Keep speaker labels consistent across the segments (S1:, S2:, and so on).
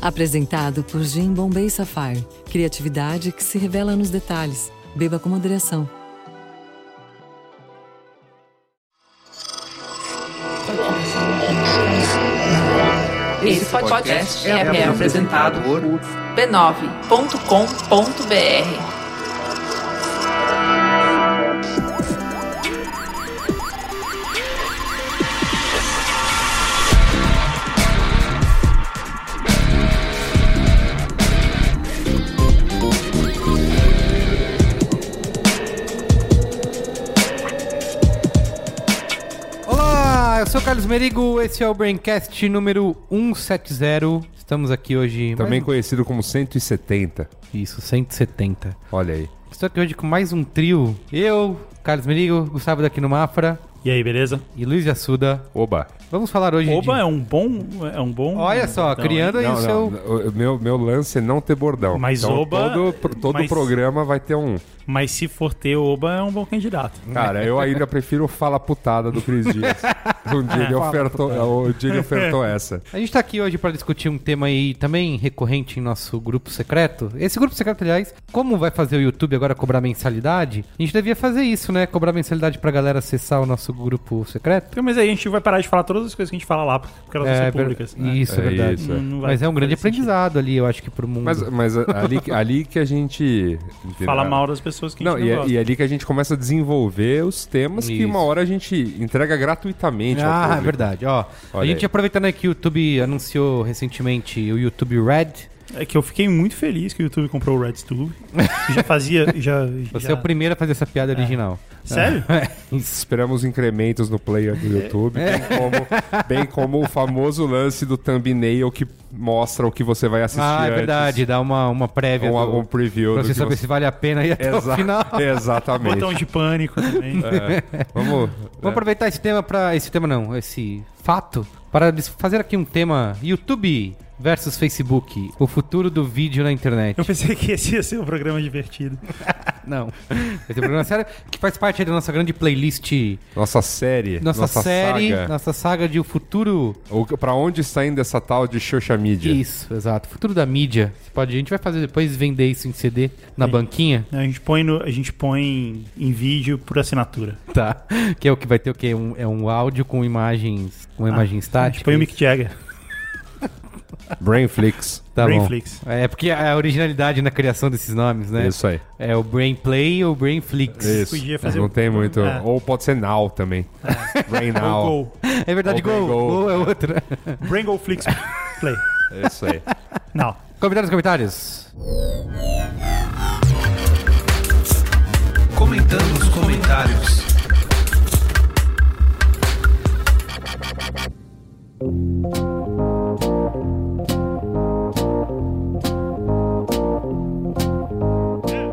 S1: Apresentado por Gin Bombay Sapphire. Criatividade que se revela nos detalhes. Beba com moderação.
S2: Esse podcast é, é apresentado por b9.com.br.
S3: Olá, eu sou o Carlos Merigo, esse é o Braincast número 170. Estamos aqui hoje.
S4: Também
S3: mais
S4: conhecido como 170.
S3: um- Isso, 170.
S4: Olha aí.
S3: Estou aqui hoje com mais um trio. Eu, Carlos Merigo, Gustavo daqui no Mafra
S5: E aí, beleza?
S3: e Luiz de Assuda.
S4: Oba.
S3: Vamos falar hoje.
S5: Oba
S3: de...
S5: é um bom. É um bom.
S3: Olha só,
S5: Não,
S3: criando aí
S4: Então, Não,
S3: o seu.
S4: não, o meu, meu lance é não ter bordão. Então,
S5: Mas oba-
S4: Todo, pro- todo
S5: mas-
S4: programa vai ter um.
S5: Mas se for ter Oba, é um bom candidato.
S4: Cara, eu ainda prefiro o Fala Putada do Cris Dias. Um dia, ele ofertou, um dia ele ofertou essa.
S3: A gente está aqui hoje para discutir um tema aí também recorrente em nosso grupo secreto. Esse grupo secreto, aliás, como vai fazer o YouTube agora cobrar mensalidade? A gente devia fazer isso, né? Cobrar mensalidade pra galera acessar o nosso grupo secreto.
S5: Então, Mas aí a gente vai parar de falar todas as coisas que a gente fala lá, porque elas vão ser
S3: ver-
S5: públicas. né?
S3: Isso, é,
S4: É
S3: verdade.
S4: isso,
S5: Não- não vai
S3: Mas é um grande
S5: fazer sentido.
S3: aprendizado ali, eu acho que pro mundo. Ah,
S4: Mas, mas a- ali, ali que a gente.
S5: Fala
S4: entendeu?
S5: mal das pessoas que a
S4: Não,
S5: gente não,
S4: e, é-
S5: gosta.
S4: e ali que a gente começa a desenvolver os temas que
S3: Isso.
S4: uma hora a gente entrega gratuitamente. ao
S3: ah, é
S4: público.
S3: verdade. Ó, a
S4: Olha
S3: gente
S4: aí.
S3: aproveitando aí que o YouTube anunciou recentemente o YouTube Red.
S5: É que eu fiquei muito feliz que o YouTube comprou o RedTube. já fazia. Já,
S3: Você
S5: já-
S3: é o É. primeiro a fazer essa piada original.
S5: Sério?
S4: Esperamos incrementos no player do
S3: É.
S4: YouTube, bem, como, bem como o famoso lance do thumbnail que mostra o que você vai assistir
S3: Ah, é
S4: antes.
S3: verdade. Dá uma, uma prévia.
S4: Um,
S3: do-
S4: um preview.
S3: pra
S4: do
S3: você
S4: que
S3: saber
S4: você-
S3: se vale a pena ir até
S4: Exa-
S3: o final.
S4: Exatamente. é.
S5: Botão de pânico também.
S4: Vamos... é,
S3: Vamos aproveitar esse tema para esse tema não, esse fato para des- fazer aqui um tema YouTube versus Facebook, o futuro do vídeo na internet.
S5: Eu pensei que esse ia ser um programa divertido.
S3: Não. Esse é um programa sério que faz parte aí da nossa grande playlist,
S4: Nossa série.
S3: nossa, série,
S4: saga.
S3: nossa saga de o futuro
S4: O, pra onde está indo essa tal de Xuxa Media?
S3: Isso, exato. Futuro da mídia. Você pode, a gente vai fazer depois vender isso em CD na
S5: Sim.
S3: banquinha.
S5: A gente põe, no- a gente põe em vídeo por assinatura.
S3: Tá. Que é o que vai ter o quê? Um, é um áudio com imagens, uma imagem
S5: A
S3: estática.
S5: gente põe um o Mick Jagger.
S4: Brainflix.
S3: tá bom.
S5: Brainflix.
S3: É porque a originalidade na criação desses nomes, né?
S4: Isso aí.
S3: É o Brainplay ou Brainflix.
S4: Isso.
S5: Podia fazer
S4: Não
S5: um-
S4: tem muito.
S3: né?
S5: É.
S4: Ou pode ser Now também. Brain
S5: Ou
S4: Now.
S5: Gol.
S3: É verdade,
S4: Ou
S3: gol.
S4: Brain Gol.
S3: Gol é outra.
S5: Brangle Flix Play.
S4: É Isso aí.
S5: Não.
S3: Comentários, comentários.
S6: Comentando nos comentários.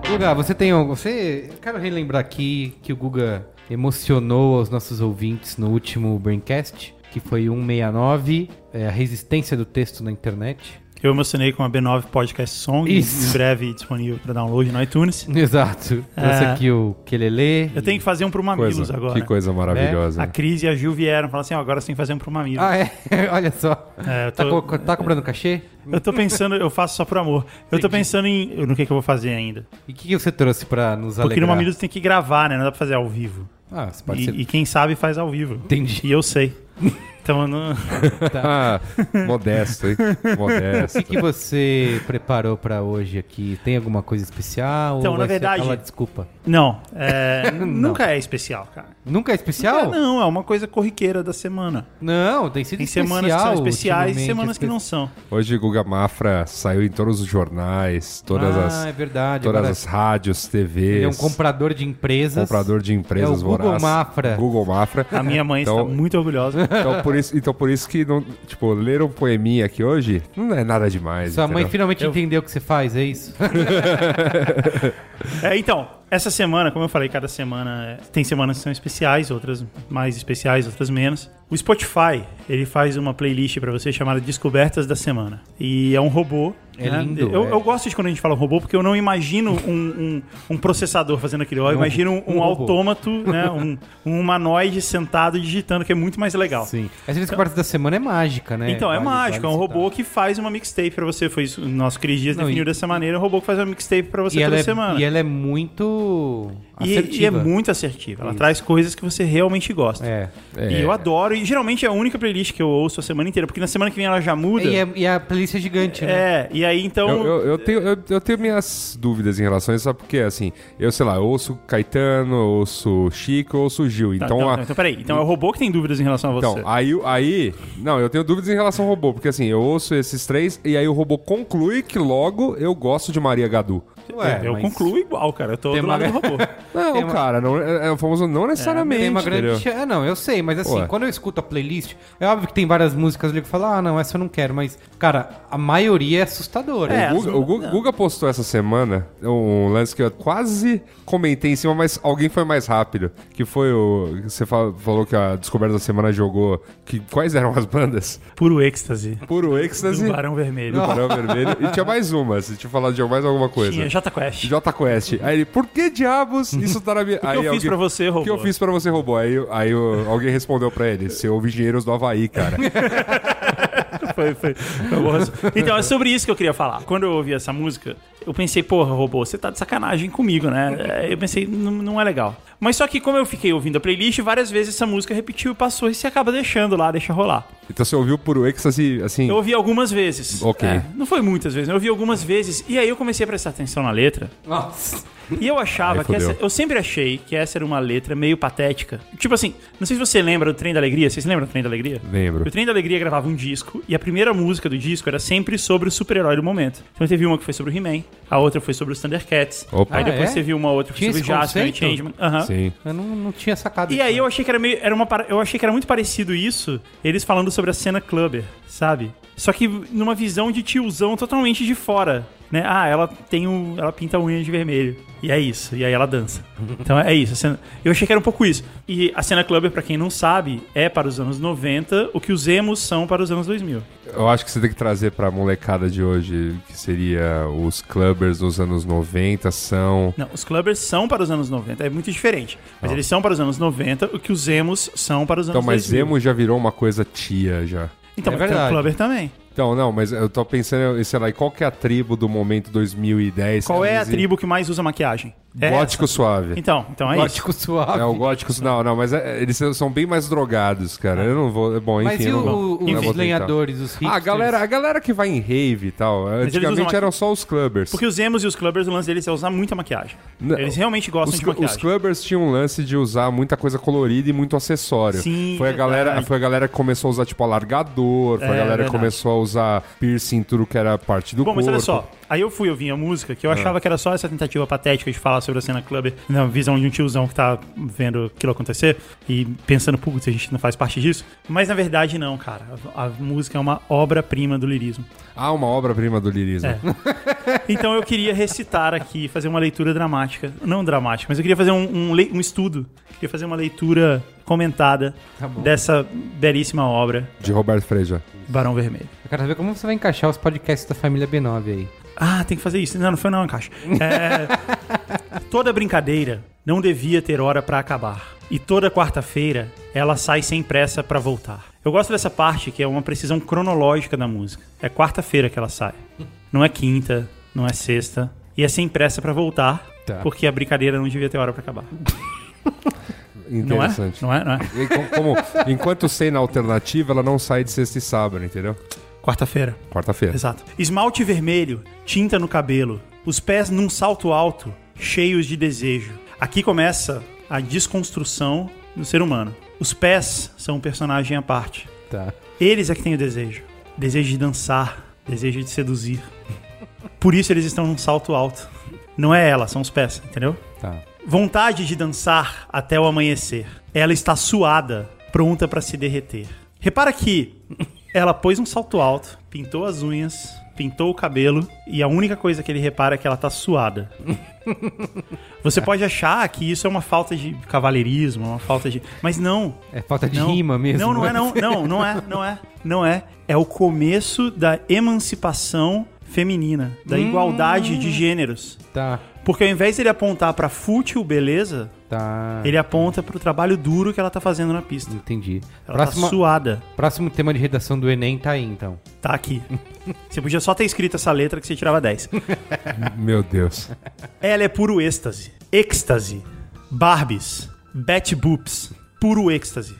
S3: Guga, você tem algum. Você. eu Quero relembrar aqui que o Guga emocionou aos nossos ouvintes no último Braincast, que foi 169, é, a resistência do texto na internet.
S5: Eu emocionei com a B9 Podcast Song,
S3: Isso.
S5: em breve disponível para download no iTunes.
S3: Exato. Trouxe
S5: É.
S3: aqui o Quelele.
S5: Eu tenho que fazer um pro Mamilos
S4: Coisa,
S5: agora.
S4: que coisa maravilhosa.
S3: Né?
S5: A Cris e a Gil vieram falar assim: ó, agora você tem que fazer um pro Mamilos.
S3: Ah, é? Olha só.
S5: É, eu
S3: tá,
S5: tô-
S3: co- tá cobrando cachê?
S5: Eu tô pensando, eu faço só por amor. Eu tô pensando em. No que, que eu vou fazer ainda.
S3: E o que, que você trouxe pra nos alegrar?
S5: Porque no Mamilos tem que gravar, né? Não dá pra fazer ao vivo.
S3: Ah, você Tá pode
S5: E,
S3: ser...
S5: e quem sabe faz ao vivo.
S3: Entendi.
S5: E eu sei. Então eu não.
S3: tá.
S4: Ah, modesto, hein? Modesto.
S3: O que você preparou pra hoje aqui? Tem alguma coisa especial?
S5: Então,
S3: Ou
S5: na
S3: vai ser
S5: verdade-
S3: aquela desculpa.
S5: Não, é, Nunca é especial, cara.
S3: Nunca é especial?
S5: Nunca não, é uma coisa corriqueira da semana.
S3: Não, tem sido
S5: Tem
S3: especial.
S5: semanas que são especiais e
S3: ultimamente,
S5: semanas que
S3: espe-
S5: não são.
S4: Hoje Guga Mafra saiu em todos os jornais, todas
S3: ah,
S4: as
S3: é verdade.
S4: todas
S3: agora
S4: as rádios, TVs.
S3: Ele é um comprador de empresas.
S4: comprador de empresas
S3: É o Google
S4: voraz.
S3: Mafra.
S4: Google Mafra.
S5: A minha mãe
S4: Então-
S5: está muito orgulhosa.
S4: Então por isso, então por isso que não, tipo, ler um poeminha aqui hoje não é nada demais.
S3: Sua mãe
S4: entendeu?
S3: finalmente entendeu o que você faz, é isso?
S5: É, então, Essa semana, como eu falei, cada semana é- tem semanas que são especiais, outras mais especiais, outras menos. O Spotify, ele faz uma playlist pra você chamada Descobertas da Semana. E é um robô.
S3: É
S5: né?
S3: lindo,
S5: Eu,
S3: é.
S5: eu gosto de quando a gente fala um robô, porque eu não imagino um, um- um processador fazendo aquilo. Eu imagino um,
S3: um robô.
S5: autômato, né? Um, um humanoide sentado digitando, que é muito mais legal.
S3: Sim. Essa vez que parte da semana é mágica, né?
S5: Então, é
S3: Vale-
S5: mágico,
S3: vale
S5: é um
S3: citar.
S5: robô que faz uma mixtape pra você. Foi isso, o nosso Cris Dias
S3: Não,
S5: definiu
S3: e-
S5: dessa maneira, é um robô que faz uma mixtape pra você
S3: e
S5: toda
S3: ela, é,
S5: semana.
S3: e ela é muito
S5: E,
S3: assertiva.
S5: e é muito assertiva. Ela traz coisas que você realmente gosta.
S3: É.
S5: E eu adoro. E geralmente é a única playlist que eu ouço a semana inteira, porque na semana que vem ela já muda.
S3: E, é, e a playlist é gigante, né?
S5: É, e aí então.
S4: Eu, eu- eu tenho, eu, eu tenho minhas dúvidas em relação a isso, sabe porque, assim, eu sei lá, eu ouço Caetano, eu ouço Chico, eu ouço Gil.
S5: Tá,
S4: Então,
S5: não,
S4: a-
S5: não, então peraí. Então é o robô que tem dúvidas em relação a você.
S4: então aí, aí. Não, eu tenho dúvidas em relação ao robô, porque assim, eu ouço esses três e aí o robô conclui que logo eu gosto de Maria Gadu.
S3: Ué,
S5: eu
S3: mas
S5: concluo igual, cara. Eu tô
S3: Tem
S5: do
S3: uma-
S5: lado do robô.
S4: Não,
S3: uma-
S4: cara, não, é, é o famoso não necessariamente.
S3: Tem uma grande
S4: entendeu?
S3: chance. É, não, eu sei, mas assim,
S4: Ué.
S3: quando eu escuto a playlist, é óbvio que tem várias músicas ali que eu falo, ah, não, essa eu não quero, mas, cara, a maioria é assustadora.
S5: É.
S4: O Guga, o
S3: né?
S4: Guga- Guga postou essa semana um lance que eu quase comentei em cima, mas alguém foi mais rápido. Que foi o. Você fa- falou que a descoberta da semana jogou. Que, quais eram as bandas?
S5: Puro êxtase.
S4: Puro êxtase.
S5: Do Barão Vermelho.
S4: do Barão Vermelho. E tinha mais uma. Você tinha falado de mais alguma coisa.
S5: Tinha J Quest.
S4: J Quest. Aí ele, por que diabos isso tá na minha.
S5: eu fiz pra você,
S4: O que eu
S5: robô?"
S4: fiz pra você, robô? Aí, aí o- alguém respondeu pra ele: seu engenheiros do Havaí, cara.
S5: Foi, foi. Foi uma boa razão. Então, é sobre isso que eu queria falar. Quando eu ouvi essa música, eu pensei, porra, robô, você tá de sacanagem comigo, né? É, Eu pensei, "Não- não é legal. Mas só que como eu fiquei ouvindo a playlist, várias vezes essa música repetiu e passou e você acaba deixando lá, deixa rolar.
S4: Então você ouviu por êxtase, assim.
S5: Eu ouvi algumas vezes.
S4: Ok.
S5: É, não foi muitas vezes, eu ouvi algumas vezes. E aí eu comecei a prestar atenção na letra.
S3: Nossa.
S5: E eu
S4: Aí
S5: achava que
S4: fudeu.
S5: essa. Eu sempre achei que essa era uma letra meio patética. Tipo assim, não sei se você lembra do Trem da Alegria. Vocês lembram do Trem da Alegria?
S4: Lembro.
S5: O Trem da Alegria gravava um disco e a primeira música do disco era sempre sobre o super-herói do momento. Então teve uma que foi sobre o He-Man, a outra foi sobre os Thundercats.
S4: Opa.
S5: Aí depois
S3: Ah, é?
S5: teve uma outra que
S3: Tinha
S5: foi sobre o
S3: esse
S5: Jasper e
S3: conceito?
S5: Changeman. Aham.
S4: Oh. Sim.
S3: Eu não, não tinha sacado
S5: E aí eu achei que era meio. Era uma, par- eu achei que era muito parecido isso, eles falando sobre a cena clubber, sabe? Só que numa visão de tiozão totalmente de fora. Né? Ah, ela tem um. Ela pinta a unha de vermelho. E é isso. E aí ela dança. Então é isso. a cena- Eu achei que era um pouco isso. E a cena clubber, pra quem não sabe, é para os anos 90 o que os emos são para os anos 2000.
S4: Eu acho que você tem que trazer pra molecada de hoje, que seria os clubbers dos anos 90 são.
S5: Não, os clubbers são para os anos 90. É muito diferente. Mas eles são para os anos 90 o que os emos são para os anos
S4: Então, mas
S5: 2000.
S4: emo já virou uma coisa tia já.
S5: Então,
S3: É
S5: mas tem o
S3: verdade.
S5: clubber também.
S4: Então, não, mas eu tô pensando, sei lá, e qual que é a tribo do momento 2010?
S5: Qual é a
S4: 15?
S5: tribo que mais usa maquiagem? É
S4: Gótico
S5: essa.
S4: suave.
S5: Então, então é
S3: Gótico né? suave.
S4: É, o gótico. Não, não, mas é- eles são bem mais drogados, cara. Eu não vou. Bom, enfim.
S3: Mas e
S4: eu não
S3: o-
S4: vou-
S3: o-
S4: eu não vou
S3: os
S4: tentar.
S3: lenhadores, os hipsters?
S4: Ah, a galera, a galera que vai em rave e tal.
S5: eles usam
S4: Antigamente
S5: aqui-
S4: eram só os clubbers.
S5: isso. Porque os emos e os clubbers, o lance deles é usar muita maquiagem.
S4: Não,
S5: Eles realmente gostam
S4: Os,
S5: de
S4: cl- os
S5: maquiagem.
S4: clubbers tinham um lance de usar muita coisa colorida e muito acessório.
S5: Sim,
S4: foi a galera,
S5: verdade.
S4: foi a galera que começou a usar tipo alargador, foi
S5: É,
S4: a galera
S5: verdade.
S4: que começou a usar piercing tudo que era parte do
S5: Bom,
S4: corpo.
S5: mas olha só, aí eu fui ouvir a música
S4: Ah.
S5: que eu achava que era só essa tentativa patética de falar sobre a cena clubber, na visão de um tiozão que tá vendo aquilo acontecer e pensando, putz, a gente não faz parte disso. Mas na verdade não, cara. A, a música é uma obra-prima do lirismo.
S4: Ah, uma obra-prima do lirismo.
S5: É. Então eu queria recitar aqui, fazer uma leitura dramática. Não dramática, mas eu queria fazer um, um le- um estudo. Queria fazer uma leitura comentada dessa belíssima obra,
S4: De Roberto Freja.
S5: Barão Vermelho.
S3: Eu quero saber como você vai encaixar os podcasts da família B9 aí.
S5: Ah, tem que fazer isso. Não, não foi não, Caixa. É, toda brincadeira não devia ter hora pra acabar. E toda quarta-feira ela sai sem pressa pra voltar. Eu gosto dessa parte que é uma precisão cronológica da música. É quarta-feira que ela sai. Não é quinta, não é sexta. E é sem pressa pra voltar,
S3: Tá.
S5: porque a brincadeira não devia ter hora pra acabar. Não é?
S4: Interessante.
S5: Não é? Não é?
S4: E com- como- enquanto sei na alternativa, ela não sai de sexta e sábado, entendeu?
S5: Quarta-feira.
S4: Quarta-feira.
S5: Exato. Esmalte vermelho, tinta no cabelo, os pés num salto alto, cheios de desejo. Aqui começa a desconstrução do ser humano. Os pés são um personagem à parte.
S3: Tá.
S5: Eles é que têm o desejo. Desejo de dançar, desejo de seduzir. Por isso eles estão num salto alto. Não é ela, são os pés, entendeu?
S3: Tá.
S5: Vontade de dançar até o amanhecer. Ela está suada, pronta para se derreter. Repara que Ela pôs um salto alto, pintou as unhas, pintou o cabelo e a única coisa que ele repara é que ela tá suada. Você pode achar que isso é uma falta de cavalheirismo, uma falta de. Mas não.
S3: É falta de
S5: não.
S3: rima mesmo. né?
S5: Não, não é, não. Não, não é, não é, não é. É o começo da emancipação feminina, da
S3: Hum.
S5: igualdade de gêneros.
S3: Tá,
S5: Porque ao invés dele apontar pra fútil beleza,
S3: tá.
S4: É.
S5: ele aponta pro trabalho duro que ela tá fazendo na pista.
S3: Entendi.
S5: Ela
S3: Próxima-
S5: tá suada.
S3: Próximo tema de redação do Enem tá aí, então.
S5: Tá aqui. Você podia só ter escrito essa letra que você tirava 10.
S4: Meu Deus.
S5: Ela é puro êxtase. Êxtase. Barbies. Bat Boops. Puro êxtase.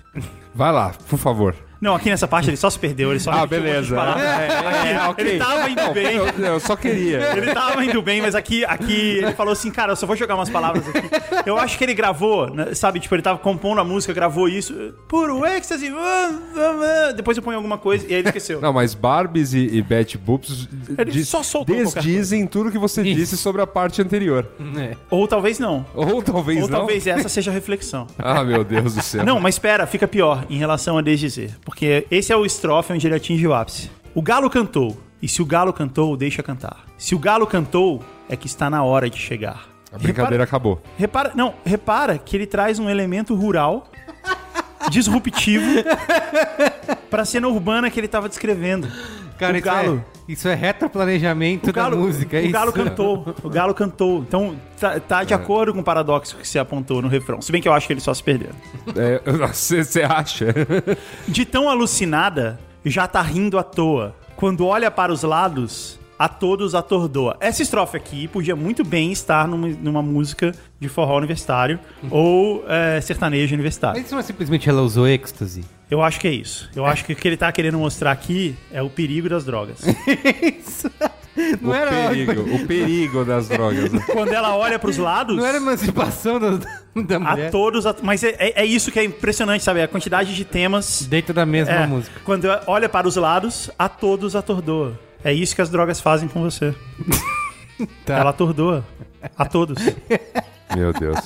S4: Vai lá, por favor.
S5: Não, aqui nessa parte ele só se perdeu, ele só
S4: Ah,
S5: repetiu um monte de
S4: beleza.
S5: palavra.
S4: É, é, ok.
S5: Ele tava indo bem.
S4: Eu, eu só queria.
S5: Ele tava indo bem, mas aqui, aqui ele falou assim, cara, eu só vou jogar umas palavras aqui. Eu acho que ele gravou, né, sabe? Tipo, ele tava compondo a música, gravou isso. Puro êxtase. ah, ah, ah. Depois eu ponho alguma coisa e aí ele esqueceu.
S4: Não, mas Barbies e, e Betty Boops
S5: Ele só soltou qualquer
S4: desdizem tudo que você
S3: Isso.
S4: disse sobre a parte anterior.
S5: Ou talvez não.
S4: Ou talvez
S5: Ou
S4: não.
S5: talvez essa seja a reflexão.
S4: Ah, meu Deus do céu.
S5: Não, mas espera, fica pior em relação a desdizer. Porque esse é o estrofe onde ele atinge o ápice. O galo cantou. E se o galo cantou, deixa cantar. Se o galo cantou, é que está na hora de chegar.
S4: A brincadeira acabou.
S5: Repara, não, repara que ele traz um elemento rural disruptivo pra cena urbana que ele tava descrevendo.
S3: Cara,
S5: o
S3: isso
S5: galo,
S3: é, isso é retroplanejamento
S5: o galo,
S3: da música, é
S5: o
S3: isso? É.
S5: galo cantou, o galo cantou. Então tá, tá de acordo com o paradoxo que você apontou no refrão. Se bem que eu acho que ele só se perdeu.
S4: É, Você você acha?
S5: De tão alucinada, já tá rindo à toa. Quando olha para os lados, a todos atordoa. Essa estrofe aqui podia muito bem estar numa, numa música de forró universitário
S3: Uhum.
S5: ou é, sertanejo universitário.
S3: Mas isso não é simplesmente ela usou êxtase?
S5: Eu acho que é isso. Eu acho que o que ele tá querendo mostrar aqui é o perigo das drogas.
S3: Não
S4: o
S3: era...
S4: perigo, o perigo das drogas. né?
S5: Quando ela olha para os lados,
S3: Não era emancipação da, da mulher
S5: a todos... at- Mas é, é- é isso que é impressionante, sabe? A quantidade de temas...
S3: dentro da mesma
S5: É,
S3: música.
S5: quando olha para os lados, a todos atordoa. É isso que as drogas fazem com você.
S3: Tá.
S5: Ela atordoa. A todos.
S4: Meu Deus.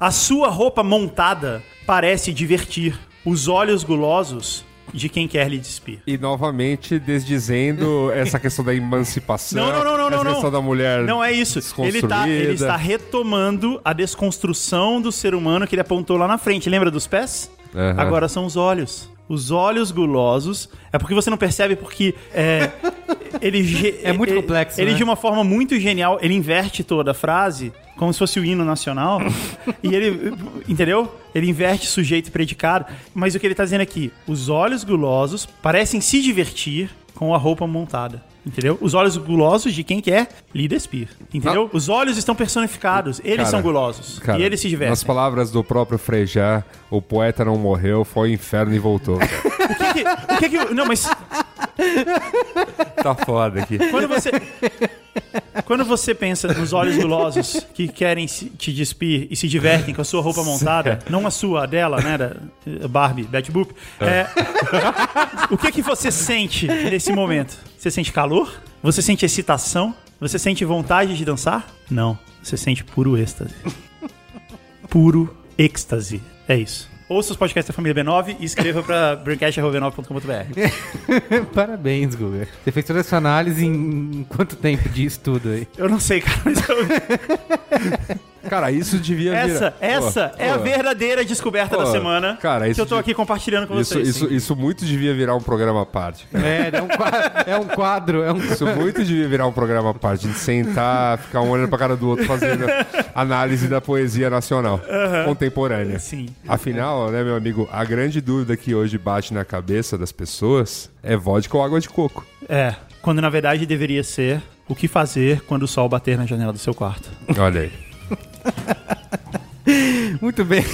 S5: A sua roupa montada parece divertir os olhos gulosos de quem quer lhe despir.
S4: E novamente desdizendo essa questão da emancipação.
S5: Não, não, não, não,
S4: essa
S5: não, não.
S4: questão da mulher.
S5: Não é isso. Ele, tá, ele
S4: desconstruída.
S5: está retomando a desconstrução do ser humano que ele apontou lá na frente. Lembra dos pés?
S4: Aham.
S5: Agora são os olhos. Os olhos gulosos. É porque você não percebe porque é, ele ge-
S3: É muito
S5: ele-
S3: complexo,
S5: Ele
S3: né?
S5: de uma forma muito genial, ele inverte toda a frase como se fosse o hino nacional. e ele, entendeu? Ele inverte sujeito e predicado, mas o que ele tá dizendo aqui, os olhos gulosos parecem se divertir com a roupa montada. Entendeu? Os olhos gulosos de quem quer lhe despir. Entendeu? Os olhos estão personificados. Eles
S4: Cara,
S5: são gulosos.
S4: Cara,
S5: e eles se divertem.
S4: Nas palavras do próprio Frejá, o poeta não morreu, foi ao inferno e voltou.
S5: O que que- o que que- Não, mas
S4: tá foda aqui.
S5: Quando você. Quando você pensa nos olhos gulosos que querem se- te despir e se divertem com a sua roupa montada, não a sua, a dela, né, da eh, Barbie, Bat Boop, é, o que que você sente nesse momento? Você sente calor? Você sente excitação? Você sente vontade de dançar? Não, você sente puro êxtase. Puro êxtase. É isso. Ouça os podcasts da família B9 e escreva para brancast.com.br.
S3: Parabéns, Guga. Você fez toda essa análise em, em quanto tempo de estudo aí?
S5: Eu não sei, cara, mas eu,
S4: Cara, isso devia
S5: Essa,
S4: virar-
S5: essa
S4: Pô,
S5: é a
S4: pô,
S5: verdadeira descoberta
S4: Pô,
S5: da semana
S4: cara, isso
S5: que eu tô
S4: de-
S5: aqui compartilhando com
S4: Isso,
S5: vocês.
S4: isso, isso muito devia virar um programa à parte. cara.
S3: É, é um quadro, é um quadro. É um...
S4: Isso muito devia virar um programa à parte. De sentar, ficar um olhando pra cara do outro fazendo análise da poesia nacional contemporânea.
S5: Sim.
S4: Afinal, né, meu amigo, a grande dúvida que hoje bate na cabeça das pessoas é vodka ou água de coco.
S5: É, quando na verdade deveria ser o que fazer quando o sol bater na janela do seu quarto.
S4: Olha aí.
S3: Muito bem.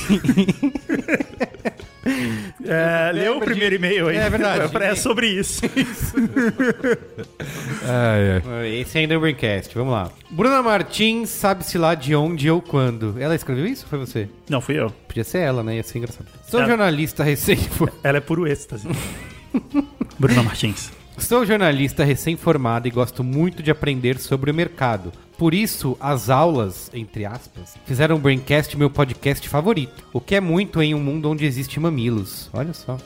S5: É, leu o primeiro e-mail aí.
S3: É verdade.
S5: É sobre isso.
S4: Ai, ai.
S3: Esse ainda é o Braincast, vamos lá. Bruna Martins sabe-se lá de onde ou quando. Ela escreveu isso? ou Foi você?
S5: Não, fui eu.
S3: Podia ser ela, né? Ia ser engraçado. Sou
S4: É.
S5: Ela-
S3: jornalista recém-formado.
S5: Ela é puro êxtase. Bruna Martins.
S3: Sou jornalista recém-formado e gosto muito de aprender sobre o mercado. Por isso, as aulas, entre aspas, fizeram o Braincast meu podcast favorito, o que é muito em um mundo onde existe mamilos. Olha só.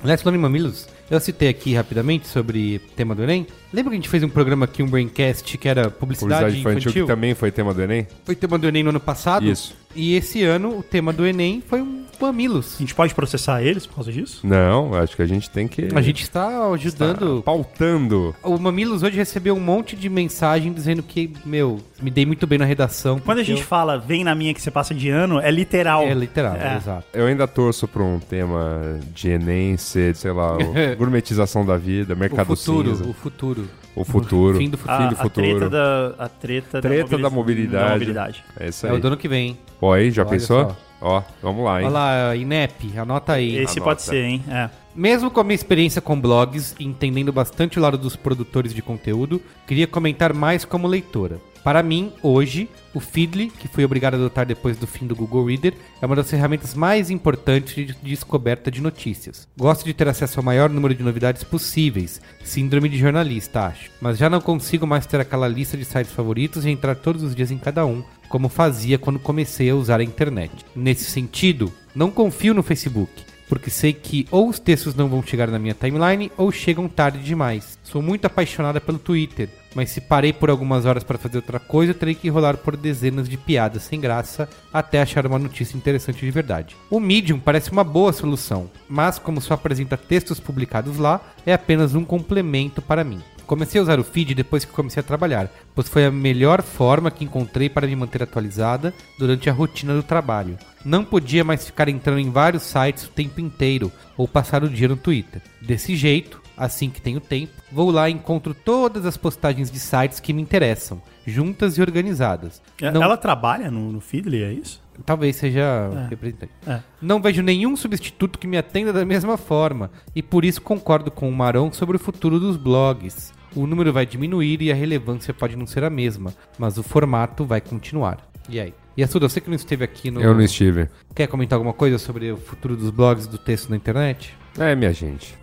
S3: Aliás, falando em mamilos, Eu citei aqui rapidamente sobre tema do Enem. Lembra que a gente fez um programa aqui, um Braincast, que era publicidade,
S4: Publicidade infantil,
S3: infantil?
S4: que também foi tema do Enem.
S3: Foi tema do Enem no ano passado.
S4: Isso.
S3: E esse ano o tema do Enem foi um mamilos.
S5: A gente pode processar eles por causa disso?
S4: Não, acho que a gente tem que.
S3: A gente está
S4: tá
S3: ajudando.
S4: pautando.
S3: O Mamilos hoje recebeu um monte de mensagem dizendo que, meu, me dei muito bem na redação.
S5: Quando a
S3: porque
S5: gente fala vem na minha que você passa de ano, é literal.
S3: eu- É literal,
S5: É.
S3: exato.
S4: Eu ainda torço pra um tema de Enem ser, sei lá, o- gourmetização da vida,
S3: O
S4: mercado
S3: futuro,
S4: cinza,
S3: o futuro.
S4: o futuro.
S3: Fim do futuro.
S5: a,
S4: fim do
S5: a
S4: futuro.
S5: treta da a treta,
S4: Treta da mobilidade.
S5: da mobilidade.
S4: É isso
S3: É
S4: aí.
S3: o do ano que vem.
S4: Ó, aí, já
S3: Olha
S4: pensou?
S3: só.
S4: Ó, vamos lá, hein?
S3: Olha lá, INEP, anota aí.
S5: Esse
S4: Anota.
S5: pode ser, hein? É.
S3: Mesmo com a minha experiência com blogs e entendendo bastante o lado dos produtores de conteúdo, queria comentar mais como leitora. Para mim, hoje, o Feedly, que fui obrigado a adotar depois do fim do Google Reader, é uma das ferramentas mais importantes de descoberta de notícias. Gosto de ter acesso ao maior número de novidades possíveis, síndrome de jornalista, acho. Mas já não consigo mais ter aquela lista de sites favoritos e entrar todos os dias em cada um, como fazia quando comecei a usar a internet. Nesse sentido, não confio no Facebook porque sei que ou os textos não vão chegar na minha timeline ou chegam tarde demais. Sou muito apaixonada pelo Twitter, mas se parei por algumas horas para fazer outra coisa, terei que rolar por dezenas de piadas sem graça até achar uma notícia interessante de verdade. O Medium parece uma boa solução, mas como só apresenta textos publicados lá, é apenas um complemento para mim. Comecei a usar o feed depois que comecei a trabalhar, pois foi a melhor forma que encontrei para me manter atualizada durante a rotina do trabalho. Não podia mais ficar entrando em vários sites o tempo inteiro ou passar o dia no Twitter. Desse jeito, assim que tenho tempo, vou lá e encontro todas as postagens de sites que me interessam, juntas e organizadas.
S5: É,
S3: Não-
S5: Ela trabalha no, no Fiddly, é isso?
S3: Talvez seja representante.
S5: É.
S3: Não vejo nenhum substituto que me atenda da mesma forma, e por isso concordo com o Maron sobre o futuro dos blogs. O número vai diminuir e a relevância pode não ser a mesma, mas o formato vai continuar. E aí? E Assuda, você que não esteve aqui no.
S4: Eu não estive.
S3: Quer comentar alguma coisa sobre o futuro dos blogs do texto na internet?
S4: É, minha gente.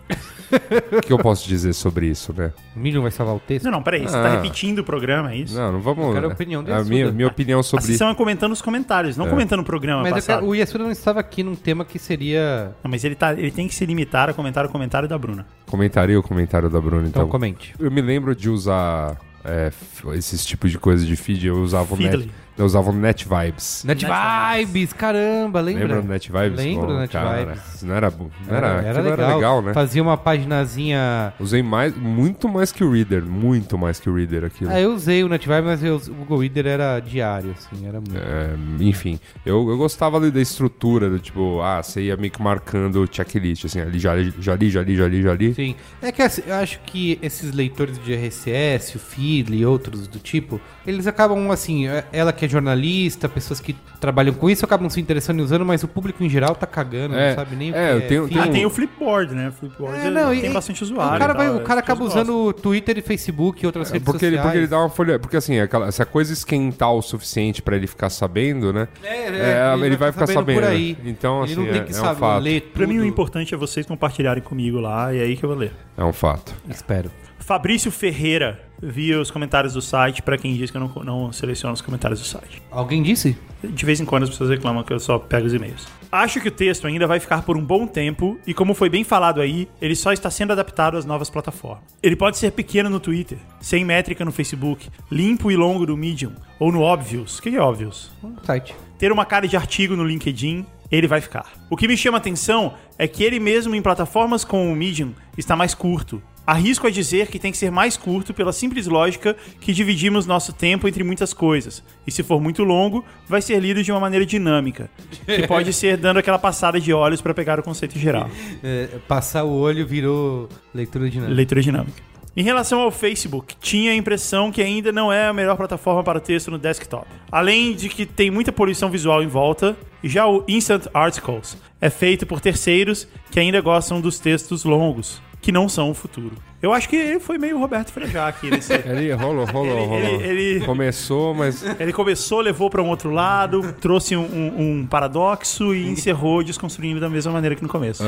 S4: O que eu posso dizer sobre isso, né?
S3: O Medium vai salvar o texto?
S5: Não, não, peraí. Você
S4: Ah.
S5: tá repetindo o programa, é isso?
S4: Não, não vamos.
S3: Eu quero a opinião do
S4: a
S3: Yasuda.
S4: minha, minha opinião
S5: A
S4: sobre É.
S5: sessão é comentando os comentários, não comentando o programa
S3: Mas eu
S5: passado.
S3: quero- o Yasuda não estava aqui num tema que seria.
S5: Não, mas ele, tá, ele tem que se limitar a comentar o comentário da Bruna.
S4: Comentaria o comentário da Bruna,
S3: Então
S4: então.
S3: comente.
S4: Eu me lembro de usar é, f- esses tipos de coisa de feed. Eu usava o
S5: Feedly.
S4: Net, eu usava o Net Vibes.
S3: Net, Vibes, caramba, Né, lembra?
S4: Lembra do Net Vibes?
S3: Lembro
S4: Bom,
S3: do Net
S4: cara,
S3: Vibes.
S4: Não era, bu- não era,
S3: Era, era
S4: aquilo
S3: legal.
S4: era legal, né?
S3: Fazia uma paginazinha.
S4: Usei mais, muito mais que o Reader, muito mais que o Reader aquilo.
S3: Ah, eu usei o NetVibe, mas eu- o Google Reader era diário, assim, era muito.
S4: É, enfim, eu, eu gostava ali da estrutura, do tipo, ah, você ia meio que marcando o checklist, assim, ali, já ali, já ali, já ali, já ali, já ali.
S3: Sim. É que assim, eu acho que esses leitores de RSS, o Feedly e outros do tipo, eles acabam assim, é- ela que é jornalista, pessoas que trabalham com isso acabam se interessando e usando, mas o público em geral tá cagando,
S4: É,
S3: não sabe nem
S4: é,
S3: o
S4: eu
S3: que
S4: tenho-
S3: é.
S4: tenho-
S5: Ah,
S3: Feedly.
S5: tem o Flipboard, né? Flipboard
S3: É, não,
S5: é-
S3: e-
S5: tem
S3: e-
S5: bastante usuário. tá? É
S3: O cara,
S5: tipo e
S3: vai-
S5: tal,
S3: o cara
S5: as pessoas
S3: acaba usando o Twitter e Facebook e outras
S4: É
S3: redes
S4: porque ele,
S3: sociais.
S4: porque ele dá uma folha. Porque assim, aquela- se a coisa esquentar o suficiente pra ele ficar sabendo, né?
S3: É, é,
S4: É, ele, vai ficar sabendo.
S3: por aí.
S4: né? Então, assim,
S3: ele não
S4: é,
S3: tem que
S4: é um
S3: saber
S4: fato.
S3: ler
S5: Pra mim, o
S3: tudo.
S5: importante é vocês compartilharem comigo lá, e aí que eu vou ler.
S4: É um fato.
S3: Espero.
S5: Fabrício Ferreira via os comentários do site, pra quem diz que eu não, não seleciono os comentários do site.
S3: Alguém disse?
S5: De vez em quando as pessoas reclamam que eu só pego os e-mails. Acho que o texto ainda vai ficar por um bom tempo, e como foi bem falado aí, ele só está sendo adaptado às novas plataformas. Ele pode ser pequeno no Twitter, sem métrica no Facebook, limpo e longo no Medium, ou no Obvious. O que é Obvious?
S3: Um site.
S5: ter uma cara de artigo no LinkedIn, ele vai ficar. O que me chama a atenção é que ele mesmo em plataformas como o Medium está mais curto. Arrisco a dizer que tem que ser mais curto pela simples lógica que dividimos nosso tempo entre muitas coisas. E se for muito longo, vai ser lido de uma maneira dinâmica, que pode ser dando aquela passada de olhos para pegar o conceito geral.
S3: É, passar o olho virou leitura dinâmica.
S5: Leitura dinâmica. Em relação ao Facebook, tinha a impressão que ainda não é a melhor plataforma para texto no desktop. Além de que tem muita poluição visual em volta, já o Instant Articles é feito por terceiros que ainda gostam dos textos longos, que não são o futuro. Eu acho que ele foi meio Roberto Frejá aqui nesse.
S4: Ele rolou, rolou,
S5: Ele-
S4: rolou.
S5: ele- ele-
S4: Começou, mas
S5: Ele começou, levou pra um outro lado, trouxe um, um- um paradoxo e encerrou desconstruindo da mesma maneira que no começo.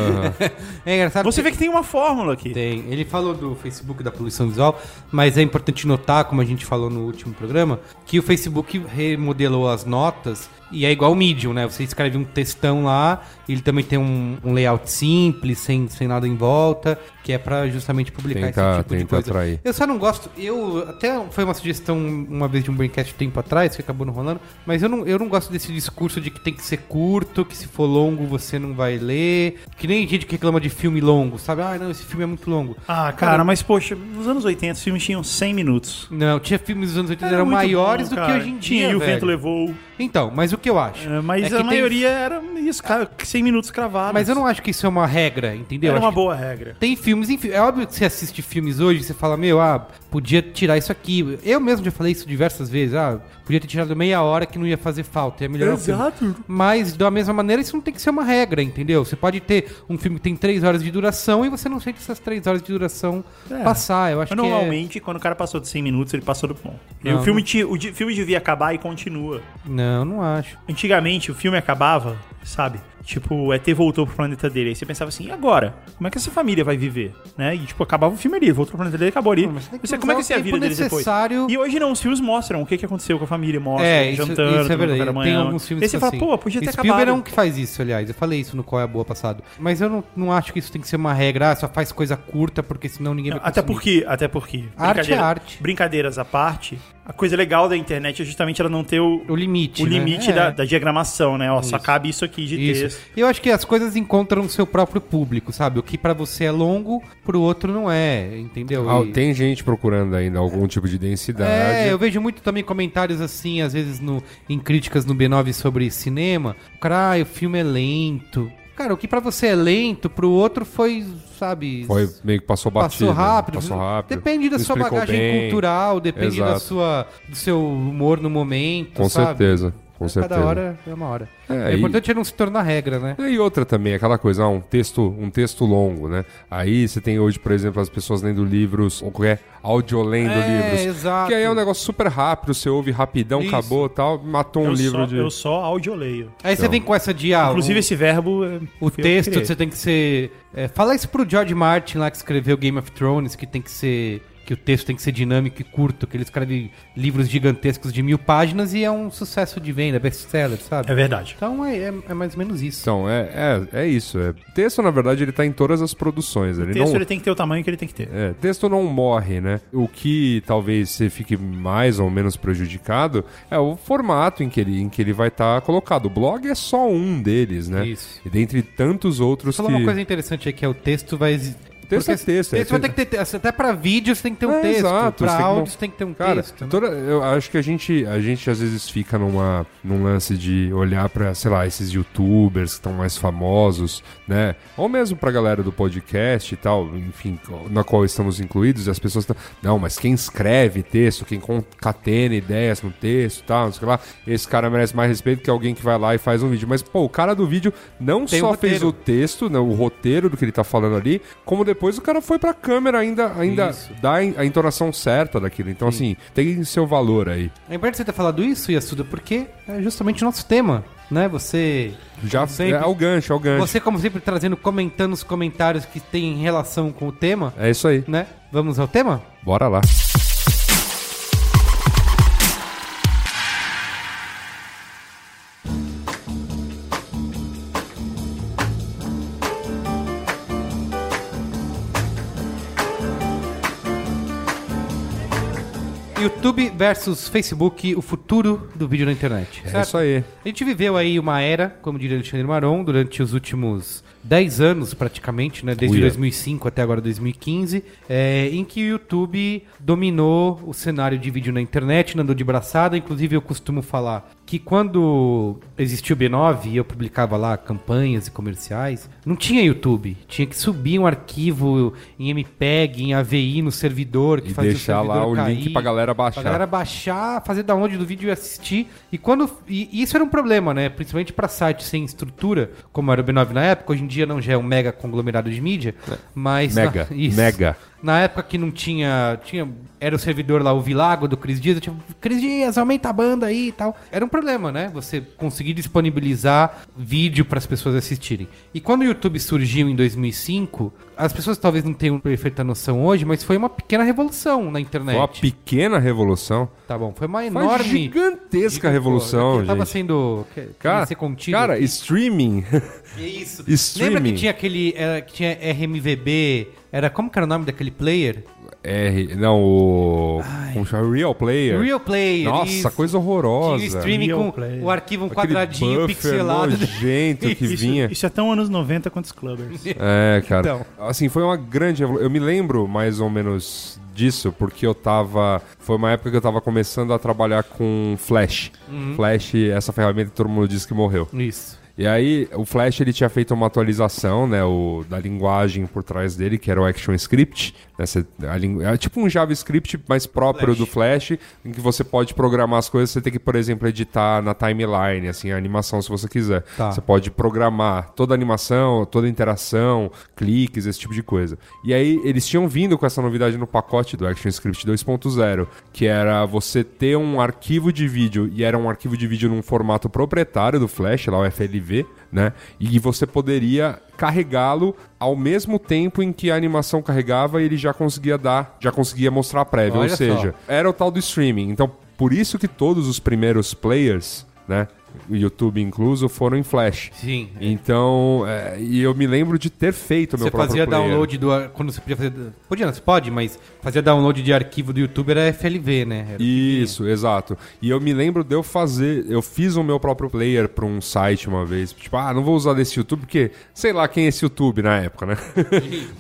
S3: É engraçado.
S5: Você
S3: que-
S5: vê que tem uma fórmula aqui.
S3: Tem. Ele falou do Facebook da poluição visual, mas é importante notar, como a gente falou no último programa, que o Facebook remodelou as notas e é igual o Medium, né? Você escreve um textão lá, ele também tem um, um layout simples, sem, sem nada em volta, que é pra justamente publicar
S4: Tentar-
S3: esse tipo de
S4: tentar
S3: coisa.
S4: atrair.
S3: Eu só não gosto, eu até foi uma sugestão uma vez de um Braincast tempo atrás, que acabou não rolando, mas eu não, eu não gosto desse discurso de que tem que ser curto, que se for longo você não vai ler, que nem gente que reclama de filme longo, sabe? Ah, não, esse filme é muito longo.
S5: Ah, cara, mas poxa, nos anos 80 os filmes tinham 100 minutos.
S3: Não, tinha filmes dos anos 80 que
S5: Era
S3: eram
S5: muito
S3: maiores
S5: bom,
S3: do que
S5: cara.
S3: hoje em dia.
S5: Tinha e o
S3: velho.
S5: vento levou.
S3: Então, mas o que eu acho?
S5: É, mas
S3: é que
S5: a
S3: tem-
S5: maioria era isso, cara, 100 minutos cravados.
S3: Mas eu não acho que isso é uma regra, entendeu?
S5: Era
S3: Acho
S5: uma
S3: que
S5: boa regra.
S3: Tem filmes, enfim. É óbvio que você assiste filmes hoje, você fala, meu, ah, podia tirar isso aqui. Eu mesmo já falei isso diversas vezes, ah, podia ter tirado meia hora que não ia fazer falta, ia melhorar o filme. Mas, da mesma maneira, isso não tem que ser uma regra, entendeu? Você pode ter um filme que tem três horas de duração e você não sente essas três horas de duração
S5: É.
S3: passar. Eu acho
S5: Mas
S3: que é-
S5: normalmente, quando o cara passou de 100 minutos, ele passou do ponto. E
S3: Não,
S5: o filme, tinha- o di- filme devia acabar e continua.
S3: Não, não acho.
S5: Antigamente, o filme acabava, sabe? Tipo, o ET voltou pro planeta dele. Aí você pensava assim, e agora? Como é que essa família vai viver? Né? E, tipo, acabava o filme ali, voltou pro planeta dele, acabou ali.
S3: Não, mas tem que
S5: você, como
S3: usar
S5: é que
S3: o
S5: ia ser a
S3: tempo
S5: vida dele depois?
S3: necessário.
S5: E hoje não, os filmes mostram o que, que aconteceu com a família, mostra,
S3: É, isso,
S5: jantando,
S3: isso é
S5: tomando
S3: verdade.
S5: café da
S3: Tem
S5: manhã.
S3: alguns filmes
S5: Aí você
S3: que
S5: fala,
S3: assim,
S5: pô, podia ter
S3: Spielberg
S5: acabado.
S3: é um que faz isso, aliás. Eu falei isso no Qual é a Boa passado. Mas eu não, não acho que isso tem que ser uma regra. Ah, só faz coisa curta, porque senão ninguém vai
S5: Até
S3: consumir.
S5: porque, até porque.
S3: Arte é
S5: brincadeira-
S3: arte.
S5: Brincadeiras à parte, a coisa legal da internet é justamente ela não ter o,
S3: O limite,
S5: o
S3: né?
S5: limite
S3: É.
S5: da, da diagramação, né? Ó, só cabe isso aqui de
S3: Isso.
S5: texto.
S3: Eu acho que as coisas encontram o seu próprio público, sabe? O que pra você é longo, pro outro não é, entendeu?
S4: ah,
S3: E-
S4: tem gente procurando ainda algum tipo de densidade.
S3: É, eu vejo muito também comentários assim, às vezes no, em críticas no B9 sobre cinema. O cara, ah, o filme é lento. Cara, o que pra você é lento, pro outro foi, sabe...
S4: Foi meio que passou batido. né?
S3: Passou rápido.
S4: Passou rápido.
S3: Depende da
S4: Não
S3: sua
S4: explicou
S3: bagagem
S4: bem.
S3: cultural, depende da
S4: Exato.
S3: sua, do seu humor no momento.
S4: Com
S3: sabe?
S4: certeza, com certeza.
S3: Cada hora é uma hora.
S4: É,
S3: o
S4: e-
S3: importante é não se tornar regra, né?
S4: É, E outra também, aquela coisa, ah, um texto, um texto longo, né? Aí você tem hoje, por exemplo, as pessoas lendo livros, ou qualquer audiolendo
S3: É,
S4: livros.
S3: exato.
S4: Que aí é um negócio super rápido, você ouve rapidão,
S3: Isso.
S4: acabou tal, matou um
S5: eu,
S4: livro
S5: só,
S4: de.
S5: eu só audioleio.
S3: Aí
S4: Então.
S3: você vem com essa de ah,
S5: Inclusive,
S3: o-
S5: esse verbo. é-
S3: o,
S5: eu
S3: texto
S5: criei.
S3: você tem que ser. é, fala isso pro George Martin lá que escreveu Game of Thrones, que tem que ser. Que o texto tem que ser dinâmico e curto, que ele escreve livros gigantescos de mil páginas e é um sucesso de venda, best-seller, sabe?
S5: É verdade.
S3: Então é, é- é mais ou menos isso.
S4: Então, é, é, é isso. É. Texto, na verdade, ele tá em todas as produções. Ele
S5: O texto
S4: não,
S5: ele tem que ter o tamanho que ele tem que ter.
S4: É, texto não morre, né? O que talvez você fique mais ou menos prejudicado é o formato em que ele, em que ele vai estar colocado. O blog é só um deles, né?
S3: Isso.
S4: E dentre tantos outros
S3: Você falou
S4: que...
S3: uma coisa interessante aí que é o texto vai. exi-
S4: Texto
S3: Porque
S4: é texto, é
S3: texto vai ter
S4: texto.
S3: que ter te- até pra vídeo você tem que ter um
S4: É,
S3: texto,
S4: exato,
S3: pra
S4: você tem que
S3: áudio
S4: mon-
S3: você tem que ter um
S4: Cara,
S3: texto. né?
S4: toda- eu acho que a gente, a gente às vezes fica numa, num lance de olhar pra, sei lá, esses youtubers que estão mais famosos, né? Ou mesmo pra galera do podcast e tal, enfim, co- na qual estamos incluídos, e as pessoas estão. Não, mas quem escreve texto, quem concatena ideias no texto e tal, não sei o que lá, esse cara merece mais respeito que alguém que vai lá e faz um vídeo. Mas, pô, o cara do vídeo não
S3: Tem o
S4: só
S3: roteiro.
S4: fez o texto, né, o roteiro do que ele tá falando ali, como depois o cara foi pra câmera ainda, ainda
S3: Isso.
S4: dá a entonação certa daquilo. Então, assim, tem seu valor aí.
S3: Lembrando de É você ter falado isso, Yasuda, porque é justamente o nosso tema, né? Você.
S4: Já
S3: como sempre,
S4: é o gancho, é o gancho.
S3: Você, como sempre, trazendo, comentando os comentários que tem relação com o tema,
S4: É isso aí.
S3: né? Vamos ao tema?
S4: Bora lá.
S3: YouTube versus Facebook, o futuro do vídeo na internet.
S4: É isso aí.
S3: A gente viveu aí uma era, como diria Alexandre Maron, durante os últimos 10 anos praticamente, né? Desde
S4: Uia.
S3: 2005 até agora 2015, é, em que o YouTube dominou o cenário de vídeo na internet, andou de braçada. Inclusive, eu costumo falar que quando existiu o B9 e eu publicava lá campanhas e comerciais, não tinha YouTube. Tinha que subir um arquivo em MPEG, em AVI no servidor, que
S4: E
S3: fazia
S4: deixar
S3: o servidor
S4: lá o
S3: cair,
S4: link pra galera baixar.
S3: Pra galera baixar, fazer download do vídeo e assistir. E quando e isso era um problema, né? Principalmente pra sites sem estrutura, como era o B9 na época. Hoje em dia não já é um mega conglomerado de mídia, mas
S4: Mega,
S3: isso.
S4: mega.
S3: Na época que não tinha. tinha era o servidor lá, o Vilago do Cris Dias, eu tipo, Cris Dias, aumenta a banda aí e tal. Era um problema, né? Você conseguir disponibilizar vídeo para as pessoas assistirem. E quando o YouTube surgiu em 2005, as pessoas talvez não tenham perfeita noção hoje, mas foi uma pequena revolução na internet.
S4: Uma pequena revolução.
S3: Tá bom, foi uma
S4: Uma
S3: enorme.
S4: gigantesca revolução,
S3: Eu tava
S4: gente.
S3: sendo. que- que ia
S4: Cara,
S3: ser contido.
S4: cara, streaming.
S3: isso.
S4: streaming.
S3: Lembra que tinha aquele. Era, que tinha RMVB. Era como que era o nome daquele player?
S4: R, não, o. Como chama? Real Player.
S3: Real Player.
S4: Nossa,
S3: isso.
S4: coisa
S3: Tinha o
S4: horrorosa.
S3: streaming
S5: Real
S3: com
S5: Player.
S3: o arquivo um
S4: Aquele
S3: quadradinho
S4: buffer
S3: pixelado.
S4: nojento que
S5: Isso,
S4: vinha.
S5: isso é tão anos 90 quanto os clubbers.
S4: É, cara.
S3: Então.
S4: Assim, foi uma grande revolução. Eu me lembro mais ou menos disso, porque eu tava. Foi uma época que eu tava começando a trabalhar com Flash. Flash, essa ferramenta que todo mundo diz que morreu.
S3: Isso.
S4: E aí, o Flash ele tinha feito uma atualização, né, o, da linguagem por trás dele, que era o ActionScript. Né, cê- a lin- é tipo um JavaScript mais próprio do Flash, em que você pode programar as coisas. Você tem que, por exemplo, editar na timeline, assim, a animação, se você quiser.
S3: Tá.
S4: Você pode programar toda a animação, toda a interação, cliques, esse tipo de coisa. E aí, eles tinham vindo com essa novidade no pacote do ActionScript 2.0, que era você ter um arquivo de vídeo, e era um arquivo de vídeo num formato proprietário do Flash, lá o FLV, né? E você poderia carregá-lo ao mesmo tempo em que a animação carregava e ele já conseguia dar, já conseguia mostrar a prévia.
S3: Olha
S4: ou seja,
S3: só.
S4: era o tal do streaming. Então, por isso que todos os primeiros players, né? o YouTube incluso, foram em Flash.
S3: Sim.
S4: Então, é, e eu me lembro de ter feito meu
S3: Você
S4: próprio
S3: fazia
S4: player.
S3: download do. ar- Quando você podia fazer. Podia, não, você pode, mas fazia download de arquivo do YouTube era FLV, né? Era-
S4: Isso, exato. E eu me lembro de eu fazer, eu fiz o meu próprio player pra um site uma vez, tipo, ah, não vou usar desse YouTube porque sei lá quem é esse YouTube na época, né?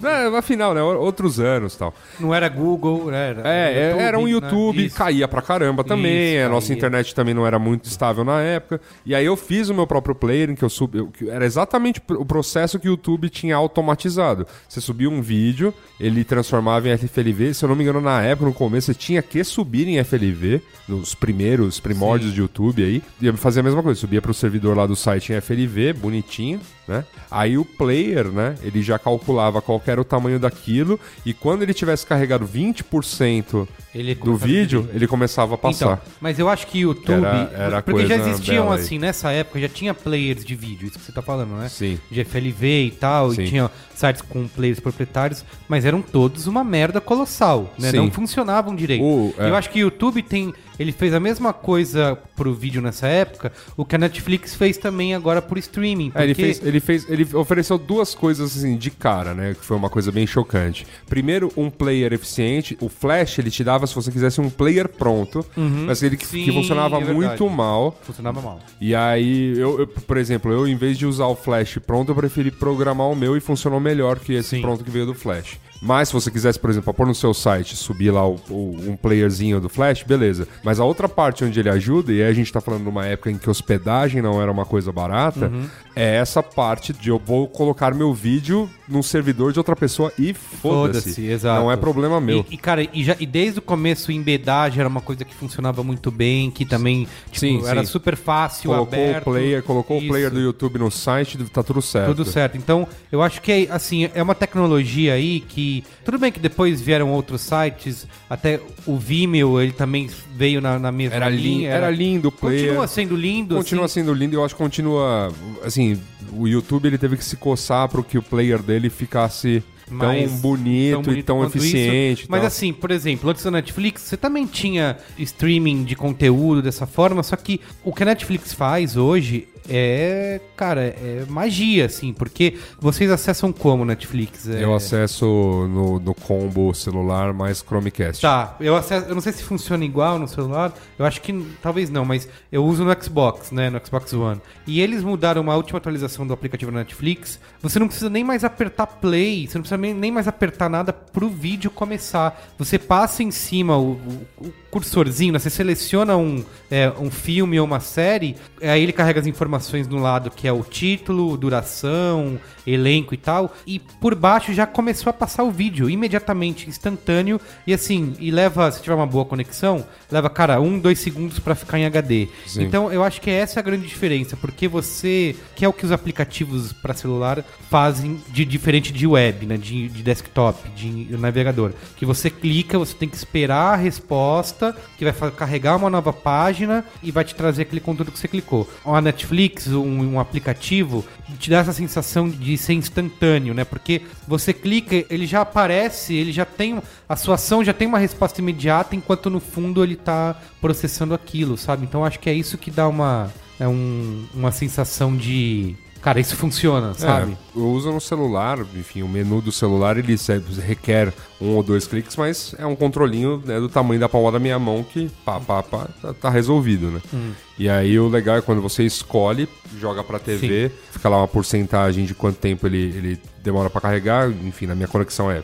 S4: É, Afinal, né, outros anos, e tal.
S3: Não era Google, né? Era,
S4: É, é, era um YouTube,
S3: né? Isso.
S4: caía pra caramba também,
S3: Isso,
S4: a nossa
S3: caía.
S4: internet também não era muito estável na época. E aí eu fiz o meu próprio player, em que eu subi. eu- que era exatamente o processo que o YouTube tinha automatizado. Você subia um vídeo, ele transformava em FLV. Se eu não me engano, na época, no começo, você tinha que subir em FLV, nos primeiros primórdios de YouTube aí. E eu fazia a mesma coisa, subia pro servidor lá do site em FLV, bonitinho, né? Aí o player, né, ele já calculava qual que era o tamanho daquilo. E quando ele tivesse carregado 20%
S3: Ele
S4: do vídeo, ele começava a passar.
S3: Então, mas eu acho que o YouTube.
S4: Era- era
S3: porque já
S4: coisa
S3: existiam,
S4: bela aí.
S3: assim, nessa época, já tinha players de vídeo, isso que você tá falando, né?
S4: Sim.
S3: De FLV e tal,
S4: Sim.
S3: e tinha sites com players proprietários, mas eram todos uma merda colossal, né?
S4: Sim.
S3: Não funcionavam direito.
S4: O- é.
S3: Eu acho que o YouTube tem. Ele fez a mesma coisa pro vídeo nessa época, o que a Netflix fez também agora por streaming.
S4: É, ele,
S3: porque-
S4: fez, ele fez, ele ofereceu duas coisas assim de cara, né? Que foi uma coisa bem chocante. Primeiro, um player eficiente. O Flash ele te dava se você quisesse um player pronto, mas ele que,
S3: Uhum. Sim,
S4: que funcionava
S3: é verdade.
S4: muito mal.
S3: Funcionava mal.
S4: E aí, eu, eu- por exemplo, eu em vez de usar o Flash pronto, eu preferi programar o meu e funcionou melhor que esse
S3: Sim.
S4: pronto que veio do Flash. Mas se você quisesse, por exemplo, pôr no seu site, subir lá o- o- um playerzinho do Flash, beleza. Mas a outra parte onde ele ajuda, e aí a gente tá falando numa época em que hospedagem não era uma coisa barata,
S3: Uhum.
S4: é essa parte de eu vou colocar meu vídeo num servidor de outra pessoa e foda-se.
S3: Foda-se, exato.
S4: Não é problema meu.
S3: E, e, cara, e, já, e desde o começo, embedar já era uma coisa que funcionava muito bem, que também tipo,
S4: Sim,
S3: era
S4: sim.
S3: super fácil,
S4: colocou
S3: aberto.
S4: o player, colocou
S3: Isso.
S4: o player do YouTube no site, tá tudo certo.
S3: Tudo certo. Então, eu acho que, é, assim, é uma tecnologia aí que... Tudo bem que depois vieram outros sites, até o Vimeo, ele também veio na, na mesma
S4: Era, lin-
S3: linha.
S4: era lindo o player.
S3: Continua sendo lindo,
S4: Continua
S3: assim.
S4: sendo lindo, eu acho que continua. Assim, o YouTube ele teve que se coçar para que o player dele ficasse
S3: mais-
S4: tão, bonito e tão
S3: quanto isso.
S4: eficiente. e
S3: Mas
S4: tal.
S3: assim, por exemplo, antes da Netflix, você também tinha streaming de conteúdo dessa forma, só que o que a Netflix faz hoje é, cara, é magia, assim, porque vocês acessam como Netflix? É-
S4: eu acesso no, no combo celular mais Chromecast.
S3: Tá, eu, acesso, eu não sei se funciona igual no celular, eu acho que n- talvez não, mas eu uso no Xbox, né, no Xbox One. E eles mudaram uma última atualização do aplicativo da Netflix, você não precisa nem mais apertar play, você não precisa nem- nem mais apertar nada pro vídeo começar. Você passa em cima o, o- o cursorzinho, né, você seleciona um, é, um filme ou uma série, aí ele carrega as informações informações no lado que é o título, duração, elenco e tal, e por baixo já começou a passar o vídeo imediatamente, instantâneo, e assim, e leva, se tiver uma boa conexão, leva, cara, um, dois segundos pra ficar em HD.
S4: Sim.
S3: Então eu acho que essa é a grande diferença, porque você, que é o que os aplicativos pra celular fazem de diferente de web, né, de, de desktop, de navegador, que você clica, você tem que esperar a resposta, que vai fa- carregar uma nova página e vai te trazer aquele conteúdo que você clicou. A Netflix, um, um aplicativo, te dá essa sensação de ser instantâneo, né? Porque você clica, ele já aparece, ele já tem. A sua ação já tem uma resposta imediata, enquanto no fundo ele tá processando aquilo, sabe? Então acho que é isso que dá uma. É um- uma sensação de. Cara, isso funciona, sabe?
S4: É, eu uso no celular, enfim, o menu do celular ele se- requer um ou dois cliques, mas é um controlinho né, do tamanho da palma da minha mão que pá, pá, pá, tá, tá resolvido, né?
S3: Hum.
S4: E aí o legal é quando você escolhe, joga pra TV, fica lá uma porcentagem de quanto tempo ele, ele demora pra carregar, enfim, na minha conexão é.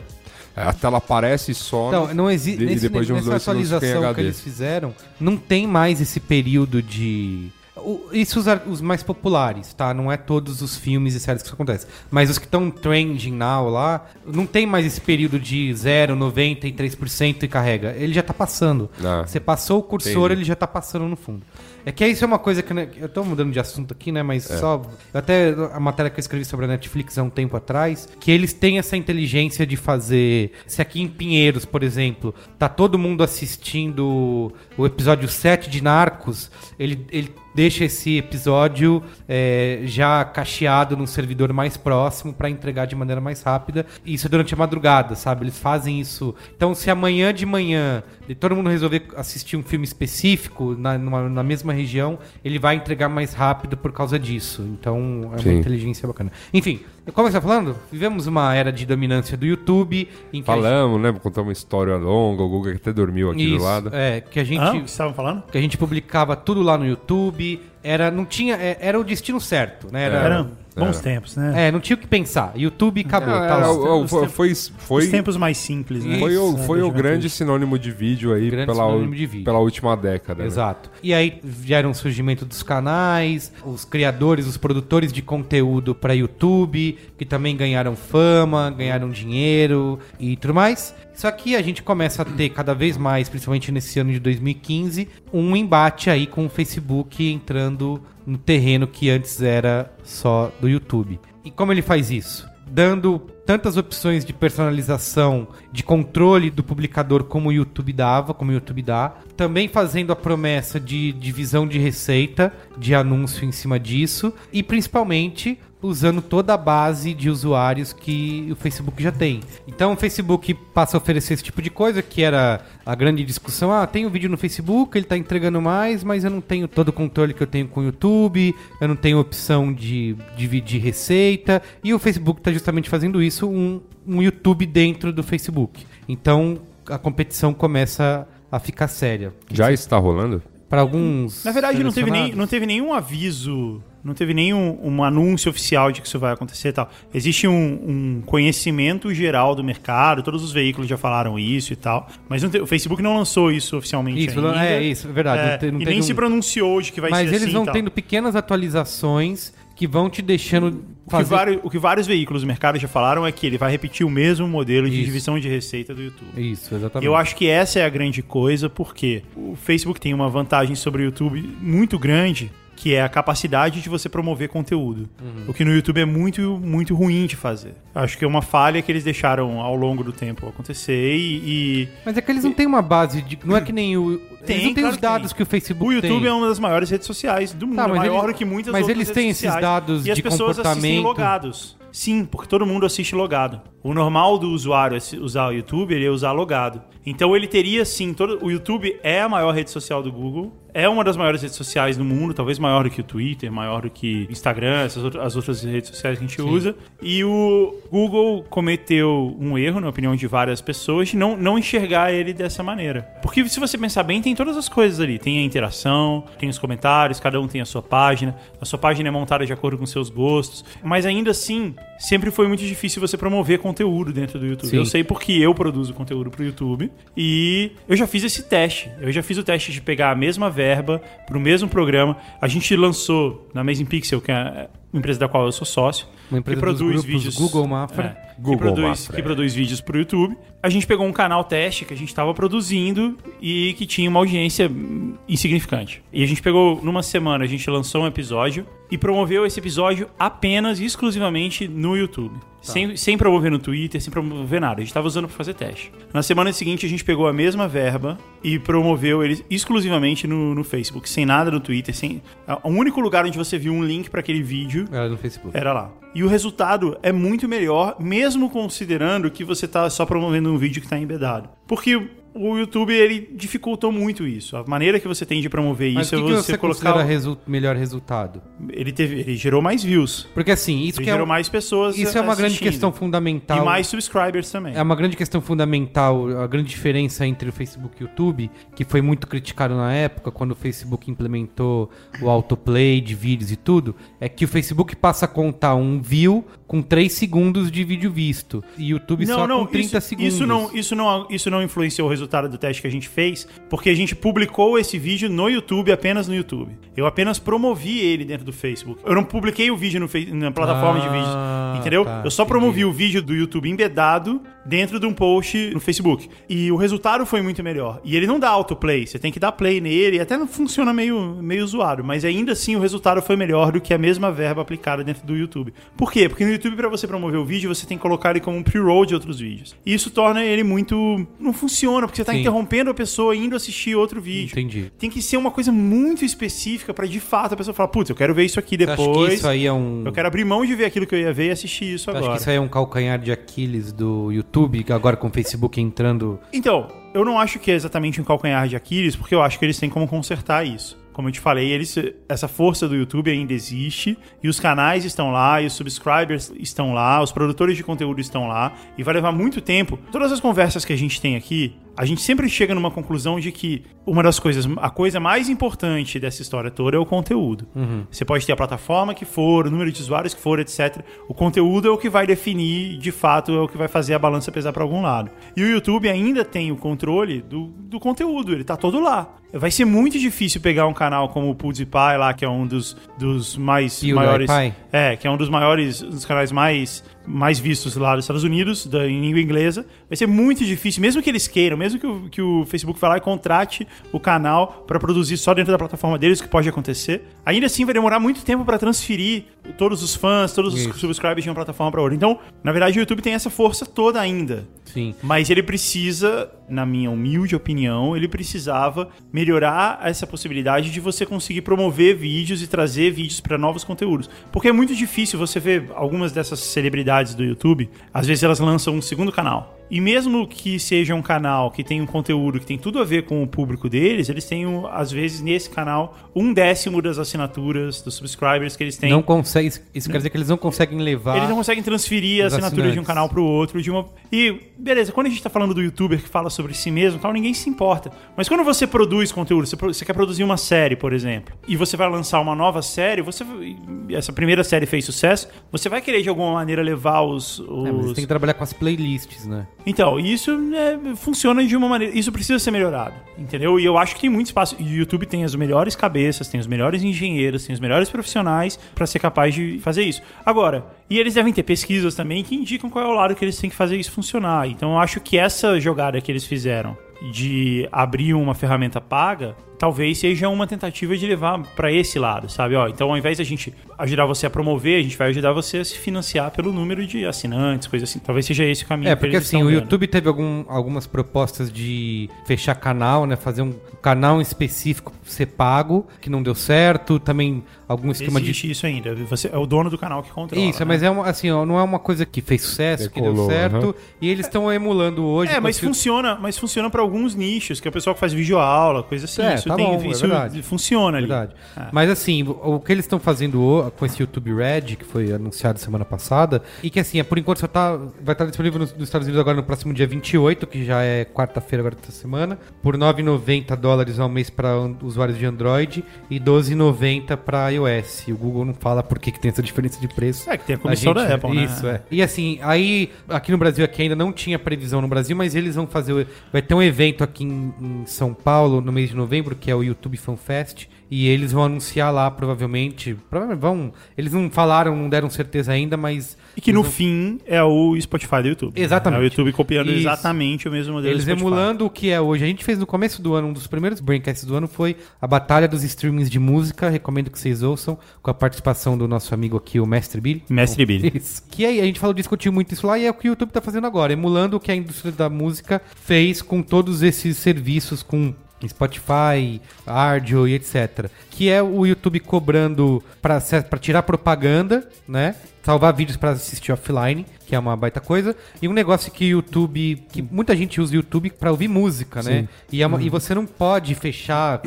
S4: A tela aparece só.
S3: Então, não existe.
S4: e
S3: Nesse,
S4: depois de uns
S3: nessa
S4: dois segundos fica em
S3: atualização que
S4: HD.
S3: eles fizeram, não tem mais esse período de. o- isso os, ar- os mais populares, tá? Não é todos os filmes e séries que isso acontece. Mas os que estão trending now lá, não tem mais esse período de 0, 90 e 3% e carrega. Ele já tá passando.
S4: Ah.
S3: Você passou o cursor,
S4: Entendi.
S3: ele já tá passando no fundo. É que isso é uma coisa que. né, eu tô mudando de assunto aqui, né? Mas
S4: É.
S3: só. eu Até a matéria que eu escrevi sobre a Netflix há um tempo atrás, que eles têm essa inteligência de fazer. Se aqui em Pinheiros, por exemplo, tá todo mundo assistindo o episódio 7 de Narcos, ele. ele Deixa esse episódio é, já cacheado num servidor mais próximo pra entregar de maneira mais rápida. E isso é durante a madrugada, sabe? Eles fazem isso. Então, se amanhã de manhã de todo mundo resolver assistir um filme específico na, numa- na mesma região, ele vai entregar mais rápido por causa disso. Então, é
S4: Sim.
S3: uma inteligência bacana. Enfim, como eu estava falando, vivemos uma era de dominância do YouTube. Em que a gente-
S4: Falamos, né? Contamos uma história longa, o Guga até dormiu aqui do
S3: Isso,
S4: lado.
S3: É, que a gente
S5: Hã? O que vocês estavam falando?
S3: que a gente publicava tudo lá no YouTube. Era, não tinha, é, era o destino certo, né?
S4: É,
S3: Era,
S5: Era bons tempos, né?
S3: É, não tinha o que pensar. YouTube acabou.
S4: Ah,
S3: tá
S4: era-
S3: lá.
S4: o- o-
S5: Os
S4: foi,
S5: tempos-
S4: foi,
S5: Os tempos mais simples, né?
S4: Foi o,
S5: Isso,
S4: foi
S5: da
S4: o
S5: juventude.
S4: grande sinônimo de vídeo aí
S3: Grande
S4: pela,
S3: sinônimo de vídeo.
S4: pela última década. né?
S3: Exato. E aí vieram o surgimento dos canais, os criadores, os produtores de conteúdo para YouTube, que também ganharam fama, ganharam dinheiro e tudo mais. Só que a gente começa a ter cada vez mais, principalmente nesse ano de 2015, um embate aí com o Facebook entrando no terreno que antes era só do YouTube. E como ele faz isso? dando tantas opções de personalização, de controle do publicador como o YouTube dava, como o YouTube dá, também fazendo a promessa de divisão de receita, de anúncio em cima disso e principalmente usando toda a base de usuários que o Facebook já tem. Então o Facebook passa a oferecer esse tipo de coisa que era a grande discussão, ah, tem o vídeo no Facebook, ele tá entregando mais, mas eu não tenho todo o controle que eu tenho com o YouTube, eu não tenho opção de dividir receita, e o Facebook tá justamente fazendo isso, um, um YouTube dentro do Facebook. Então a competição começa a ficar séria.
S4: Já está rolando?
S3: Para alguns.
S5: Na verdade, não teve, nem,
S3: selecionados-
S5: não teve nenhum aviso, não teve nenhum um anúncio oficial de que isso vai acontecer e tal. Existe um, um conhecimento geral do mercado, todos os veículos já falaram isso e tal. Mas não te- o Facebook não lançou isso oficialmente
S3: Isso,
S5: ainda.
S3: é isso, é verdade.
S5: É,
S3: não te- não
S5: e
S3: teve
S5: nem se
S3: um-
S5: pronunciou hoje que vai
S3: Mas
S5: ser
S3: eles
S5: assim
S3: vão
S5: e tal.
S3: tendo pequenas atualizações que vão te deixando
S5: O que,
S3: fazer
S5: vários, o que vários veículos do mercado já falaram é que ele vai repetir o mesmo modelo de
S3: Isso.
S5: divisão de receita do YouTube.
S3: Isso, exatamente.
S5: Eu acho que essa é a grande coisa, porque o Facebook tem uma vantagem sobre o YouTube muito grande, que é a capacidade de você promover conteúdo.
S3: Uhum.
S5: O que no YouTube é muito, muito ruim de fazer. Acho que é uma falha que eles deixaram ao longo do tempo acontecer e. e
S3: Mas é que eles não têm uma base de. Não é que nem o.
S5: Tem,
S3: eles não têm
S5: claro
S3: os
S5: que
S3: dados
S5: tem.
S3: que o Facebook
S5: o YouTube
S3: tem.
S5: é uma das maiores redes sociais do mundo,
S3: Tá,
S5: é
S3: mas
S5: maior
S3: eles-
S5: do que muitas
S3: mas
S5: outras
S3: eles
S5: redes
S3: têm esses
S5: sociais.
S3: dados
S5: e as
S3: de
S5: pessoas assistem
S3: comportamento.
S5: logados. Sim, porque todo mundo assiste logado. O normal do usuário é se- usar o YouTube, ele é usar logado. Então ele teria sim, todo, o YouTube é a maior rede social do Google, é uma das maiores redes sociais do mundo, talvez maior do que o Twitter, maior do que Instagram, essas outras, as outras redes sociais que a gente usa. E o Google cometeu um erro, na opinião de várias pessoas, de não, não enxergar ele dessa maneira. Porque se você pensar bem, tem todas as coisas ali. Tem a interação, tem os comentários, cada um tem a sua página. A sua página é montada de acordo com seus gostos. Mas ainda assim, sempre foi muito difícil você promover conteúdo dentro do YouTube.
S3: Sim.
S5: Eu sei porque eu produzo conteúdo pro YouTube. E eu já fiz esse teste. Eu já fiz o teste de pegar a mesma verba verba para o mesmo programa. A gente lançou na Amazing Pixel, que é a empresa da qual eu sou sócio,
S3: Uma empresa
S5: que produz
S3: dos grupos
S5: vídeos.
S3: Google Mafra.
S5: É,
S4: Google
S5: que produz,
S4: Mafra,
S5: que
S4: é.
S5: produz vídeos para o YouTube. A gente pegou um canal teste que a gente estava produzindo e que tinha uma audiência hum, insignificante. E a gente pegou, numa semana, a gente lançou um episódio e promoveu esse episódio apenas e exclusivamente no YouTube.
S3: Tá.
S5: Sem, sem promover no Twitter, sem promover nada. A gente estava usando para fazer teste. Na semana seguinte, a gente pegou a mesma verba e promoveu ele exclusivamente no, no Facebook, sem nada no Twitter. Sem, a- o único lugar onde você viu um link para aquele vídeo
S3: Era É, no Facebook.
S5: era lá. E o resultado é muito melhor, mesmo considerando que você tá só promovendo um vídeo que tá embedado. Porque o YouTube, ele dificultou muito isso. A maneira que você tem de promover
S3: Mas
S5: isso
S3: o que,
S5: é
S3: que
S5: você
S3: você
S5: colocar...
S3: considera resu- melhor resultado?
S5: Ele, teve, ele gerou mais views.
S3: Porque assim, isso,
S5: Ele
S3: que é,
S5: gerou
S3: um-
S5: mais pessoas
S3: isso é uma grande
S5: assistindo.
S3: questão
S5: E
S3: fundamental.
S5: mais subscribers também.
S3: É uma grande questão fundamental, a grande diferença entre o Facebook e o YouTube, que foi muito criticado na época, quando o Facebook implementou o autoplay de vídeos e tudo, é que o Facebook passa a contar um view com 3 segundos de vídeo visto. E o YouTube só com 30
S5: isso,
S3: segundos.
S5: Isso não, isso, não, isso não influenciou o resultado do teste que a gente fez, porque a gente publicou esse vídeo no YouTube, apenas no YouTube. Eu apenas promovi ele dentro do Facebook. Eu não publiquei o vídeo no, Face- na plataforma de vídeos,
S3: Ah,
S5: entendeu?
S3: tá,
S5: Eu só promovi
S3: entendi.
S5: o vídeo do YouTube embedado dentro de um post no Facebook. E o resultado foi muito melhor. E ele não dá autoplay, você tem que dar play nele, e até não funciona meio, meio zoado, mas ainda assim o resultado foi melhor do que a mesma verba aplicada dentro do YouTube. Por quê? Porque no YouTube, pra você promover o vídeo, você tem que colocar ele como um pre-roll de outros vídeos. E isso torna ele muito. Não funciona, porque você tá
S3: Sim.
S5: interrompendo a pessoa indo assistir outro vídeo.
S3: Entendi.
S5: Tem que ser uma coisa muito específica pra de fato a pessoa falar, putz, eu quero ver isso aqui
S3: Você acha que
S5: depois.
S3: isso aí é um.
S5: Eu quero abrir mão de ver aquilo que eu ia ver e assistir isso
S3: Você
S5: agora.
S3: acha que isso aí é um calcanhar de Aquiles do YouTube, que agora com o Facebook entrando.
S5: Então, eu não acho que é exatamente um calcanhar de Aquiles, porque eu acho que eles têm como consertar isso. Como eu te falei, eles, essa força do YouTube ainda existe, e os canais estão lá, e os subscribers estão lá, os produtores de conteúdo estão lá, e vai levar muito tempo. Todas as conversas que a gente tem aqui, a gente sempre chega numa conclusão de que uma das coisas, a coisa mais importante dessa história toda é o conteúdo. Você pode ter a plataforma que for, o número de usuários que for, etc. O conteúdo é o que vai definir, de fato, é o que vai fazer a balança pesar para algum lado. E o YouTube ainda tem o controle do, do conteúdo, ele tá todo lá. Vai ser muito difícil pegar um canal como o PewDiePie lá, que é um dos, dos mais
S3: PewDiePie?
S5: maiores... É, que é um dos maiores, um dos canais mais, mais vistos lá dos Estados Unidos, da, em língua inglesa. Vai ser muito difícil, mesmo que eles queiram, mesmo que o, que o Facebook vá lá e contrate o canal para produzir só dentro da plataforma deles, o que pode acontecer. Ainda assim, vai demorar muito tempo para transferir todos os fãs, todos os
S3: Isso.
S5: subscribers de uma plataforma para outra. Então, na verdade, o YouTube tem essa força toda ainda.
S3: Sim.
S5: Mas ele precisa, na minha humilde opinião, ele precisava melhorar essa possibilidade de você conseguir promover vídeos e trazer vídeos para novos conteúdos. Porque é muito difícil você ver algumas dessas celebridades do YouTube, às vezes elas lançam um segundo canal. E mesmo que seja um canal que tem um conteúdo que tem tudo a ver com o público deles, eles têm, um- às vezes, nesse canal, um décimo das assinaturas, dos subscribers que eles têm.
S3: Não consegue. Isso quer dizer que eles não conseguem levar.
S5: Eles não conseguem transferir a
S3: Os
S5: assinatura de um
S3: assinantes.
S5: canal pro outro. De uma... E, beleza, quando a gente tá falando do youtuber que fala sobre si mesmo e tal, ninguém se importa. Mas quando você produz conteúdo, você, pro- você quer produzir uma série, por exemplo, e você vai lançar uma nova série, você e essa primeira série fez sucesso, você vai querer de alguma maneira levar os.
S3: É, mas
S5: os-
S3: eles têm que trabalhar com as playlists, né?
S5: Então, isso né, funciona de uma maneira. Isso precisa ser melhorado, entendeu? E eu acho que tem muito espaço. E o YouTube tem as melhores cabeças, tem os melhores engenheiros, tem os melhores profissionais pra ser capaz de fazer isso. Agora, e eles devem ter pesquisas também que indicam qual é o lado que eles têm que fazer isso funcionar. Então, eu acho que essa jogada que eles fizeram de abrir uma ferramenta paga, talvez seja uma tentativa de levar pra esse lado, sabe? Ó, então, ao invés da gente ajudar você a promover, a gente vai ajudar você a se financiar pelo número de assinantes, coisa assim. Talvez seja esse o caminho.
S3: É,
S5: que
S3: porque
S5: eles
S3: assim,
S5: estão
S3: o
S5: dando.
S3: YouTube teve algum- algumas propostas de fechar canal, né? Fazer um canal específico ser pago, que não deu certo. Também algum esquema de.
S5: Existe isso ainda. Você é o dono do canal que controla.
S3: Isso,
S5: né?
S3: mas é uma, assim, ó, não é uma coisa que fez sucesso, que deu
S4: Decolou,
S3: certo.
S4: aham.
S3: E eles estão emulando hoje.
S5: É,
S3: com
S5: mas
S3: esse-
S5: funciona, mas funciona para alguns nichos, que é o pessoal que faz videoaula, coisa assim.
S3: É,
S5: isso
S3: tá
S5: tem,
S3: bom, é
S5: isso
S3: verdade.
S5: funciona ali.
S3: Verdade.
S5: Ah.
S3: Mas assim, o o que eles estão fazendo o- com esse YouTube Red, que foi anunciado semana passada, e que assim, é, por enquanto só tá, vai estar disponível nos, nos Estados Unidos agora no próximo dia 28, que já é quarta-feira agora dessa semana, por 9,90 dólares ao mês para usuários de Android e 12,90 para iOS. E o Google não fala por que, que tem essa diferença de preço.
S5: É, que tem a comissão da Apple, né?
S3: Isso, é. E assim, aí, aqui no Brasil, aqui ainda não tinha previsão no Brasil, mas eles vão fazer. o- Vai ter um evento aqui em, em São Paulo no mês de novembro que é o YouTube Fan Fest, e eles vão anunciar lá, provavelmente. provavelmente vão, eles não falaram, não deram certeza ainda, mas.
S5: E que no
S3: eles vão-
S5: fim é o Spotify do YouTube.
S3: Exatamente.
S5: É o YouTube copiando
S3: Isso.
S5: exatamente o mesmo modelo
S3: Eles
S5: do Spotify.
S3: emulando o que é hoje. A gente fez no começo do ano, um dos primeiros braincasts do ano foi a Batalha dos Streamings de Música. Recomendo que vocês ouçam, com a participação do nosso amigo aqui, o Mestre Billy.
S5: Mestre Billy.
S3: Isso. Que aí a gente falou, discutiu muito isso lá e é o que o YouTube tá fazendo agora, emulando o que a indústria da música fez com todos esses serviços, com Spotify, Ardio e etc. Que é o YouTube cobrando pra se- pra tirar propaganda, né? Salvar vídeos pra assistir offline, que é uma baita coisa. E um negócio que o YouTube. que muita gente usa o YouTube pra ouvir música, né? E, é uma- e você não pode fechar.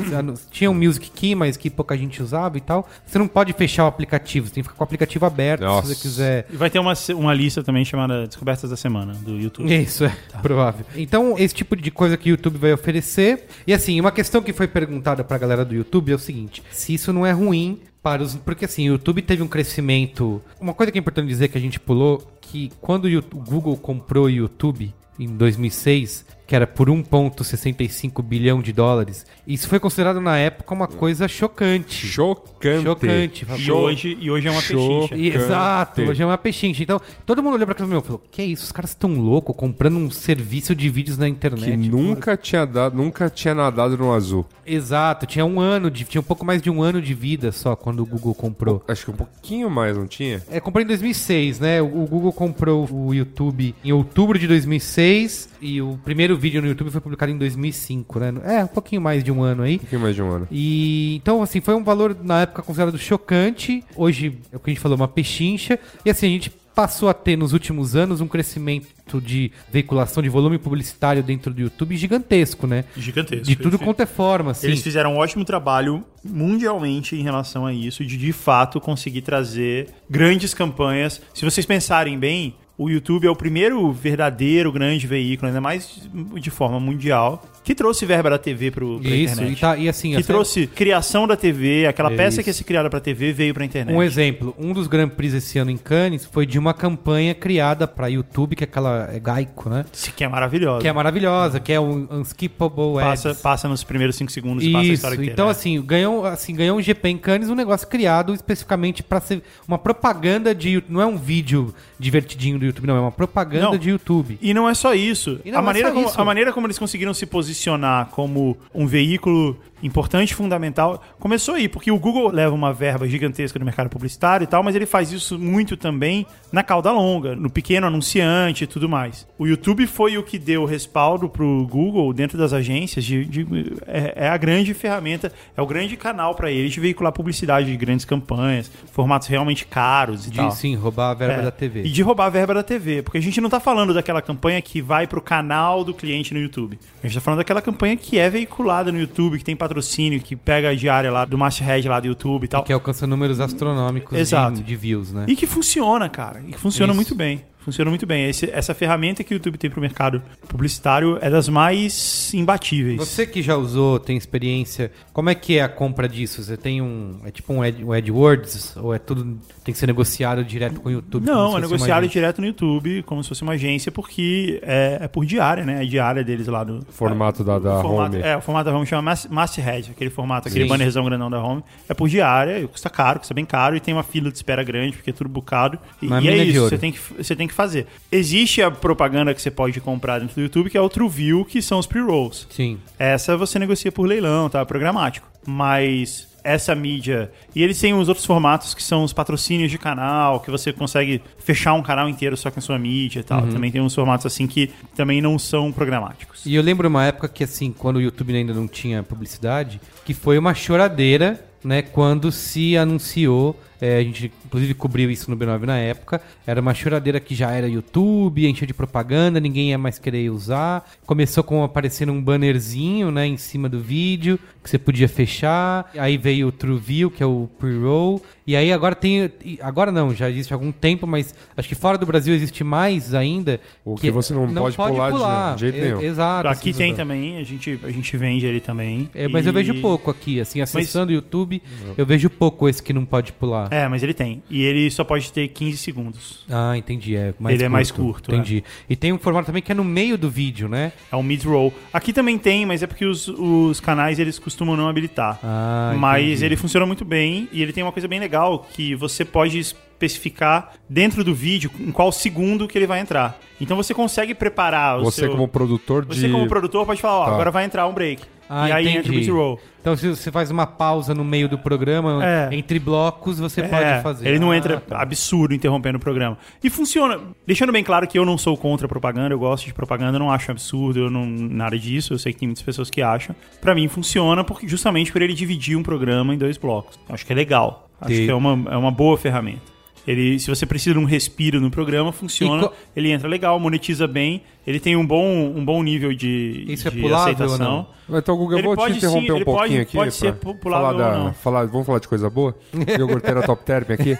S3: Tinha um Music Key, mas que pouca gente usava e tal. Você não pode fechar o aplicativo, você tem que ficar com o aplicativo aberto se
S4: Nossa.
S3: você quiser
S5: E vai ter uma, se- uma lista também chamada Descobertas da Semana do YouTube.
S3: isso, é provável. Então, esse tipo de coisa que o YouTube vai oferecer. E assim, uma questão que foi perguntada pra galera do YouTube é o seguinte: se isso não é ruim para os. Porque assim, o YouTube teve um crescimento. Uma coisa que é importante dizer que a gente pulou: que quando o Yu- o Google comprou o YouTube em 2006, que era por 1,65 bilhão de dólares, isso foi considerado na época uma coisa chocante.
S4: Chocante.
S3: Chocante,
S5: E hoje, e hoje é uma
S4: Show.
S5: pechincha.
S4: Chocante.
S3: Exato, hoje é uma pechincha. Então, todo mundo olhou pra aquilo meu e falou: Que isso, os caras estão loucos comprando um serviço de vídeos na
S4: Que
S3: internet.
S4: nunca tinha dado, nunca tinha nadado no azul.
S3: Exato, tinha um ano, de, tinha um pouco mais de um ano de vida só quando o Google comprou.
S4: Acho que um pouquinho mais, não tinha? Um
S3: É, comprou em 2006, né? O o Google comprou o YouTube em outubro de 2006 e o primeiro vídeo no YouTube foi publicado em 2005, né? É, um pouquinho mais de um ano aí.
S4: Um pouquinho mais de um ano.
S5: Ah,
S3: E então, assim, foi um valor na época considerado chocante. Hoje é o que a gente falou, uma pechincha. E assim, a gente passou a ter nos últimos anos um crescimento de veiculação de volume publicitário dentro do YouTube gigantesco, né?
S5: Gigantesco.
S3: De tudo
S5: Eles-
S3: quanto é forma, assim.
S5: Eles fizeram um ótimo trabalho mundialmente em relação a isso, de de fato conseguir trazer grandes campanhas. Se vocês pensarem bem, o YouTube é o primeiro verdadeiro grande veículo, ainda mais de forma mundial, que trouxe verba da TV para a
S3: Isso,
S5: internet.
S3: e, tá, e assim,
S5: Que
S3: até-
S5: trouxe criação da TV, aquela
S3: É
S5: peça
S3: isso.
S5: que ia ser criada pra TV veio pra internet.
S3: Um exemplo, um dos Grand Prix esse ano em Cannes foi de uma campanha criada para YouTube, que é aquela é Gaico, né?
S5: Isso que é maravilhoso.
S3: Que é maravilhosa, que é o Unskippable
S5: passa,
S3: Ads.
S5: passa nos primeiros 5 segundos e passa a
S3: Isso,
S5: história inteira.
S3: então
S5: né?
S3: assim, ganhou, assim, ganhou um GP em Cannes, um negócio criado especificamente pra ser uma propaganda de YouTube, não é um vídeo divertidinho do YouTube, não, é uma propaganda
S5: Não.
S3: de YouTube.
S5: E não é só isso.
S3: E não
S5: a,
S3: é
S5: maneira
S3: só
S5: como,
S3: isso.
S5: a maneira como eles conseguiram se posicionar como um veículo importante, fundamental, começou aí, porque o Google leva uma verba gigantesca do mercado publicitário e tal, mas ele faz isso muito também na cauda longa, no pequeno anunciante e tudo mais. O YouTube foi o que deu respaldo pro Google dentro das agências, de- de- é, é a grande ferramenta, é o grande canal para eles de veicular publicidade de grandes campanhas, formatos realmente caros e
S3: De,
S5: tal.
S3: Sim, roubar a verba
S5: É,
S3: da TV.
S5: E de roubar a verba da TV. Porque a gente não tá falando daquela campanha que vai pro canal do cliente no YouTube. A gente tá falando daquela campanha que é veiculada no YouTube, que tem patrocínio, que pega a diária lá do Masterhead lá do YouTube e tal.
S3: Que é alcança números astronômicos de-
S5: Exato.
S3: De, views, né?
S5: E que funciona, cara. E que funciona
S3: Isso.
S5: muito bem. Funciona muito bem. Esse- essa ferramenta que o YouTube tem pro mercado publicitário é das mais imbatíveis.
S3: Você que já usou, tem experiência, como é que é a compra disso? Você tem um. É tipo um, Ad, um AdWords? Ou é tudo. Tem que ser negociado direto com o YouTube?
S5: Não, é negociado
S3: negociado
S5: direto no YouTube, como se fosse uma agência, porque é, é por diária, né? É diária deles lá do.
S4: Formato da, da
S5: o formato,
S4: home.
S5: É, o formato da Home chama Mas- Masthead, aquele formato, aquele
S3: Sim.
S5: bannerzão grandão da Home. É por diária, e custa caro, custa bem caro, e tem uma fila de espera grande, porque é tudo bucado. E,
S3: Uma
S5: e é
S3: mina de
S5: isso,
S3: ouro.
S5: você tem, que, você tem que fazer. Existe a propaganda que você pode comprar dentro do YouTube, que é o TrueView, que são os pre-rolls.
S3: Sim.
S5: Essa você negocia por leilão, tá? Programático. Mas essa mídia. E eles têm os outros formatos que são os patrocínios de canal, que você consegue fechar um canal inteiro só com a sua mídia e tal.
S3: Uhum.
S5: Também tem uns formatos assim que também não são programáticos.
S3: E eu lembro uma época que, assim, quando o YouTube ainda não tinha publicidade, que foi uma choradeira, né? Quando se anunciou, é, a gente inclusive cobriu isso no B9 na época, era uma choradeira que já era YouTube, encheu de propaganda, ninguém ia mais querer usar. Começou com aparecendo um bannerzinho, né, em cima do vídeo, que você podia fechar. Aí veio o TrueView, que é o pre-roll. E aí agora tem... e Agora não, já existe há algum tempo, mas acho que fora do Brasil existe mais ainda.
S4: O que você não pode pular de jeito
S3: E-
S4: nenhum.
S3: Exato.
S5: Aqui
S3: assim,
S5: tem
S3: não-
S5: também, a gente, a gente vende ele também.
S3: é, mas eu
S5: E-
S3: vejo pouco aqui, assim, acessando o YouTube, eu vejo pouco esse que não pode pular.
S5: É, mas ele tem. E ele só pode ter 15 segundos.
S3: Ah, entendi. É mais
S5: Ele é mais curto,
S3: Entendi. E tem um formato também que é no meio do vídeo, né?
S5: É um mid-roll. Aqui também tem, mas é porque os, os canais eles costumam não habilitar.
S3: Ah,
S5: mas
S3: entendi.
S5: ele funciona muito bem e ele tem uma coisa bem legal que você pode especificar dentro do vídeo em qual segundo que ele vai entrar. Então você consegue preparar o
S4: Você
S5: seu...
S4: como produtor de...
S5: Você como produtor pode falar, ó,
S4: Tá.
S5: agora vai entrar um break.
S3: Ah,
S5: e aí
S3: entendi.
S5: entra o mid-roll.
S3: Então, se você faz uma pausa no meio do programa,
S5: É.
S3: entre blocos, você
S5: É,
S3: pode fazer.
S5: Ele não
S3: Ah,
S5: entra
S3: tá.
S5: absurdo interrompendo o programa. E funciona. Deixando bem claro que eu não sou contra a propaganda, eu gosto de propaganda, eu não acho absurdo, eu não nada disso, eu sei que tem muitas pessoas que acham. Pra mim funciona porque justamente por ele dividir um programa em dois blocos. Eu acho que é legal. Acho
S3: Tem-
S5: que é uma, é uma boa ferramenta. Ele, se você precisa de um respiro no programa, funciona.
S3: E co-
S5: Ele entra legal, monetiza bem. Ele tem um bom, um bom nível de,
S3: Isso é
S5: de
S3: pulável ou
S5: aceitação.
S3: não?
S4: Então, Guga, eu
S5: Ele
S4: vou te
S5: pode
S4: interromper
S5: sim,
S4: um
S5: ele
S4: pouquinho
S5: pode-
S4: aqui.
S5: pode ser
S4: pra
S5: popular
S4: falar
S5: ou
S4: da-
S5: não.
S4: falar- Vamos falar de coisa boa? Iogurteira Top Term aqui?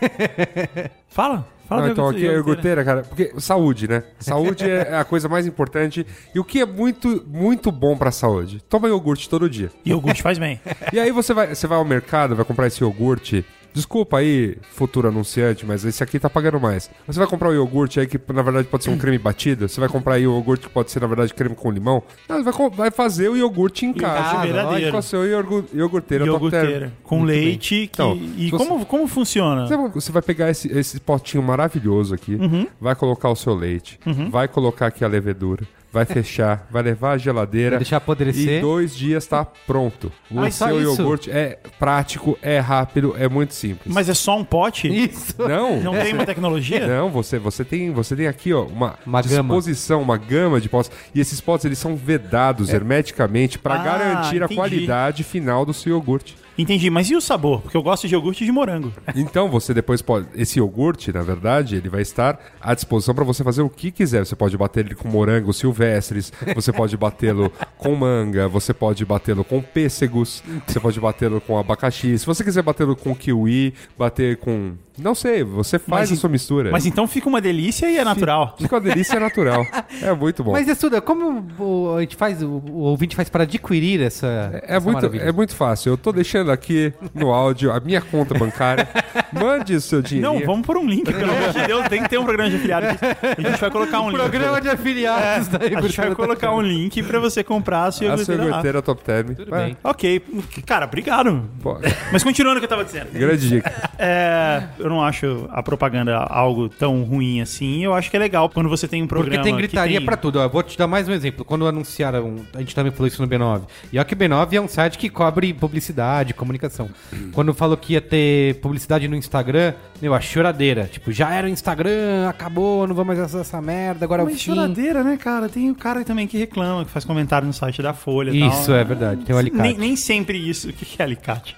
S5: Fala, fala
S4: Não,
S5: da
S4: então, aqui é a
S5: iogurteira.
S4: iogurteira, cara. Porque saúde, né? Saúde é a coisa mais importante. E o que é muito, muito bom pra saúde? Toma iogurte todo dia.
S5: Iogurte faz bem.
S4: E aí você vai, você vai ao mercado, vai comprar esse iogurte. Desculpa aí, futuro anunciante, mas esse aqui tá pagando mais. Você vai comprar o iogurte aí que na verdade pode ser um creme batido? Você vai comprar aí o iogurte que pode ser na verdade creme com limão? Não, vai, co- vai fazer o iogurte em casa.
S5: casa, verdadeiro.
S4: com a sua iorgu- iogurteira. top
S5: iogurteira
S4: term.
S5: com
S4: Muito bem.
S5: leite que-
S4: Então,
S5: e
S4: se você-
S5: como como funciona
S4: Você vai- Você vai pegar esse, esse potinho maravilhoso aqui,
S3: Uhum.
S4: vai colocar o seu leite, vai colocar aqui a levedura, vai fechar, vai levar à geladeira.
S3: Vai deixar apodrecer.
S4: E dois dias tá pronto. O
S3: Ah, é só
S4: seu
S3: isso?
S4: iogurte é prático, é rápido, é muito simples.
S5: mas é só um pote
S3: Isso.
S4: Não,
S5: não tem uma tecnologia
S4: não, você, você, tem, você tem aqui ó, uma,
S3: é? Uma gama.
S4: disposição, uma gama de potes. E esses potes eles são vedados
S3: É.
S4: hermeticamente para
S5: Ah,
S4: garantir a
S5: entendi.
S4: qualidade final do seu iogurte.
S5: entendi mas e o sabor porque eu gosto de iogurte de morango
S4: Então você depois pode. Esse iogurte, na verdade, ele vai estar à disposição para você fazer o que quiser. Você pode bater ele com morangos silvestres, você pode batê-lo com manga, você pode batê-lo com pêssegos, você pode batê-lo com abacaxi. Se você quiser batê-lo com kiwi, bater com. Não sei, você faz
S5: Mas
S4: a sua mistura.
S5: mas então fica uma delícia e é natural
S4: Fica uma delícia natural. É muito bom.
S3: Mas, Estuda, como o- a gente faz, o, o ouvinte faz para adquirir essa.
S4: É
S3: essa
S4: muito,
S3: maravilha?
S4: é muito fácil. Eu tô deixando aqui no áudio a minha conta bancária. Mande o seu dinheiro.
S5: não vamos por um link pelo amor de Deus tem que ter um programa de afiliado a gente vai colocar um link
S3: Programa de
S4: É.
S3: afiliados tá da
S5: a gente vai
S3: Iogurteira.
S5: colocar um link pra você comprar a sua
S4: A sua
S5: iogurteira lá.
S4: iogurteira top term. Tudo
S3: bem.
S5: ok cara obrigado
S4: Pô,
S5: mas continuando o que eu tava dizendo
S4: Grande dica.
S5: É, eu não acho a propaganda algo tão ruim assim. Eu acho que é legal quando você tem um programa.
S3: Porque tem
S5: que
S3: gritaria
S5: tem-
S3: pra tudo. Ó, vou te dar mais um exemplo. Quando anunciaram, a gente também falou isso no B9. E olha que B9 é um site que cobre publicidade, comunicação.
S5: Hum.
S3: Quando falou que ia ter publicidade no Instagram, meu, a choradeira. Tipo, já era o Instagram, acabou, não vou mais acessar essa merda, agora é o
S5: Mas
S3: fim.
S5: choradeira, né, cara? Tem o cara também que reclama, que faz comentário no site da Folha e
S3: Isso,
S5: tal. né?
S3: é verdade. Tem o alicate.
S5: Nem, nem sempre isso. O que que é alicate?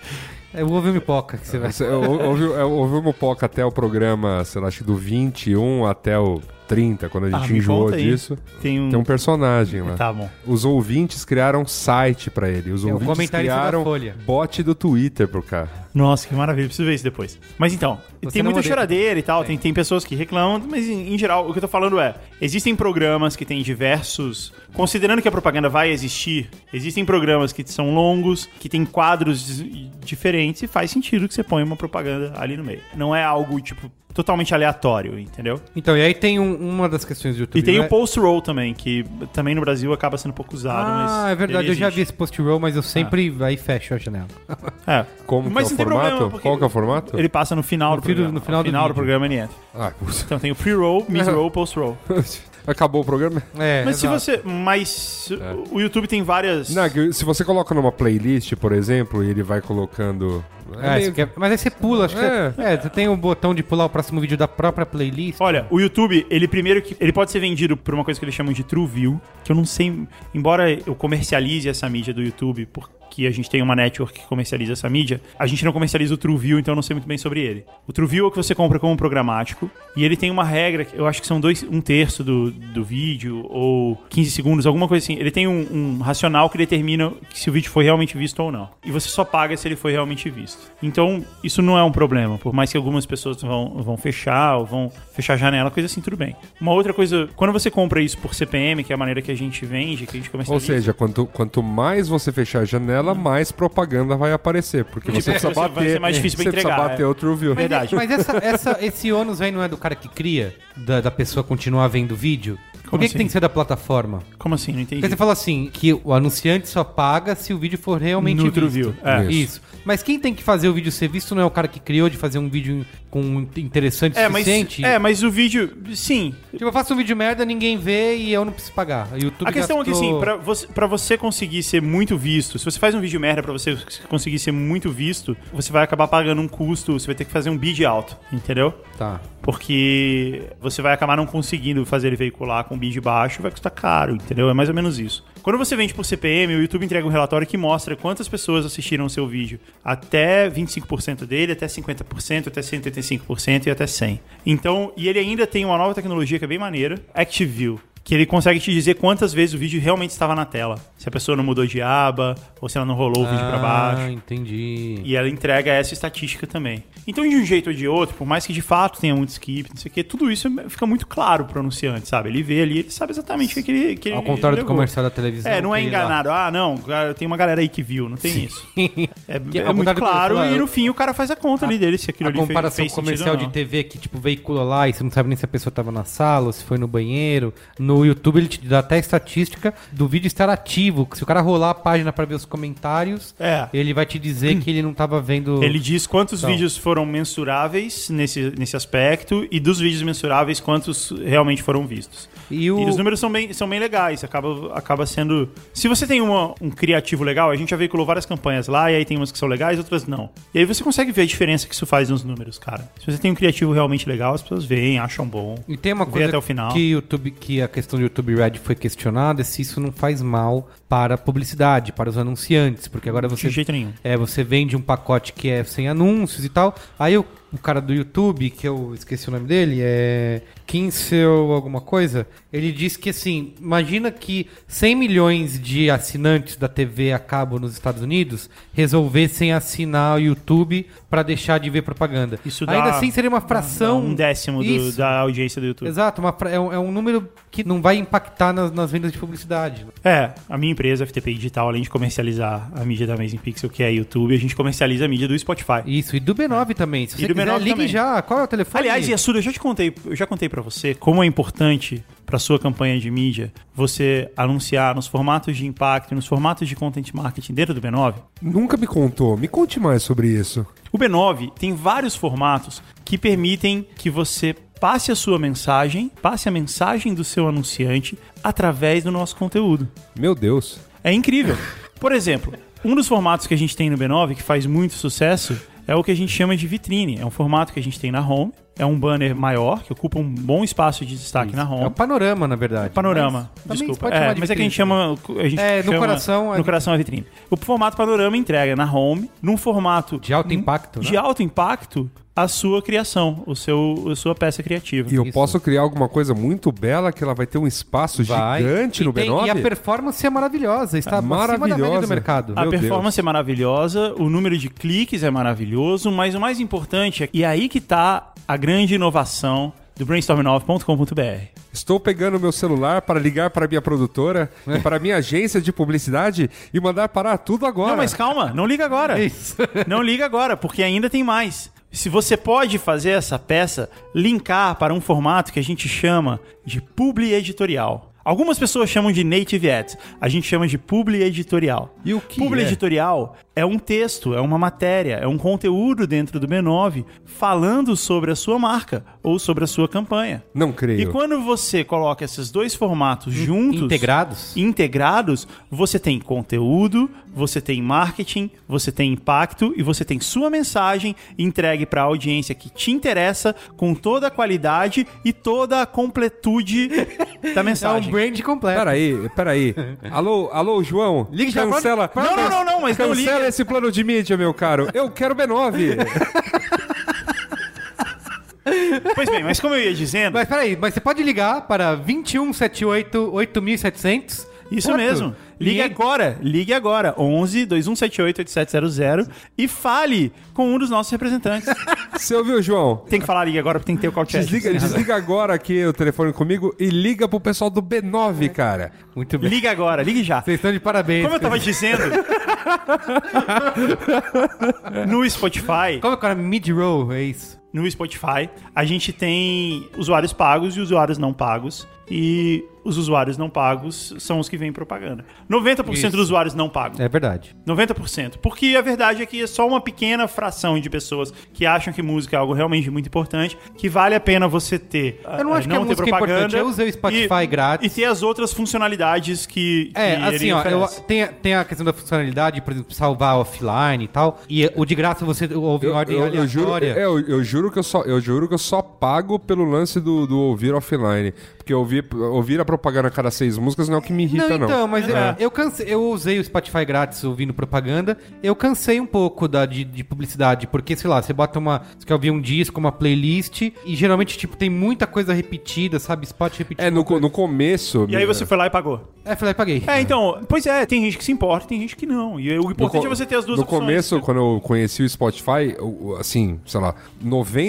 S3: É o ovo pipoca que você vai...
S4: Você ou- ouve- é, Ouviu o Mopoca até o programa, sei lá, acho que do 21 até o 30, quando a
S5: Ah,
S4: gente
S5: me
S4: enjoou
S5: conta aí.
S4: disso.
S5: Tem um...
S4: Tem um personagem lá.
S5: Tá bom. um
S4: Os ouvintes criaram um site pra ele. Os
S3: É, o
S4: ouvintes
S3: comentarista da
S4: criaram
S3: Folha.
S4: bot do Twitter pro cara.
S5: Nossa, que maravilha. Preciso ver isso depois. Mas então,
S3: Você
S5: tem
S3: não
S5: muita
S3: odeia-
S5: choradeira e tal. Tem, tem pessoas que reclamam, mas em, em geral, o que eu tô falando é: existem programas que têm diversos. Considerando que a propaganda vai existir, existem programas que são longos, que têm quadros dis- diferentes e faz sentido que você ponha uma propaganda ali no meio. Não é algo, tipo, totalmente aleatório, entendeu?
S3: Então, e aí tem um- uma das questões do YouTube.
S5: E tem
S3: né?
S5: o post-roll também, que também no Brasil acaba sendo pouco usado.
S3: Ah,
S5: mas Ah.
S3: é verdade,
S5: ele
S3: eu já vi
S5: existe.
S3: esse post-roll, mas eu sempre aí fecho a janela.
S5: É.
S4: Como
S5: Mas
S4: que é
S5: não
S4: o
S5: tem
S4: formato?
S5: problema, porque
S4: Qual que é o formato?
S5: Ele passa no final
S3: No
S5: do
S3: fim do-
S5: programa.
S3: no final
S5: no
S3: do
S5: final do
S3: vídeo.
S5: programa ele entra.
S4: Ah, putz.
S5: Então tem o pre-roll, mid-roll, post-roll.
S4: Acabou o programa?
S3: É,
S5: Mas se
S3: exato.
S5: você. Mas o YouTube tem várias.
S4: Não, que se você coloca numa playlist, por exemplo, e ele vai colocando.
S3: É,
S5: Ah,
S4: meio-
S3: você quer- Mas aí você pula, acho
S4: É.
S3: que você... É, você tem o botão de pular o próximo vídeo da própria playlist.
S5: Olha, o YouTube, ele primeiro que. Ele pode ser vendido por uma coisa que eles chamam de True View, que eu não sei. Embora eu comercialize essa mídia do YouTube, porque a gente tem uma network que comercializa essa mídia, a gente não comercializa o True View, então eu não sei muito bem sobre ele. O True View é o que você compra como programático, e ele tem uma regra, que eu acho que são dois, um terço do, do vídeo, ou 15 segundos, alguma coisa assim. Ele tem um, um racional que determina se o vídeo foi realmente visto ou não. E você só paga se ele foi realmente visto. Então, isso não é um problema. Por mais que algumas pessoas vão, vão fechar ou vão fechar a janela, coisa assim, tudo bem. Uma outra coisa, quando você compra isso por CPM, que é a maneira que a gente vende, que a gente comercializa...
S4: Ou seja, quanto, quanto mais você fechar a janela, dela, mais propaganda vai aparecer. Porque você precisa
S5: Hum. Tipo, vai
S4: bater.
S5: ser mais difícil pra
S4: você precisa
S5: entregar,
S4: bater
S5: é.
S4: outro view.
S5: Verdade.
S3: Mas essa, essa- esse ônus aí não é do cara que cria? Da, da pessoa continuar vendo o vídeo? Por
S5: Como
S3: que, que
S5: assim?
S3: tem que ser da plataforma?
S5: Como assim? Não entendi.
S3: Porque você fala assim, que o anunciante só paga se o vídeo for realmente
S5: No
S3: visto.
S5: true view, é.
S3: Isso. Mas quem tem que fazer o vídeo ser visto não é o cara que criou de fazer um vídeo com interessante o
S5: É mas,
S3: suficiente?
S5: é, mas o vídeo. Sim.
S3: Tipo, eu faço um vídeo merda, ninguém vê e eu não preciso pagar. O YouTube
S5: a questão é que,
S3: gastou-
S5: assim, pra você, pra você conseguir ser muito visto, se você faz um vídeo merda pra você conseguir ser muito visto, você vai acabar pagando um custo, você vai ter que fazer um bid alto, entendeu?
S3: Tá.
S5: Porque você vai acabar não conseguindo fazer ele veicular com bid baixo, vai custar caro, entendeu? É mais ou menos isso. Quando você vende por CPM, o YouTube entrega um relatório que mostra quantas pessoas assistiram o seu vídeo. Até 25% dele, até 50%, até 185% e até 100%. Então, e ele ainda tem uma nova tecnologia que é bem maneira, ActiveView. Que ele consegue te dizer quantas vezes o vídeo realmente estava na tela. Se a pessoa não mudou de aba, ou se ela não rolou o vídeo para baixo.
S3: Ah, entendi.
S5: E ela entrega essa estatística também. Então, de um jeito ou de outro, por mais que de fato tenha muito skip, não sei o quê, tudo isso fica muito claro pro anunciante, sabe? Ele vê ali, ele sabe exatamente o que ele. Que
S3: Ao
S5: ele
S3: contrário do
S5: levou.
S3: comercial da televisão.
S5: É, não é
S3: que lá-
S5: enganado. Ah, não, cara, tem uma galera aí que viu, não tem isso. É,
S3: Que
S5: é
S3: ao
S5: muito
S3: contrário do
S5: claro
S3: comercial,
S5: e no fim o cara faz a conta ali dele, se aquilo
S3: A
S5: ali fez-
S3: comparação
S5: fez sentido
S3: comercial
S5: ou
S3: de
S5: não.
S3: TV que, tipo, veicula lá e você não sabe nem se a pessoa tava na sala ou se foi no banheiro. No YouTube ele te dá até a estatística do vídeo estar ativo. que Se o cara rolar a página pra ver os comentários,
S5: É.
S3: ele vai te dizer que ele não tava vendo...
S5: Ele diz quantos
S3: Então.
S5: vídeos foram mensuráveis nesse, nesse aspecto e dos vídeos mensuráveis quantos realmente foram vistos.
S3: E o-
S5: E os números são bem, são bem legais, acaba, acaba sendo... Se você tem uma- um criativo legal, a gente já veiculou várias campanhas lá, e aí tem umas que são legais, outras não. E aí você consegue ver a diferença que isso faz nos números, cara. Se você tem um criativo realmente legal, as pessoas veem, acham bom.
S3: E tem uma
S5: Vê
S3: coisa
S5: até o final.
S3: que YouTube, que a questão do YouTube Red foi questionada, é se isso não faz mal para a publicidade, para os anunciantes, porque agora você
S5: De jeito nenhum.
S3: é, você vende um pacote que é sem anúncios e tal. Aí o, o cara do YouTube, que eu esqueci o nome dele, é Kinsel alguma coisa, ele diz que assim, imagina que 100 milhões de assinantes da TV a cabo nos Estados Unidos resolvessem assinar o YouTube para deixar de ver propaganda.
S5: Isso dá-
S3: Ainda assim seria uma
S5: Dá
S3: fração
S5: Um décimo do,
S3: Isso.
S5: da audiência do YouTube.
S3: Exato, uma fra- é, um, é um número que não vai impactar nas, nas vendas de publicidade.
S5: É, a minha empresa, FTP Digital, além de comercializar a mídia da Amazing Pixel, que é YouTube, a gente comercializa a mídia do Spotify.
S3: Isso, e do B9 também. Se
S5: É. E
S3: você
S5: do
S3: quiser,
S5: B9
S3: ligue
S5: também.
S3: já. Qual é o telefone?
S5: Aliás, Yasuda, eu já te contei, eu já contei para você como é importante para sua campanha de mídia você anunciar nos formatos de impacto, e nos formatos de content marketing dentro do B9.
S4: Nunca me contou. Me conte mais sobre isso.
S5: O B9 tem vários formatos que permitem que você passe a sua mensagem, passe a mensagem do seu anunciante através do nosso conteúdo.
S4: Meu Deus.
S5: É incrível. Por exemplo, um dos formatos que a gente tem no B9 que faz muito sucesso é o que a gente chama de vitrine. É um formato que a gente tem na home. É um banner maior que ocupa um bom espaço de destaque na home. um
S3: É o panorama, na verdade.
S5: Panorama,
S3: Mas também
S5: desculpa.
S3: pode
S5: É,
S3: chamar
S5: mas
S3: de
S5: é que a gente chama. A gente
S3: É, no
S5: chama-
S3: coração é-
S5: No coração é a vitrine. O formato panorama entrega na home, num formato
S3: De alto impacto, né?
S5: de alto impacto, a sua criação, o seu, a sua peça criativa.
S4: E eu
S3: Isso.
S4: posso criar alguma coisa muito bela que ela vai ter um espaço
S3: Vai.
S4: gigante
S3: E
S4: no
S3: tem-
S4: B9?
S3: E a performance é maravilhosa. Está acima da média
S4: Maravilhosa.
S3: do mercado.
S5: A
S4: Meu
S5: performance é maravilhosa, o número de cliques é maravilhoso, mas o mais importante é e aí que tá a grande inovação do brainstorm9.com.br.
S4: Estou pegando meu celular para ligar para minha produtora e para minha agência de publicidade e mandar parar tudo agora.
S5: Não, mas calma, não liga agora.
S3: É Isso.
S5: Não liga agora, porque ainda tem mais. Se você pode fazer essa peça linkar para um formato que a gente chama de publi editorial. Algumas pessoas chamam de native ads, a gente chama de publi editorial.
S3: E o que
S5: publi
S3: é?
S5: editorial é um texto, é uma matéria, é um conteúdo dentro do B9 falando sobre a sua marca ou sobre a sua campanha.
S4: Não creio.
S5: E quando você coloca esses dois formatos juntos,
S3: Integrados.
S5: integrados, você tem conteúdo, você tem marketing, você tem impacto e você tem sua mensagem entregue para a audiência que te interessa com toda a qualidade e toda a completude
S3: É
S5: da
S3: um
S5: mensagem.
S3: brand completo.
S4: Peraí, peraí. alô, alô, João.
S3: Ligue já
S4: cancela.
S3: pra-
S5: Não, não, não, não, mas não
S4: cancela
S5: liga.
S4: esse plano de mídia, meu caro. Eu quero B9.
S5: Pois bem, mas como eu ia dizendo,
S3: Mas peraí, mas você pode ligar para 2178 8700.
S5: Isso
S3: Pronto.
S5: mesmo. Ligue
S3: E-
S5: agora, ligue agora, 11 2178 8700 e fale com um dos nossos um representantes.
S4: Você ouviu, João?
S5: Tem que falar ali agora, porque tem que ter o Calcast.
S4: Desliga, desliga agora aqui o telefone comigo e liga pro pessoal do B9, cara.
S3: É. Muito bem.
S5: Liga agora, ligue já.
S3: Vocês estão de parabéns.
S5: Como eu tava dizendo, no Spotify,
S3: Como é que era? Mid-roll, é isso.
S5: no Spotify, a gente tem usuários pagos e usuários não pagos. E os usuários não pagos são os que vêm propaganda. 90%
S3: Isso.
S5: dos usuários não pagos.
S3: É verdade.
S5: 90%. Porque a verdade é que é só uma pequena fração de pessoas que acham que música é algo realmente muito importante, que vale a pena você ter. eh,
S3: Eu não acho que a
S5: ter
S3: música é
S5: propaganda
S3: importante, eu usei o Spotify
S5: e,
S3: grátis.
S5: E ter as outras funcionalidades que,
S3: É,
S5: que
S3: assim, ó, eu-
S5: oferece.
S3: tem, a- tem a questão da funcionalidade, por exemplo, salvar offline e tal. E o de graça você ouve em ordem aleatória.
S4: juro, é, eu, eu juro que eu só, eu juro que eu só pago pelo lance do, do ouvir offline. Porque ouvir, ouvir a propaganda a cada seis músicas não é o que me irrita, não. É.
S3: Não, então, mas eu- eu, cansei, eu usei o Spotify grátis ouvindo propaganda. Eu cansei um pouco da, de, de publicidade, porque, sei lá, você bota uma. Você quer ouvir um disco, uma playlist, e geralmente, tipo, tem muita coisa repetida, sabe? Spot repetido.
S4: É, no, co- no começo.
S5: E aí você foi lá e pagou.
S3: É, falei, paguei.
S4: Né?
S5: É, então, pois é, tem gente que se importa, tem gente que não. E o
S4: No
S5: importante
S4: co-
S5: é você ter as duas
S4: No
S5: opções.
S4: começo, quando eu conheci o Spotify, eu- assim, sei lá,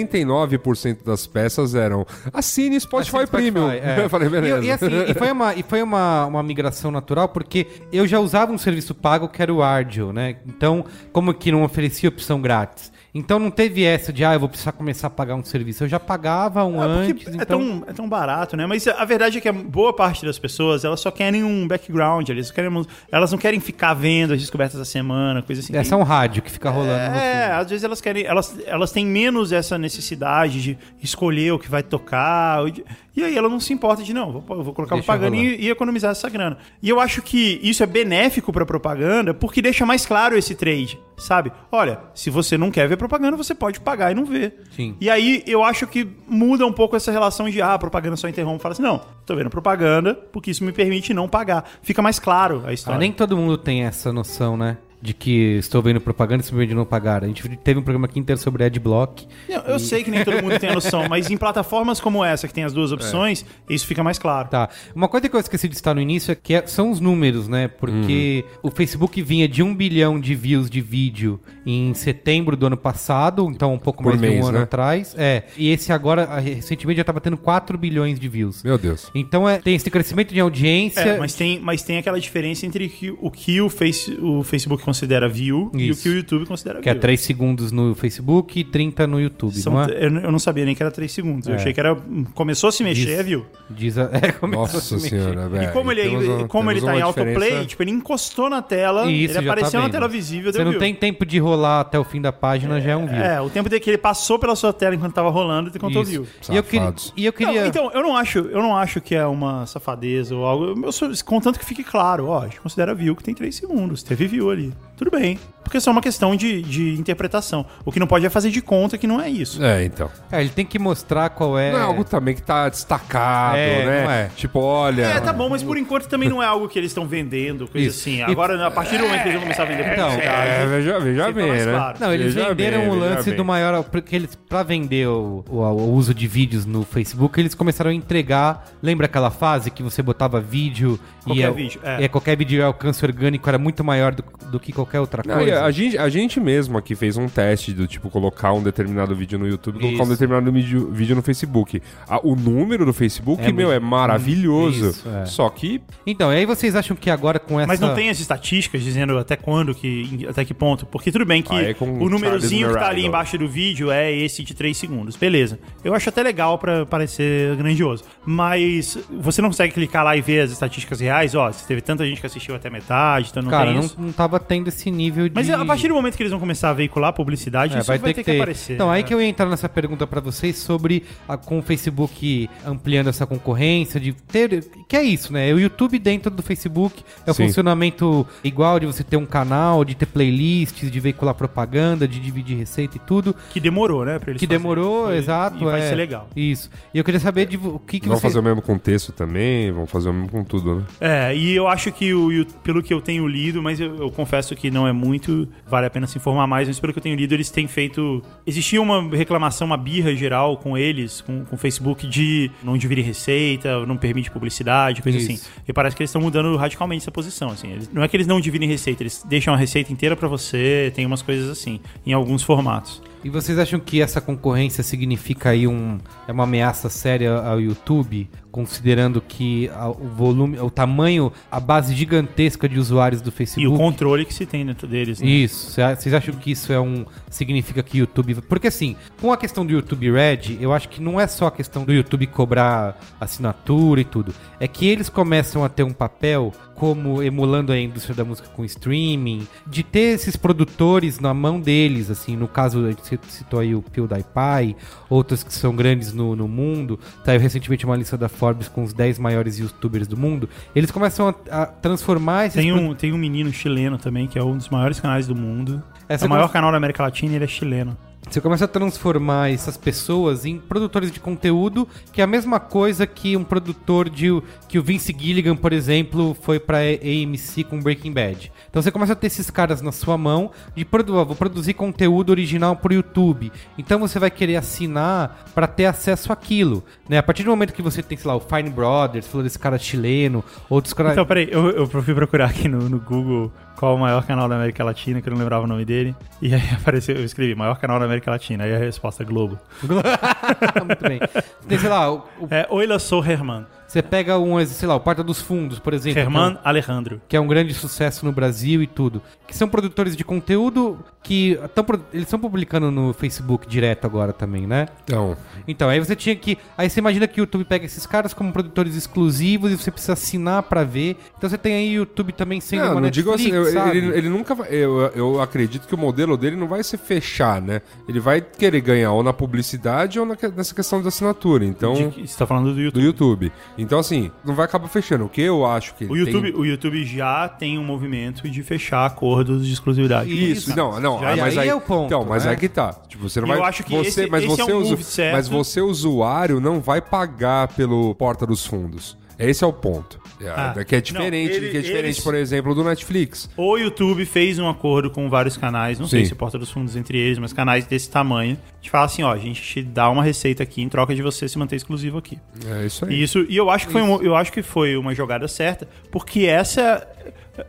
S4: 99% das peças eram assine Spotify
S3: Assine Spotify,
S4: Premium.
S3: é.
S4: Eu falei, beleza.
S3: E, e assim, e foi, uma, e foi uma, uma migração natural, porque eu já usava um serviço pago que era o Ardio, né? Então, como que não oferecia opção grátis? Então não teve essa de, ah, eu vou precisar começar a pagar um serviço. Eu já pagava um
S5: Ah, porque
S3: antes,
S5: é,
S3: então...
S5: tão, é tão barato, né? Mas a verdade é que a boa parte das pessoas, elas só querem um background, elas, querem, mus- elas não querem ficar vendo as descobertas da semana, coisa assim.
S3: É só um rádio que fica rolando no
S5: É, às vezes elas querem, elas, elas têm menos essa necessidade de escolher o que vai tocar. ou de- E aí ela não se importa de não, vou, vou colocar
S3: Deixa
S5: propaganda
S3: rolar.
S5: e, e economizar essa grana. E eu acho que isso é benéfico pra propaganda porque deixa mais claro esse trade, sabe? Olha, se você não quer ver propaganda, você pode pagar e não ver.
S3: Sim.
S5: E aí eu acho que muda um pouco essa relação de ah, a propaganda só interrompe, fala assim: "Não, tô vendo propaganda porque isso me permite não pagar". Fica mais claro a
S3: Ah,
S5: história.
S3: nem todo mundo tem essa noção, né? De que estou vendo propaganda e simplesmente não pagar. A gente teve um programa aqui inteiro sobre adblock.
S5: Não, eu sei que nem todo mundo tem a noção, mas em plataformas como essa, que tem as duas opções, isso fica mais claro.
S3: É. Tá. Uma coisa que eu esqueci de estar no início é que é- são os números, né? Porque o
S5: Uhum.
S3: Facebook vinha de um bilhão de views de vídeo em setembro do ano passado, então um pouco
S4: Por
S3: mais de
S4: mês,
S3: um ano
S4: né?
S3: atrás. É. E esse agora, a- recentemente, já tá batendo 4 bilhões de views.
S4: Meu Deus.
S3: Então é, tem esse crescimento de audiência.
S5: É, mas tem, mas tem aquela diferença entre que- o que o, face, o Facebook considera view e o
S3: Isso.
S5: que o YouTube considera
S3: Que é
S5: view.
S3: 3 segundos no Facebook e 30 no YouTube,
S5: São-
S3: não é?
S5: eu, eu não sabia nem que era 3 segundos. Eu achei que era. Começou a se mexer,
S3: Isso. É,
S5: viu?
S3: Diz a... é, começou a se
S4: Nossa
S3: mexer.
S4: senhora, velho.
S5: e como ele,
S4: Temos uma-
S5: como ele
S4: temos
S5: tá
S4: uma
S5: em autoplay,
S4: diferença.
S5: tipo, ele encostou na tela,
S3: E isso
S5: ele
S3: já
S5: apareceu
S3: tá
S5: na
S3: vendo.
S5: tela visível,
S3: Você
S5: deu
S3: não
S5: view.
S3: tem tempo de rolar até o fim da página, já é um view.
S5: É, o tempo de que ele passou pela sua tela enquanto tava rolando e contou
S3: Isso.
S5: view.
S3: E eu, que-
S4: Safados.
S3: e eu queria.
S5: Não, então, eu não acho, eu não acho que é uma safadeza ou algo. Eu sou, contanto que fique claro, ó, a gente considera view que tem 3 segundos, teve view ali. Tudo bem. Porque é só uma questão de, de interpretação. O que não pode é fazer de conta que não é isso.
S4: É, então.
S3: É, ele tem que mostrar qual é.
S4: Não é algo também que tá destacado,
S3: É,
S4: né?
S3: não é.
S4: Tipo, olha.
S5: É, tá bom, mas por enquanto também não é algo que eles estão vendendo, coisa
S3: Isso.
S5: assim.
S3: E-
S5: Agora, a partir do momento que eles vão começar a vender
S3: Então,
S5: publicidade,
S4: É, veja, veja
S5: fica
S4: bem,
S5: mais
S4: né?
S5: claro.
S3: Não, eles
S4: Veja
S3: venderam
S4: bem,
S3: o
S4: veja
S3: lance
S4: bem.
S3: do maior. Porque eles, pra vender o, o- o uso de vídeos no Facebook, eles começaram a entregar. Lembra aquela fase que você botava vídeo
S5: Qualquer
S3: e,
S5: vídeo, é.
S3: e qualquer vídeo e o alcance orgânico era muito maior do, do que qualquer outra
S4: Não, e
S3: coisa?
S4: a, gente, a gente mesmo aqui fez um teste do tipo colocar um determinado vídeo no YouTube e colocar um
S3: Isso.
S4: determinado vídeo, vídeo no Facebook. Ah, o número do Facebook,
S3: É
S4: meu,
S3: muito-
S4: é maravilhoso.
S3: Isso, é.
S4: Só que
S3: Então, e aí vocês acham que agora com essa.
S5: Mas não tem as estatísticas dizendo até quando, que, até que ponto. Porque tudo bem que
S4: Ah, é com
S5: o númerozinho que tá ali
S3: né?
S4: Charles
S5: embaixo do vídeo é esse de 3 segundos. Beleza. Eu acho até legal pra parecer grandioso. Mas você não consegue clicar lá e ver as estatísticas reais? Ó, se teve tanta gente que assistiu até metade, então não
S3: Cara,
S5: tem
S3: não,
S5: isso.
S3: não tava tendo esse nível de.
S5: Mas a partir do momento que eles vão começar a veicular publicidade,
S3: É,
S5: isso vai, ter, que, aparecer.
S3: Então, aí
S5: né?
S3: que eu ia entrar nessa pergunta pra vocês sobre a- com o Facebook ampliando essa concorrência, de ter. Que é isso, né? O YouTube dentro do Facebook é o
S4: Sim.
S3: funcionamento igual de você ter um canal, de ter playlists, de veicular propaganda, de dividir receita e tudo.
S5: Que demorou, né? Pra eles
S3: que
S5: fazerem.
S3: demorou,
S5: E-
S3: exato.
S5: E vai
S3: é,
S5: ser legal.
S3: Isso. E eu queria saber de vo- o que, que
S4: vão
S3: você.
S4: fazer o mesmo com texto também, vão fazer o mesmo com tudo, né?
S5: É, e eu acho que, o, Yu- pelo que eu tenho lido, mas eu, eu confesso que não é muito, vale a pena se informar mais, mas pelo que eu tenho lido, eles têm feito. Existia uma reclamação, uma birra geral com eles, com, com o Facebook, de não dividir receita, não permite publicidade, coisa
S3: Isso.
S5: assim. E parece que eles estão mudando radicalmente essa posição, assim. Eles- não é que eles não dividem receita, eles deixam a receita inteira pra você, tem umas coisas assim, em alguns formatos.
S3: E vocês acham que essa concorrência significa aí um é uma ameaça séria ao YouTube, considerando que a- o volume, o tamanho, a base gigantesca de usuários do
S5: E o
S3: Facebook?
S5: controle que se tem dentro deles, né?
S3: Isso, cê a- vocês acham que isso é um. significa que o YouTube. Porque assim, com a questão do YouTube Red, eu acho que não é só a questão do YouTube cobrar assinatura e tudo. É que eles começam a ter um papel, como emulando a indústria da música com streaming, de ter esses produtores na mão deles, assim, no caso, a gente citou aí o PewDiePie, outros que são grandes no, no mundo. Saiu recentemente uma lista da Forbes com os 10 maiores youtubers do mundo. Eles começam a, a transformar esses
S5: Tem um, tem um menino chileno também, que é um dos maiores canais do mundo.
S3: Essa
S5: é o maior
S3: coisa-
S5: canal da América Latina e ele é chileno.
S3: Você começa a transformar essas pessoas em produtores de conteúdo, que é a mesma coisa que um produtor de que o Vince Gilligan, por exemplo, foi pra AMC com Breaking Bad. Então você começa a ter esses caras na sua mão de produ ah, vou produzir conteúdo original pro YouTube. Então você vai querer assinar pra ter acesso àquilo, né? A partir do momento que você tem, sei lá, o Fine Brothers, falou desse cara chileno, outros caras
S5: Então, peraí, eu, eu fui procurar aqui no, no Google qual o maior canal da América Latina, que eu não lembrava o nome dele. E aí apareceu, eu escrevi, maior canal da América Latina. Aí a resposta é Globo.
S3: Ah, muito bem. Tem, sei lá, o- o-
S5: É, Oila Sou Herman.
S3: você pega um, sei lá, o Porta dos Fundos, por
S4: Então.
S3: exemplo. é um
S5: Herman Alejandro.
S3: que é um grande sucesso no Brasil e tudo, que são produtores de conteúdo que tão pro- eles estão publicando no Facebook direto agora também, né?
S4: Então,
S3: Então, aí você tinha que. Aí você imagina que o YouTube pega esses caras como produtores exclusivos e você precisa assinar pra ver. Então você tem aí o YouTube também sendo
S4: não,
S3: uma
S4: não digo assim,
S3: Netflix,
S4: eu-
S3: sabe?
S4: ele, ele nunca vai. Eu, eu acredito que o modelo dele não vai se fechar, né? Ele vai querer ganhar ou na publicidade ou na que- nessa questão da assinatura. Então.
S5: De- você tá falando do
S4: Do
S5: YouTube.
S4: YouTube. Então, assim, não vai acabar fechando. O que eu acho que.
S5: O YouTube, o YouTube já tem um movimento de fechar acordos de exclusividade.
S4: Isso, não, não.
S3: Já-
S4: mas
S3: aí é o ponto,
S4: Então, mas
S3: né?
S4: aí que tá. Tipo, você não
S5: E eu
S4: vai.
S5: acho que
S4: você,
S5: esse-
S4: mas
S5: esse
S4: você
S5: é um
S4: usu-
S5: move certo.
S4: Mas você, usuário, não vai pagar pelo porta dos fundos. Esse é o ponto. É,
S5: Ah.
S4: que é diferente,
S5: Não, ele-
S4: que é diferente,
S5: eles-
S4: por exemplo, do Netflix.
S5: O YouTube fez um acordo com vários canais, não sei
S4: Sim.
S5: se é Porta dos Fundos entre eles, mas canais desse tamanho. A gente fala assim, ó, a gente te dá uma receita aqui em troca de você se manter exclusivo aqui.
S4: É isso aí.
S5: E isso, e eu acho que foi, um- eu acho que foi uma jogada certa, porque essa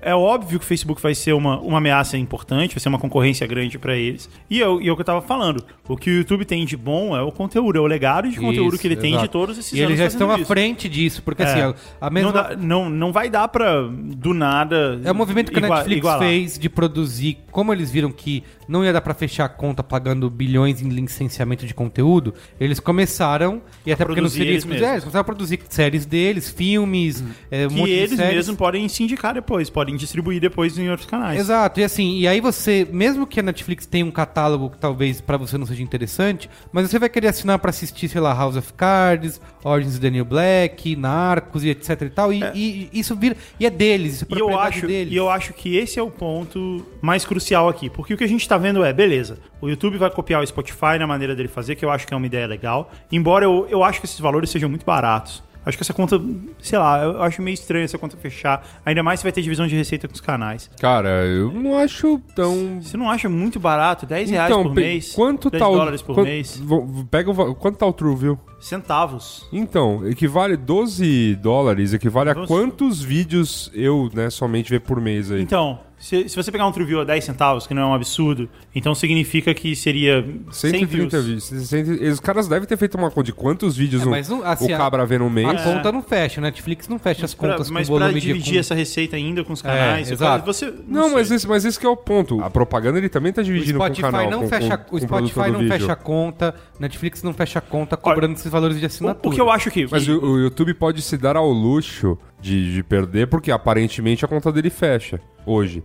S5: é óbvio que o Facebook vai ser uma, uma ameaça importante, vai ser uma concorrência grande pra eles. E eu, e é o que eu tava falando, o que o YouTube tem de bom é o conteúdo, é o legado de conteúdo
S3: Isso,
S5: que ele tem de
S3: exato.
S5: todos esses
S3: E eles
S5: anos
S3: já
S5: fazendo
S3: estão à
S5: isso. É.
S3: frente disso, porque assim, a, a mesma.
S5: não, dá- não, não vai dar pra, do nada...
S3: É o movimento que
S5: igua-
S3: a Netflix
S5: igualar.
S3: fez de produzir, como eles viram que não ia dar pra fechar a conta pagando bilhões em licenciamento de conteúdo, eles começaram, e até porque não
S5: produzir
S3: seria
S5: eles
S3: exclusivo,
S5: mesmos. Hum.
S3: é, eles começaram a produzir séries deles, filmes, é, um
S5: Que
S3: monte de
S5: eles
S3: séries.
S5: mesmos podem sindicar depois, podem distribuir depois em outros canais.
S3: Exato, e assim, e aí você, mesmo que a Netflix tenha um catálogo que talvez pra você não seja interessante, mas você vai querer assinar pra assistir, sei lá, House of Cards, Origins of the New Black, Narcos e etc e tal, e, e isso vira, e é deles, isso é
S5: E eu,
S3: propriedade
S5: acho,
S3: deles.
S5: e eu acho que esse é o ponto mais crucial aqui. Porque o que a gente tá vendo é, beleza, o YouTube vai copiar o Spotify na maneira dele fazer, que eu acho que é uma ideia legal. Embora eu, eu acho que esses valores sejam muito baratos. Acho que essa conta, sei lá, eu acho meio estranho essa conta fechar. Ainda mais se vai ter divisão de receita com os canais.
S4: Cara, eu não acho tão.
S5: Você não acha muito barato? 10 reais por
S4: Então, pe-
S5: mês?
S4: quanto
S5: 10
S4: tá o.
S5: dólares por
S4: quanto-
S5: mês?
S4: vo- Pega o, va- quanto tá o TrueView?
S5: Centavos.
S4: Então, equivale 12 dólares, equivale a
S5: Nossa.
S4: quantos vídeos eu, né, somente ver por mês aí?
S5: Então, se, se você pegar um TrueView a 10 centavos, que não é um absurdo, então significa que seria 100 views.
S4: 130 vídeos. 100 Os caras devem ter feito uma conta de quantos vídeos
S3: É,
S4: um-
S3: mas não- assim,
S4: o cabra vê no mês.
S3: A conta não fecha, a Netflix não fecha as contas
S5: Pra- É. mas
S3: com o
S5: pra
S3: volume de...
S5: dividir
S3: com-
S5: essa receita ainda com os canais,
S3: É,
S5: eu falo,
S3: exato.
S5: você
S4: Não, mas
S5: sei.
S4: esse, mas esse que é o ponto. A propaganda ele também tá
S3: O
S4: dividindo
S3: Spotify
S4: com o canal.
S3: não
S4: com-
S3: fecha,
S4: com-
S3: o
S4: com produtor
S3: Spotify
S4: do
S3: não
S4: vídeo.
S3: fecha a conta, Netflix não fecha a conta cobrando esses valores de
S5: o,
S3: assinatura.
S5: o que eu acho que,
S4: Mas
S5: que-
S4: o, o YouTube pode se dar ao luxo de, de perder, porque aparentemente a conta dele fecha hoje.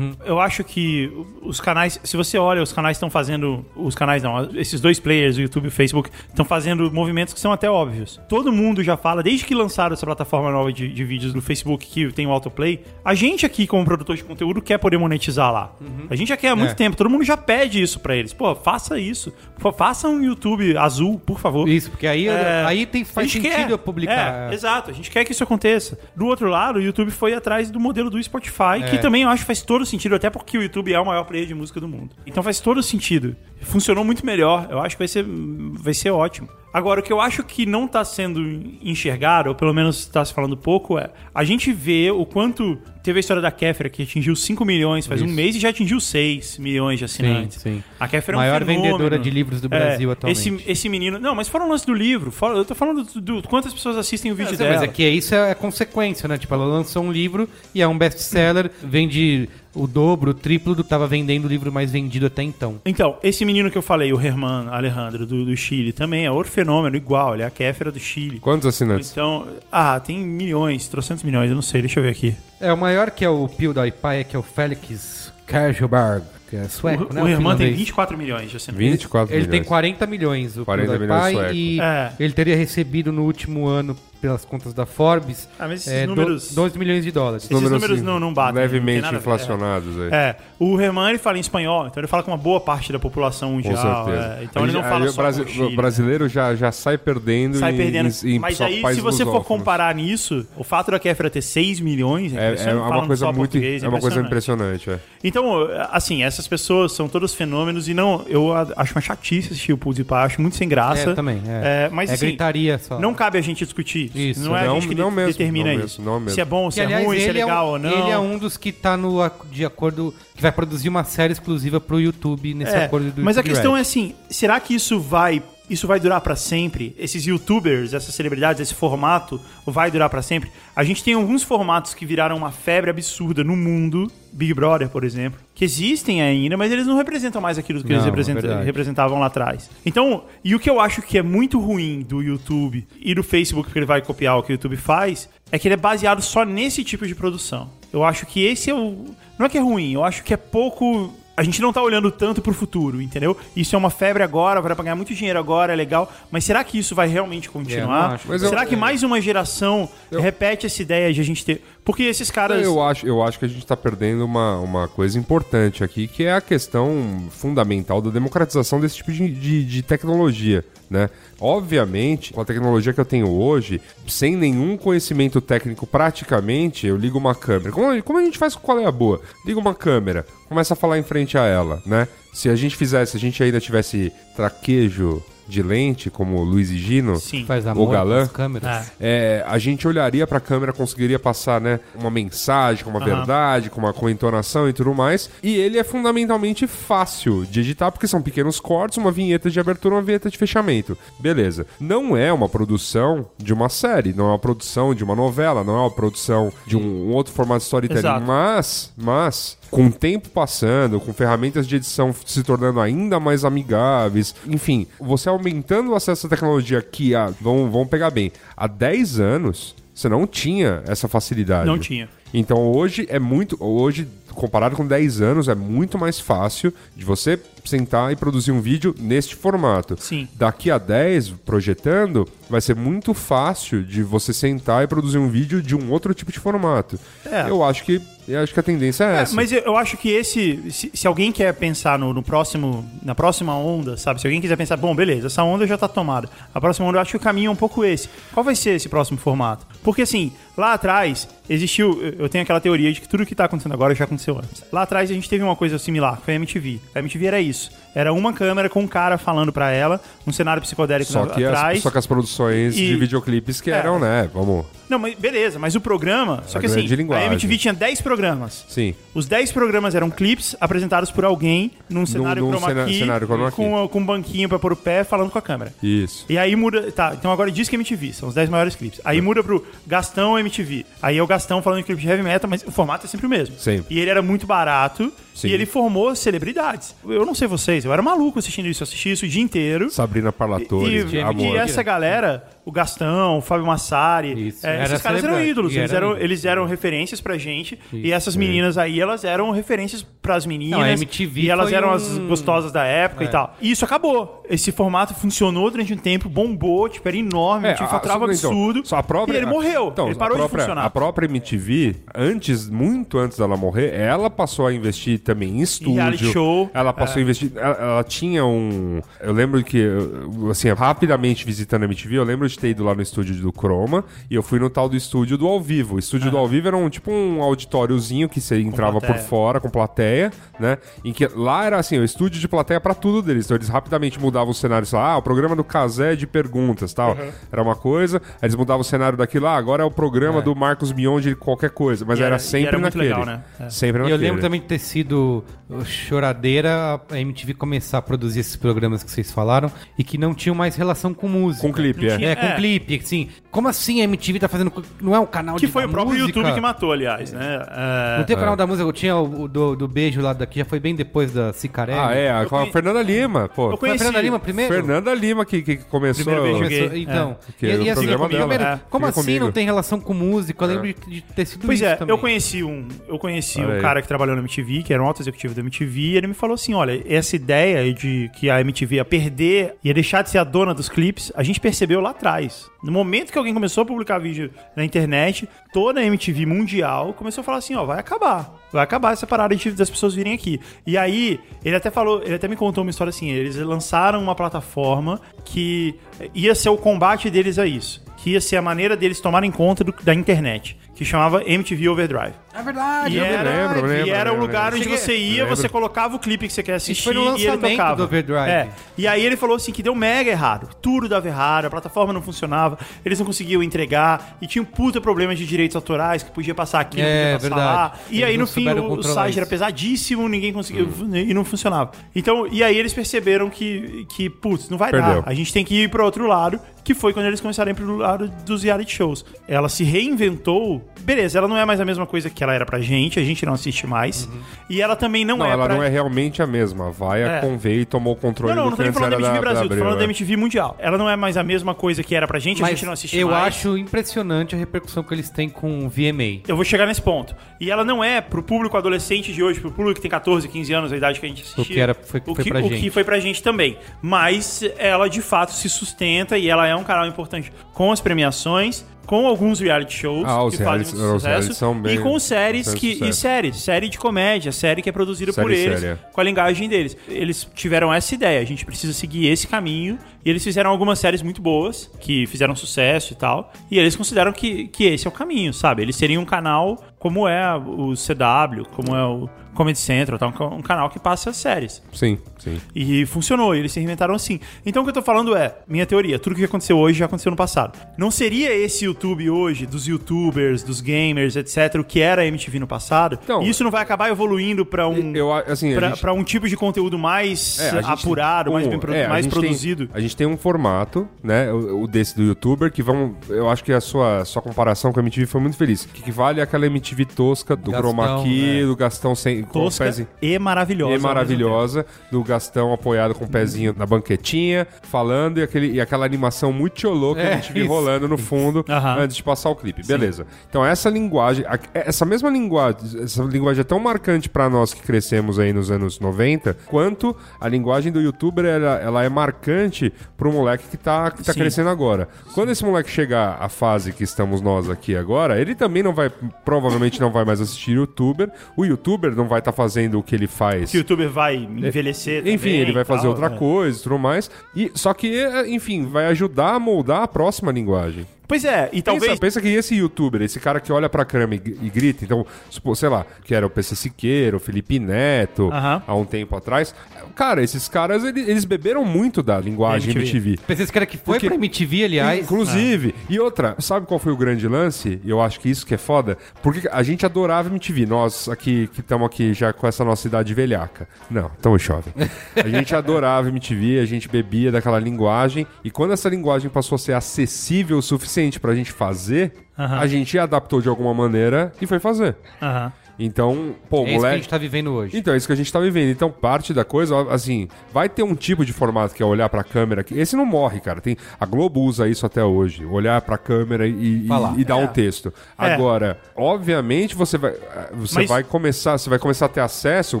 S5: eu acho que os canais, se você olha, os canais estão fazendo, os canais não, esses dois players, o YouTube e o Facebook, estão fazendo movimentos que são até óbvios. Todo mundo já fala, desde que lançaram essa plataforma nova de, de vídeos do Facebook que tem o autoplay, a gente aqui como produtor de conteúdo quer poder monetizar lá. A gente já quer há muito
S3: É.
S5: tempo, todo mundo já pede isso pra eles. Pô, faça isso. Pô, faça um YouTube azul, por favor.
S3: Isso, porque aí,
S5: É,
S3: aí tem, faz
S5: a gente
S3: sentido
S5: quer.
S3: eu publicar.
S5: É, exato, a gente quer que isso aconteça. Do outro lado, o YouTube foi atrás do modelo do Spotify,
S3: É.
S5: que também eu acho que faz todo sentido, até porque o YouTube é o maior player de música do mundo. Então faz todo sentido. Funcionou muito melhor, eu acho que vai ser, vai ser ótimo. Agora, o que eu acho que não tá sendo enxergado, ou pelo menos tá se falando pouco, é a gente vê o quanto teve a história da Kéfera, que atingiu 5 milhões faz um
S3: Isso.
S5: mês e já atingiu 6 milhões de assinantes.
S3: Sim, sim.
S5: A Kéfera é um
S3: Maior
S5: fenômeno. É,
S3: vendedora de livros do Brasil atualmente.
S5: Esse, esse menino... Não, mas fora o lance do livro, fora- eu tô falando do, do quantas pessoas assistem o vídeo
S3: Mas,
S5: dela.
S3: mas é que isso é consequência, né? Tipo, ela lançou um livro e é um best-seller, vende o dobro, o triplo do que tava vendendo o livro mais vendido até então.
S5: Então, esse menino que eu falei, o Herman Alejandro, do, do Chile, também é outro fenômeno igual. Ele é a Kéfera do Chile.
S4: Quantos assinantes?
S5: Então, ah, tem milhões, trocentos milhões, eu não sei, deixa eu ver aqui.
S3: É, o maior que é o PewDiePie, que é o Felix Kajberg, que é sueco,
S5: o
S3: né?
S5: o Herman tem
S3: finlandês.
S5: 24 milhões de assinantes.
S4: 24
S3: Ele tem
S4: milhões.
S3: 40 milhões, o
S4: 40
S3: PewDiePie,
S4: milhões sueco.
S3: e
S5: É.
S3: ele teria recebido no último ano, pelas contas da Forbes,
S5: Ah, mas esses
S3: é, do-
S5: números-
S3: 12 milhões de dólares.
S5: Esses números não- não batem, não tem
S4: Levemente
S5: nada a ver.
S4: inflacionados aí.
S5: É, o Herman ele fala em espanhol, então ele fala com uma boa parte da população
S4: Com
S5: mundial.
S4: certeza.
S5: é, então
S4: Aí
S5: ele não
S4: já-
S5: fala
S4: aí
S5: só
S4: o brasi-
S5: com o Chile,
S4: O brasileiro já, já sai perdendo
S5: sai
S4: em-
S5: perdendo.
S4: em, em
S5: Mas
S4: só
S5: aí, se
S4: países
S5: você for
S4: lusófonos.
S5: comparar nisso, o fato da Kéfera ter 6 milhões,
S4: É, é
S5: impressionante,
S4: uma
S5: falando
S4: coisa
S5: só
S4: muito.
S5: português,
S4: É uma coisa
S5: impressionante.
S4: impressionante, é.
S5: Então, assim, essas pessoas são todos fenômenos e não, eu a- acho uma chatice assistir o PewDiePie, acho muito sem graça.
S3: É, também, é.
S5: É, mas
S3: É
S5: assim,
S3: gritaria só.
S5: Não cabe a gente discutir.
S3: Isso, um
S5: não é
S4: não-
S5: a gente que
S4: não
S5: de-
S4: mesmo,
S5: determina
S4: não
S5: isso.
S4: mesmo, não mesmo.
S5: Se é bom, se
S3: Que, aliás,
S5: é ruim, se é
S3: ele,
S5: legal
S3: um,
S5: ou não.
S3: ele é um dos que tá no, ac- de acordo. que vai produzir uma série exclusiva pro YouTube nesse
S5: É,
S3: acordo do
S5: mas a
S3: YouTube
S5: questão
S3: Red.
S5: é assim, será que isso vai isso vai durar pra sempre? Esses youtubers, essas celebridades, esse formato vai durar pra sempre? A gente tem alguns formatos que viraram uma febre absurda no mundo, Big Brother, por exemplo, que existem ainda, mas eles não representam mais aquilo que eles
S3: Não, é
S5: representa-
S3: verdade.
S5: representavam lá atrás. Então, e o que eu acho que é muito ruim do YouTube e do Facebook, porque ele vai copiar o que o YouTube faz, é que ele é baseado só nesse tipo de produção. Eu acho que esse é o. Não é que é ruim, eu acho que é pouco. A gente não tá olhando tanto pro futuro, entendeu? Isso é uma febre agora, vai pagar muito dinheiro agora, é legal. Mas será que isso vai realmente
S3: É, eu não
S5: continuar?
S3: acho. Mas
S4: eu-
S5: será que
S4: é.
S5: mais uma geração repete essa ideia de a gente ter. Porque esses caras.
S4: Eu acho, eu acho que a gente está perdendo uma, uma coisa importante aqui, que é a questão fundamental da democratização desse tipo de, de, de tecnologia. Né? Obviamente, com a tecnologia que eu tenho hoje, sem nenhum conhecimento técnico praticamente, eu ligo uma câmera. Como, como a gente faz com qual é a boa? Liga uma câmera, começa a falar em frente a ela, né? Se a gente fizesse, se a gente ainda tivesse traquejo de lente, como o Luiz e Gino,
S5: Sim.
S3: Faz
S4: o
S3: amor
S4: galã.
S3: com as câmeras.
S4: é, a gente olharia pra câmera, conseguiria passar, né, uma mensagem, com uma verdade, com uma com entonação e tudo mais. E ele é fundamentalmente fácil de editar porque são pequenos cortes, uma vinheta de abertura, uma vinheta de fechamento. Beleza. Não é uma produção de uma série, não é uma produção de uma novela, não é uma produção de um, um outro formato de storytelling,
S5: Exato.
S4: mas, mas, com o tempo passando, com ferramentas de edição se tornando ainda mais amigáveis, enfim, você aumentando o acesso à tecnologia que há, vão, vão pegar bem, há 10 anos, você não tinha essa facilidade.
S5: Não tinha.
S4: Então hoje é muito. Hoje, comparado com 10 anos, é muito mais fácil de você sentar e produzir um vídeo neste formato.
S5: Sim.
S4: Daqui a 10, projetando, vai ser muito fácil de você sentar e produzir um vídeo de um outro tipo de formato.
S5: É.
S4: Eu acho que. Eu acho que a tendência é,
S5: É,
S4: essa.
S5: mas eu- eu acho que esse. Se, se alguém quer pensar no, no próximo, na próxima onda, sabe? Se alguém quiser pensar, bom, beleza, essa onda já tá tomada. A próxima onda, eu acho que o caminho é um pouco esse. Qual vai ser esse próximo formato? Porque assim, lá atrás existiu. eu- Eu tenho aquela teoria de que tudo que tá acontecendo agora já aconteceu antes. Lá atrás a gente teve uma coisa similar, que foi a MTV. A MTV era isso. Era uma câmera com um cara falando pra ela, um cenário psicodélico
S4: Só
S5: na-
S4: que, as,
S5: atrás.
S4: só que as produções
S5: E-
S4: de videoclipes que
S5: É.
S4: eram, né? Vamos.
S5: Não, mas beleza, mas o programa. Só
S4: A
S5: que assim,
S4: grande
S5: a
S4: é linguagem.
S5: MTV tinha 10 programas.
S4: Sim.
S5: Os 10 programas eram clipes apresentados por alguém num cenário
S4: num
S5: chroma
S4: cena-
S5: key,
S4: cenário chroma key.
S5: com, com um banquinho pra pôr o pé falando com a câmera.
S4: Isso.
S5: E aí muda. Tá, então agora diz que é MTV, são os 10 maiores clipes.
S4: É.
S5: Aí muda pro Gastão MTV. Aí é o Gastão falando em clipe de heavy metal, mas o formato é sempre o mesmo.
S4: Sempre.
S5: E ele era muito barato
S4: Sim.
S5: e ele formou celebridades. Eu não sei vocês, eu era maluco assistindo isso, eu assisti isso o dia inteiro.
S4: Sabrina Parlatore,
S5: E,
S4: amor.
S5: e essa galera, o Gastão, o Fábio Massari,
S3: Isso.
S5: é,
S3: Era
S5: esses caras eram
S3: celebridade.
S5: ídolos,
S3: E
S5: eles
S3: era um
S5: eram,
S3: ídolo.
S5: eles eram referências pra gente, e
S3: Isso. é.
S5: essas meninas aí, elas eram referências pras meninas,
S3: Não, a MTV
S5: e elas
S3: foi
S5: eram
S3: um- É.
S5: as gostosas da época e tal. E isso acabou. Esse formato funcionou durante um tempo, bombou, tipo, era enorme,
S3: É,
S5: tinha um
S4: a-
S5: fatrava
S4: então,
S5: absurdo,
S4: só a própria,
S5: e ele morreu,
S4: Então,
S5: ele
S4: a
S5: parou
S4: própria-
S5: de funcionar.
S4: A própria MTV, antes, muito antes dela morrer, ela passou a investir também em estúdio.
S5: reality show.
S4: Ela passou a investir. Ela, ela tinha um. Eu lembro que, eu- assim, rapidamente visitando a MTV, eu lembro de ter ido lá no estúdio do Chroma e eu fui no no tal do estúdio do ao vivo. O estúdio do ao vivo era um tipo um auditoriozinho que você entrava por
S5: plateia.
S4: fora com plateia, né? Em que lá era assim, o estúdio de plateia pra tudo deles. Então eles rapidamente mudavam o cenário, sei lá, ah, o programa do Casé de perguntas, tal. Era uma coisa, aí eles mudavam o cenário daquilo, ah, agora é o programa do Marcos Mion de qualquer coisa, mas
S5: E
S4: era,
S5: era- e
S4: sempre
S5: era muito
S4: naquele.
S5: legal, né? É.
S3: E
S4: Sempre naquele.
S3: eu lembro também de ter sido uh, choradeira a MTV começar a produzir esses programas que vocês falaram e que não tinham mais relação com música.
S4: com clipe, é.
S5: tinha-
S3: É, com
S5: É.
S3: clipe, assim. Como assim a MTV tá fazendo. co- Não é um canal
S5: Que
S3: de
S5: foi
S3: da
S5: o próprio
S3: música?
S5: YouTube que matou, aliás, né? É,
S3: Não tem o canal da música, eu tinha o, o do, do beijo lá daqui, já foi bem depois da Cicarelli.
S4: Ah, é, a,
S5: Eu
S4: com a
S5: conhe-
S4: Fernanda Lima, pô.
S3: Foi
S5: Eu
S3: a
S5: conheci-
S3: Fernanda Lima primeiro?
S4: Fernanda Lima que, que começou.
S5: Primeiro beijo gay.
S3: Começou- Então,
S4: Que era o programa dela. né?
S3: primeiro,
S5: É,
S3: como
S4: fica
S3: assim
S4: comigo.
S3: não tem relação com música? Eu lembro de, de ter sido
S5: Pois
S3: isso
S5: é,
S3: também.
S5: eu conheci um, eu conheci
S4: Olha
S5: um
S4: aí.
S5: cara que trabalhou na MTV, que era um alto executivo da MTV, e ele me falou assim: olha, essa ideia de que a MTV ia perder, ia deixar de ser a dona dos clipes, a gente percebeu lá atrás. No momento que alguém começou a publicar vídeo na internet, toda a MTV mundial começou a falar assim: ó, vai acabar. Vai acabar essa parada de, das pessoas virem aqui. E aí, ele até falou, ele até me contou uma história assim: eles lançaram uma plataforma que ia ser o combate deles a isso. Que ia ser a maneira deles tomarem conta do- da internet, que chamava MTV Overdrive.
S3: É verdade,
S5: E
S3: é
S5: era,
S3: verdade.
S4: lembro,
S5: e era o
S4: lembro,
S5: lugar onde
S3: lembro.
S5: você ia,
S4: Lembro.
S5: você colocava o clipe que você quer assistir
S3: foi no
S5: e ele
S3: lançamento
S5: tocava.
S3: do Overdrive.
S5: É. E aí ele falou assim que deu mega errado. Tudo dava errado, a plataforma não funcionava, eles não conseguiam entregar e tinha um puta problema de direitos autorais que podia passar aqui, não
S3: É,
S5: podia passar lá.
S3: verdade.
S5: E
S3: Eles
S5: aí
S3: não
S5: no fim
S3: souberam
S5: o, o
S3: controlar
S5: site
S3: isso.
S5: era pesadíssimo, ninguém
S4: Hum.
S5: conseguiu e não funcionava. Então, e aí eles perceberam que que putz, não vai
S4: Perdeu.
S5: dar. A gente tem que ir para outro lado, que foi quando eles começaram a ir pro lado dos reality shows. Ela se reinventou. Beleza, ela não é mais a mesma coisa que ela era pra gente, a gente não assiste mais. E ela também não,
S4: Uhum. Não,
S5: é
S4: ela
S5: pra...
S4: não é realmente a mesma. Vai a
S5: É.
S4: convey e tomou o controle
S5: Não, não,
S4: do que
S5: não tô nem
S4: antes
S5: falando da
S4: era
S5: MTV Brasil, tô
S4: Abril,
S5: falando da
S4: é.
S5: MTV Mundial. Ela não é mais a mesma coisa que era pra gente, a
S3: Mas
S5: gente não assiste
S3: eu
S5: mais.
S3: acho impressionante a repercussão que eles têm com o VMA.
S5: Eu vou chegar nesse ponto. E ela não é pro público adolescente de hoje, pro público que tem 14, 15 anos, a idade que a gente assistia.
S3: O que era- foi-
S5: o
S3: foi
S5: que,
S3: pra
S5: o
S3: gente.
S5: que foi pra gente também. Mas ela de fato se sustenta e ela é um canal importante com as premiações, com alguns reality shows
S4: Ah, os
S5: que fazem
S4: realities-
S5: muito
S4: os realities
S5: sucesso
S4: são bem-
S5: e com séries
S4: bastante
S5: que e
S4: sucesso.
S5: séries, série de comédia, série que é produzida por
S4: Série
S5: eles,
S4: séria.
S5: com a linguagem deles. Eles tiveram essa ideia, a gente precisa seguir esse caminho, e eles fizeram algumas séries muito boas, que fizeram sucesso e tal, e eles consideram que, que esse é o caminho, sabe? Eles seriam um canal como é o CW, como é o Comedy Central, tal, um canal que passa séries.
S4: Sim, sim.
S5: E funcionou, e eles se reinventaram assim. Então o que eu tô falando é, minha teoria, tudo que aconteceu hoje já aconteceu no passado. Não seria esse YouTube hoje, dos youtubers, dos gamers, etc., o que era a MTV no passado?
S4: Então-
S5: e isso não vai acabar evoluindo pra um.
S4: Eu, assim, a
S5: pra,
S4: gente-
S5: pra um tipo de conteúdo mais
S4: É, a gente-
S5: apurado, mais,
S4: um,
S5: bem produ-
S4: é, a
S5: mais
S4: gente tem-
S5: produzido.
S4: a gente tem um formato, né? O, o desse do youtuber, que vão. Eu acho que a sua, sua comparação com a MTV foi muito feliz. Que vale àquela MTV tosca do
S3: Gastão,
S4: Chroma Key,
S3: né?
S4: do Gastão sem. com os
S5: Tosca
S4: pezinhos-
S5: e
S4: um E
S5: maravilhosa. né, ao mesmo
S4: maravilhosa, do Gastão apoiado com o pezinho na banquetinha, falando, e, aquele, e aquela animação muito tcholô que
S3: É,
S4: a gente viu
S3: isso.
S4: rolando no fundo
S5: Aham.
S4: antes de passar o clipe. Beleza. Então essa linguagem, a- essa mesma linguagem, essa linguagem é tão marcante pra nós que crescemos aí nos anos 90, quanto a linguagem do youtuber, ela, ela é marcante pro moleque que tá, que tá
S5: Sim.
S4: crescendo agora. Quando esse moleque chegar à fase que estamos nós aqui agora, ele também não vai, provavelmente não vai mais assistir youtuber, o youtuber não vai estar fazendo o que ele faz.
S5: tempo. Que o youtuber vai envelhecer.
S4: Enfim,
S5: também
S4: ele vai
S5: e tal,
S4: fazer outra
S5: né?
S4: coisa e tudo mais. E, só que, é, enfim, vai ajudar a moldar a próxima linguagem.
S5: Pois é, e talvez.
S4: Pensa, pensa que esse youtuber, esse cara que olha pra câmera e, gr- e grita, então, supo- sei lá, que era o PC Siqueira, o Felipe Neto,
S5: Aham.
S4: há um tempo atrás. Cara, esses caras, ele- eles, beberam muito da linguagem
S5: MTV.
S4: MTV.
S3: Pensei que era que foi
S4: Porque-
S3: pra MTV, aliás.
S4: Inclusive. E outra, sabe qual foi o grande lance? E eu acho que isso que é foda. Porque a gente adorava MTV. Nós aqui que estamos aqui já com essa nossa idade velhaca. Não, tão jovem. A gente adorava MTV, a gente bebia daquela linguagem. E quando essa linguagem passou a ser acessível o suficiente pra gente fazer, a gente adaptou de alguma maneira e foi fazer.
S5: Aham.
S4: Então, pô,
S3: é isso que a
S4: moleque.
S3: gente tá vivendo hoje.
S4: Então, é isso que a gente tá vivendo. Então, parte da coisa, ó, assim, vai ter um tipo de formato que é olhar pra câmera. que- Esse não morre, cara. Tem, a Globo usa isso até hoje. Olhar pra câmera e, e-
S3: Falar.
S4: e dar um texto.
S5: É.
S4: Agora, obviamente, você vai. ah, Você
S5: Mas-
S4: vai começar. Você vai começar a ter acesso,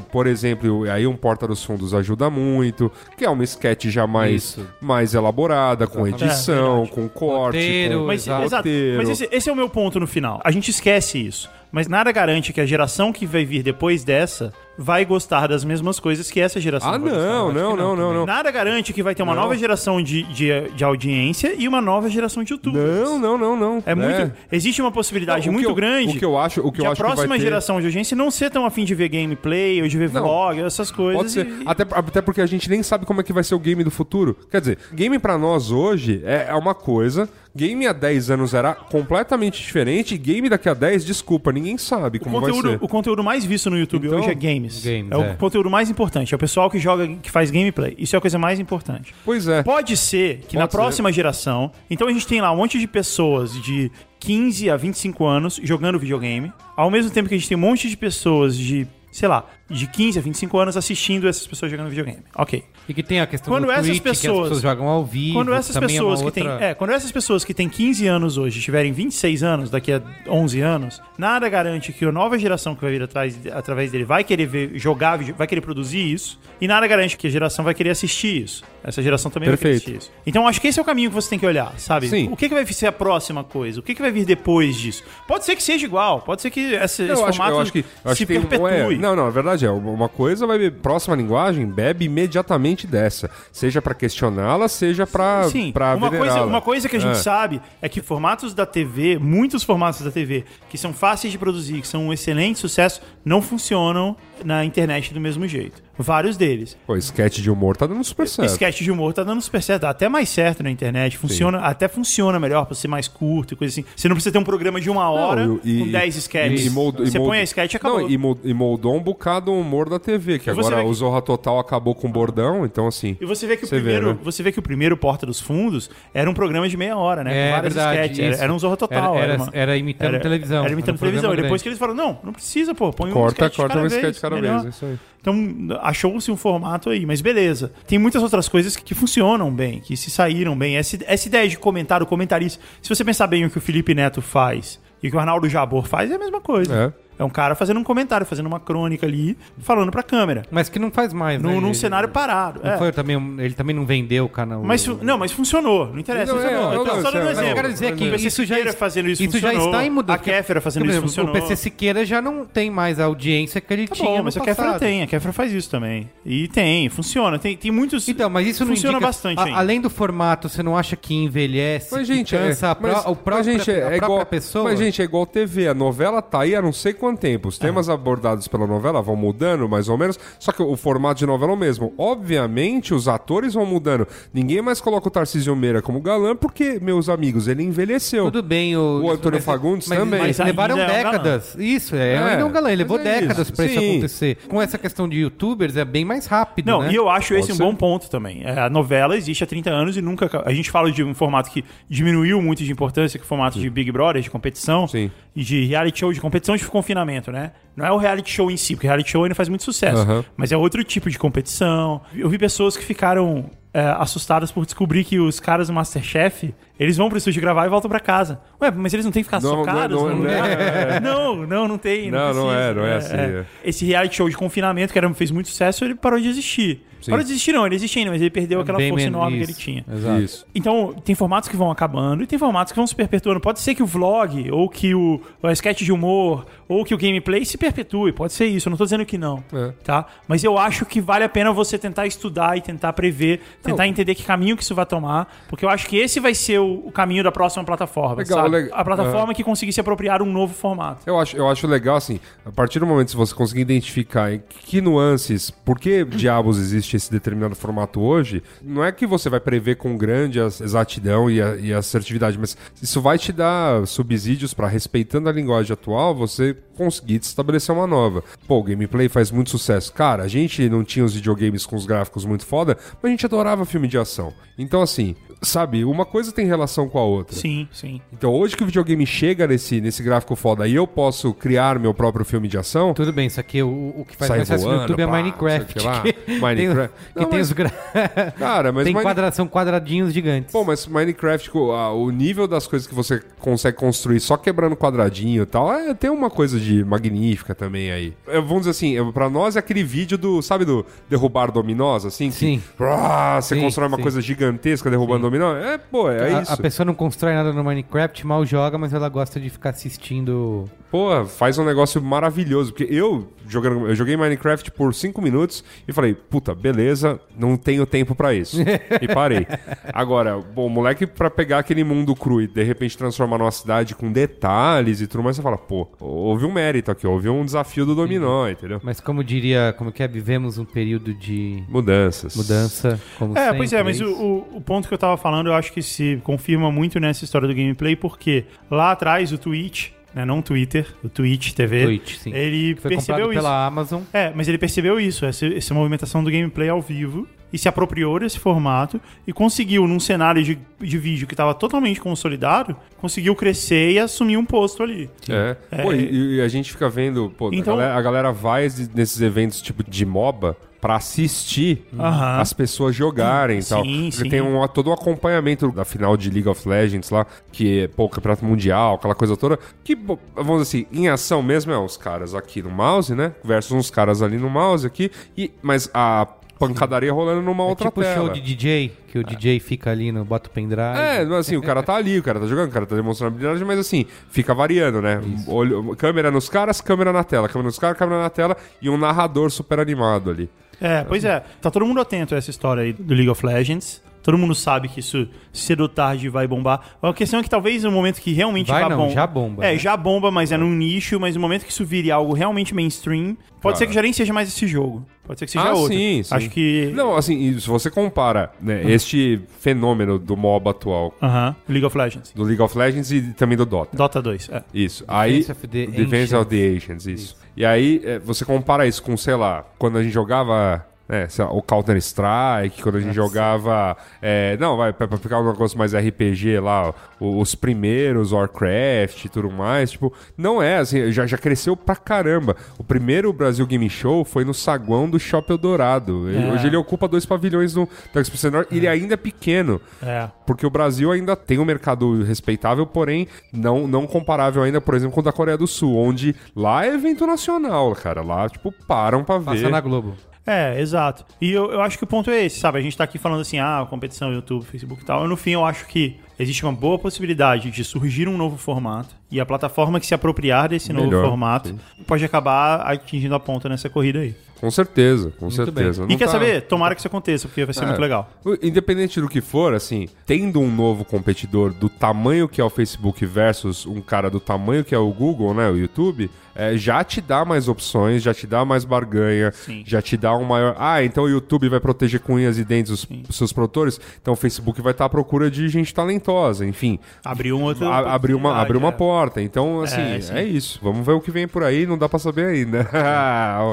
S4: por exemplo, aí um Porta dos Fundos ajuda muito, que é uma sketch já mais,
S3: Isso.
S4: mais elaborada, com
S5: É
S4: edição, com corte.
S3: Roteiro,
S4: com-
S5: Mas,
S3: Exato.
S5: exato.
S4: Roteiro.
S5: Mas esse, esse é o meu ponto no final. A gente esquece isso. Mas nada garante que a geração que vai vir depois dessa vai gostar das mesmas coisas que essa geração
S4: Ah,
S5: vai gostar.
S4: não, não, não, não, não.
S5: Nada garante que vai ter uma
S4: Não.
S5: nova geração de, de, de audiência e uma nova geração de youtubers.
S4: Não, não, não, não.
S5: É muito, existe uma possibilidade
S4: Não, o que
S5: muito
S4: eu-
S5: grande
S4: o que eu acho- o que eu
S5: de
S4: acho que
S5: a
S4: vai
S5: próxima
S4: ter-
S5: geração de audiência não ser tão afim de ver gameplay ou de ver
S4: Não.
S5: vlog, essas coisas.
S4: Pode ser.
S5: e-
S4: Até, até porque a gente nem sabe como é que vai ser o game do futuro. Quer dizer, game pra nós hoje é, é uma coisa, game há 10 anos era completamente diferente, e game daqui a 10, desculpa, ninguém sabe
S5: O
S4: como vai
S5: conteúdo,
S4: ser.
S5: o conteúdo mais visto no YouTube
S4: Então,
S5: hoje é games.
S3: games,
S5: é o
S3: é.
S5: conteúdo mais importante. É o pessoal que joga, que faz gameplay. Isso é a coisa mais importante.
S4: Pois é.
S5: Pode ser que na
S4: Pode ser.
S5: próxima geração. Então a gente tem lá um monte de pessoas de 15 a 25 anos jogando videogame. Ao mesmo tempo que a gente tem um monte de pessoas de, sei lá, de 15 a 25 anos assistindo essas pessoas jogando videogame. Ok.
S3: E que tem a questão
S5: Quando
S3: do
S5: essas
S3: Twitch, que as
S5: pessoas-
S3: pessoas jogam ao vivo.
S5: Quando essas
S3: também é uma
S5: pessoas que têm,
S3: outra...
S5: é, quando essas pessoas que têm 15 anos hoje tiverem 26 anos daqui a 11 anos, nada garante que a nova geração que vai vir atrás através dele vai querer ver jogar, vide- vai querer produzir isso, e nada garante que a geração vai querer assistir isso. Essa geração também vai
S4: Perfeito.
S5: querer assistir isso. Então acho que esse é o caminho que você tem que olhar, sabe?
S4: Sim.
S5: O que, que vai ser a próxima coisa? O que, que vai vir depois disso? Pode ser que seja igual, pode ser que esse, esse
S4: Eu acho,
S5: formato
S4: eu acho que, eu acho que
S5: se
S4: tem um, é,
S5: perpetue.
S4: Não, não, a verdade é, uma coisa vai próxima linguagem, bebe imediatamente dessa, seja pra questioná-la, seja pra
S5: Sim,
S4: pra
S5: uma, coisa,
S4: venerá-la.
S5: uma coisa que a gente
S4: É.
S5: sabe é que formatos da TV, muitos formatos da TV, que são fáceis de produzir, que são um excelente sucesso, não funcionam na internet do mesmo jeito. Vários deles.
S4: Pô, sketch de humor tá dando super certo.
S5: Sketch de humor tá dando super certo, dá até mais certo na internet, funciona, até funciona melhor pra ser mais curto e coisa assim. Você não precisa ter um programa de uma hora
S4: Não, e-
S5: com
S4: e-
S5: 10 sketches.
S4: e- e mold- e
S5: Você
S4: mold-
S5: põe a sketch e acabou.
S4: Não, e, mo- e moldou um bocado o humor da TV, que
S5: E você
S4: agora
S5: vê que-
S4: o Zorra Total acabou com o bordão, então assim.
S5: E você vê que
S4: Você
S5: o
S4: vê,
S5: primeiro,
S4: né?
S5: você vê que o primeiro Porta dos Fundos era um programa de meia hora, né?
S3: É,
S5: Com várias
S3: verdade,
S5: sketches. Era,
S3: isso.
S5: era um zorro total.
S3: Era- era-
S5: uma-
S3: era imitando televisão,
S5: Era
S3: era
S5: imitando
S3: um
S5: televisão.
S3: programa
S5: E
S3: grande.
S5: depois que eles falaram, não, não precisa, pô, põe um
S4: Corta,
S5: sketch de
S4: corta
S5: cada
S4: um
S5: vez,
S4: sketch de cada
S5: melhor.
S4: vez, isso aí.
S5: Então, achou-se um formato aí, mas beleza. Tem muitas outras coisas que funcionam bem, que se saíram bem. Essa, essa ideia de comentar, o comentarista. Se você pensar bem o que o Felipe Neto faz e o que o Arnaldo Jabor faz, é a mesma coisa. É. um cara fazendo um comentário, fazendo uma crônica ali, falando pra câmera.
S3: Mas que não faz mais, né?
S5: Num, num
S3: Ele-
S5: cenário parado.
S3: Não
S5: é.
S3: foi também um- ele também não vendeu o canal.
S5: Mas, fu- não, mas funcionou. Não interessa.
S4: Não, é,
S5: funcionou.
S4: não,
S5: eu tô
S4: não,
S5: só dando um
S4: não,
S5: exemplo.
S4: eu quero
S3: dizer
S5: O
S3: que
S5: PC
S3: isso já
S5: Siqueira
S3: es-
S5: fazendo isso,
S3: Isso já
S5: funcionou.
S3: está em mudança.
S5: A Kéfera fazendo
S3: Por
S5: isso
S3: exemplo,
S5: funcionou.
S3: O PC Siqueira já não tem mais a audiência que ele
S5: Tá
S3: tinha
S5: bom,
S3: no
S5: mas a Kéfera
S3: passado.
S5: tem. A Kéfera faz isso também. E tem, funciona. Tem, tem muitos...
S3: Então, mas isso não
S5: Funciona
S3: indica-
S5: bastante
S3: a-
S5: ainda.
S3: Além do formato, você não acha que envelhece,
S4: Mas,
S3: que
S4: gente, é,
S3: cansa a, pró-
S4: mas-
S3: o
S4: mas,
S3: próprio,
S4: gente, é
S3: a própria
S4: igual,
S3: pessoa? É.
S4: Mas, gente, é igual TV. A novela tá aí há não sei quanto tempo. Os temas abordados pela novela vão mudando, mais ou menos. Só que o formato de novela é o mesmo. Obviamente, os atores vão mudando. Ninguém mais coloca o Tarcísio Meira como galã, porque, meus amigos, ele envelheceu.
S3: Tudo bem, o,
S4: O Antônio
S3: mas-
S4: Fagundes
S3: mas-
S4: também.
S3: Mas
S5: Mas
S3: levaram
S5: ainda é um galã.
S3: décadas. Isso, é,
S4: É,
S3: ainda é um galã. Ele levou
S4: mas é
S3: décadas
S4: isso.
S3: pra isso
S4: Sim.
S3: acontecer. Com essa questão de youtubers, é bem mais rápido,
S5: Não,
S3: né?
S5: e eu acho esse
S4: Pode
S5: um
S4: ser.
S5: bom ponto também. É, A novela existe há 30 anos e nunca. acaba- A gente fala de um formato que diminuiu muito de importância, que é o formato de Big Brother, de competição,
S4: Sim.
S5: e de reality show, de competição de confinamento, né? Não é o reality show em si, porque reality show ainda faz muito sucesso.
S4: Aham.
S5: Mas é outro tipo de competição. Eu vi pessoas que ficaram é, assustadas por descobrir que os caras do Masterchef, eles vão pro estúdio gravar e voltam pra casa. Ué, mas eles não têm que ficar
S4: Não, não é-
S5: socados?
S4: não é- não é-
S5: não, não, não tem.
S4: Não, não
S5: precisa. né?
S4: é, não é assim, é.
S5: Esse reality show de confinamento, que era, fez muito sucesso, ele parou de existir. Parou de existir, não, ele existia ainda, mas ele perdeu aquela
S3: É Bem
S5: força
S3: menos
S5: enorme que ele
S3: isso.
S5: tinha.
S3: Exato.
S4: Isso.
S5: Então, tem formatos que vão acabando e tem formatos que vão se perpetuando. Pode ser que o vlog, ou que o, o sketch de humor, ou que o gameplay se perpetue. Pode ser isso, eu não tô dizendo que não.
S4: É.
S5: Tá? Mas eu acho que vale a pena você tentar estudar e tentar prever, tentar entender que caminho que isso vai tomar, porque eu acho que esse vai ser o, o caminho da próxima plataforma.
S4: Legal,
S5: sabe?
S4: legal.
S5: A plataforma
S3: é.
S5: que conseguir se apropriar um novo formato.
S4: Eu acho, eu acho legal, assim, a partir do momento que você conseguir identificar em que nuances, por que diabos existe esse determinado formato hoje, não é que você vai prever com grande as- exatidão e, a- e assertividade, mas isso vai te dar subsídios para, respeitando a linguagem atual, você conseguir estabelecer uma nova. Pô, o gameplay faz muito sucesso. Cara, a gente não tinha os videogames com os gráficos muito foda, mas a gente adorava filme de ação. Então, assim, sabe, uma coisa tem relação com a outra.
S5: Sim, sim.
S4: Então, hoje que o videogame chega nesse, nesse gráfico foda e eu posso criar meu próprio filme de ação.
S3: Tudo bem, isso aqui é o, o que faz
S4: Sai
S3: mais sucesso no
S4: voando,
S3: YouTube é
S4: pá,
S3: Minecraft.
S4: sei lá.
S3: Que
S4: Minecraft.
S3: Tem, que
S4: Não,
S3: tem
S4: mas-
S3: os gra...
S4: Cara, mas
S3: tem
S4: Mine-
S3: quadra... são quadradinhos gigantes.
S4: Pô, mas Minecraft, co- a- o nível das coisas que você consegue construir só quebrando quadradinho e tal, é, tem uma coisa de magnífica também aí. É, vamos dizer assim, é, pra nós é aquele vídeo do, sabe, do derrubar dominós, assim? que-
S3: Sim.
S4: Brá, você
S3: Sim,
S4: constrói uma
S3: sim.
S4: coisa gigantesca derrubando nome, não. É, pô, é
S3: a,
S4: isso.
S3: a pessoa não constrói nada no Minecraft, mal joga, mas ela gosta de ficar assistindo.
S4: Pô, faz um negócio maravilhoso. Porque eu, jogando, eu joguei Minecraft por 5 minutos e falei, puta, beleza, não tenho tempo pra isso. e parei. Agora, bom, moleque, pra pegar aquele mundo cru e de repente transformar numa cidade com detalhes e tudo mais, você fala, pô, houve um mérito aqui, houve um desafio do dominó, entendeu?
S3: Mas como diria, como que é, vivemos um período de
S4: Mudanças.
S3: mudança, como
S5: É,
S3: sempre,
S5: pois é, mas o,
S3: isso?
S5: o- o ponto que eu tava falando eu acho que se confirma muito nessa história do gameplay, porque lá atrás o Twitch, né, não o Twitter, o Twitch TV,
S3: Twitch, sim.
S5: ele
S3: Que foi
S5: percebeu
S3: comprado
S5: isso.
S3: pela Amazon.
S5: É, mas ele percebeu isso, essa, essa movimentação do gameplay ao vivo, e se apropriou desse formato, e conseguiu, num cenário de, de vídeo que tava totalmente consolidado, conseguiu crescer e assumir um posto ali.
S4: É. Pô, e, e a gente fica vendo, pô,
S5: Então-
S4: a, galera, a galera vai esse- nesses eventos tipo de MOBA pra assistir
S5: Aham.
S4: as pessoas jogarem e tal.
S5: Sim,
S4: Porque
S5: sim.
S4: tem um, todo o acompanhamento da final de League of Legends lá, que é, pô, campeonato mundial, aquela coisa toda. Que, pô, vamos dizer assim, em ação mesmo é uns caras aqui no mouse, né? Versus uns caras ali no mouse aqui. E, mas a pancadaria rolando numa
S3: É
S4: outra
S3: tipo
S4: tela.
S3: show de DJ, que o
S5: Ah.
S3: DJ fica ali no bota o pendrive.
S4: É, mas assim, o cara tá ali, o cara tá jogando, o cara tá demonstrando habilidade, mas assim, fica variando, né? Olho, câmera nos caras, câmera na tela, câmera nos caras, câmera na tela e um narrador super animado ali.
S5: É, pois é. Tá todo mundo atento a essa história aí do League of Legends. Todo mundo sabe que isso cedo ou tarde vai bombar. A questão é que talvez no momento que realmente
S3: Vai
S5: vá
S3: não,
S5: bom-
S3: já bomba,
S5: É,
S3: né?
S5: já bomba, mas é num nicho, mas no momento que isso vire algo realmente mainstream, pode
S4: Claro.
S5: ser que já nem seja mais esse jogo. Pode ser que seja
S4: Ah,
S5: outro.
S4: sim, sim.
S5: Acho que.
S4: Não, assim, e se você compara né, este fenômeno do MOBA atual,
S5: Aham, League of Legends.
S4: do League of Legends e também do Dota.
S5: Dota 2. É.
S4: Isso. Aí,
S3: Defense of the
S4: Defense of the Ancients, isso. E aí, é, você compara isso com, sei lá, quando a gente jogava né, sei lá, o Counter Strike, quando a gente jogava. é, não, vai, pra, pra ficar um negócio mais RPG lá, ó, o- os primeiros, Warcraft e tudo mais. Tipo, não é, assim, já, já cresceu pra caramba. O primeiro Brasil Game Show foi no saguão do Shopping Eldorado. Ele- Hoje ele ocupa dois pavilhões do, do Expo Senhor e ele ainda é pequeno.
S5: É.
S4: Porque o Brasil ainda tem um mercado respeitável, porém não, não comparável ainda, por exemplo, com o da Coreia do Sul, onde lá é evento nacional, cara. Lá, tipo, param pra
S3: Passa
S4: ver.
S3: na Globo.
S5: É, exato. E eu, eu acho que o ponto é esse, sabe? A gente tá aqui falando assim, ah, competição, YouTube, Facebook e tal. No fim, eu acho que existe uma boa possibilidade de surgir um novo formato e a plataforma que se apropriar desse novo
S4: Melhor,
S5: formato pode acabar atingindo a ponta nessa corrida aí.
S4: Com certeza, com certeza.
S5: e
S4: Não
S5: quer
S4: tá-
S5: saber? Tomara que isso aconteça, porque vai ser
S4: É.
S5: muito legal.
S4: Independente do que for, assim, tendo um novo competidor do tamanho que é o Facebook versus um cara do tamanho que é o Google, né, o YouTube, é, já te dá mais opções, já te dá mais barganha, já te dá um maior. Ah, então o YouTube vai proteger com unhas e dentes os seus produtores, então o Facebook vai estar à procura de gente talentosa, enfim.
S5: Abriu um outro.
S4: A- abriu uma, abriu
S3: é.
S4: uma porta. Então, assim,
S5: É,
S4: é,
S5: sim.
S4: isso. Vamos ver o que vem por aí, não dá pra saber ainda.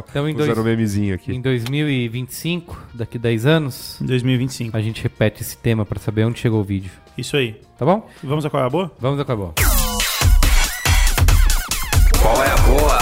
S3: Então, em
S4: Usando
S3: dois-
S4: o memezinho aqui.
S3: Em 2025, daqui 10 anos,
S5: Em 2025.
S3: a gente repete esse tema pra saber onde chegou o vídeo.
S5: Isso aí.
S3: Tá bom?
S5: Vamos a qual é a boa?
S3: Vamos acabar.
S6: Qual é a boa?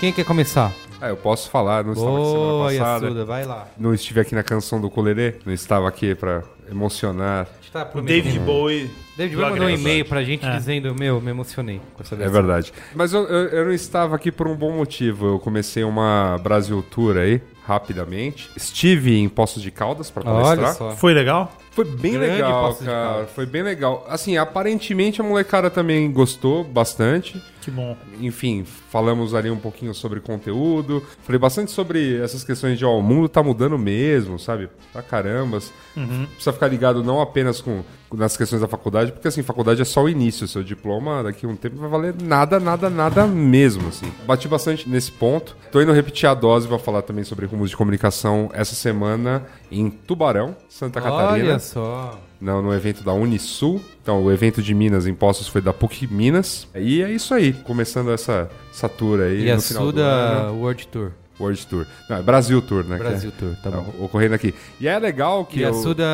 S3: Quem quer começar?
S4: Ah, eu posso falar, não estava
S3: Boa,
S4: aqui semana passada.
S3: Yasuda, vai lá.
S4: Não estive aqui na canção do Colerê, não estava aqui pra emocionar.
S3: Tá
S5: O David Bowie.
S3: David
S5: do
S3: vai mandar um
S5: Agreste.
S3: e-mail pra
S5: É.
S3: gente dizendo, meu, me emocionei com essa
S4: É
S3: versão.
S4: verdade. Mas eu, eu- eu não estava aqui por um bom motivo. Eu comecei uma Brasil Tour aí, rapidamente. Estive em Poços de Caldas pra palestrar.
S3: Olha só.
S5: Foi legal?
S4: Foi bem
S3: Grande
S4: legal,
S3: Poços de
S4: cara.
S3: Caldas.
S4: Foi bem legal. Assim, aparentemente a molecada também gostou bastante.
S5: Que bom.
S4: enfim, falamos ali um pouquinho sobre conteúdo. Falei bastante sobre essas questões de, ó, o mundo tá mudando mesmo, sabe? Pra carambas. Precisa ficar ligado não apenas com nas questões da faculdade, porque assim, faculdade é só o início, seu diploma daqui a um tempo não vai valer nada, nada, nada mesmo, assim. Bati bastante nesse ponto. Tô indo repetir a dose, vou falar também sobre rumos de comunicação essa semana em Tubarão, Santa Catarina
S3: Olha só.
S4: no, no evento da Unisul. Então, o evento de Minas em Poços foi da PUC Minas. E é isso aí, começando essa, essa tour aí. no final do
S3: Yasuda
S4: ano.
S3: World Tour.
S4: World Tour. Não, é Brasil Tour, né? que
S3: Brasil
S4: é-
S3: Tour, tá bom.
S4: Ocorrendo aqui. E é legal que.
S3: E a
S4: eu-
S3: Suda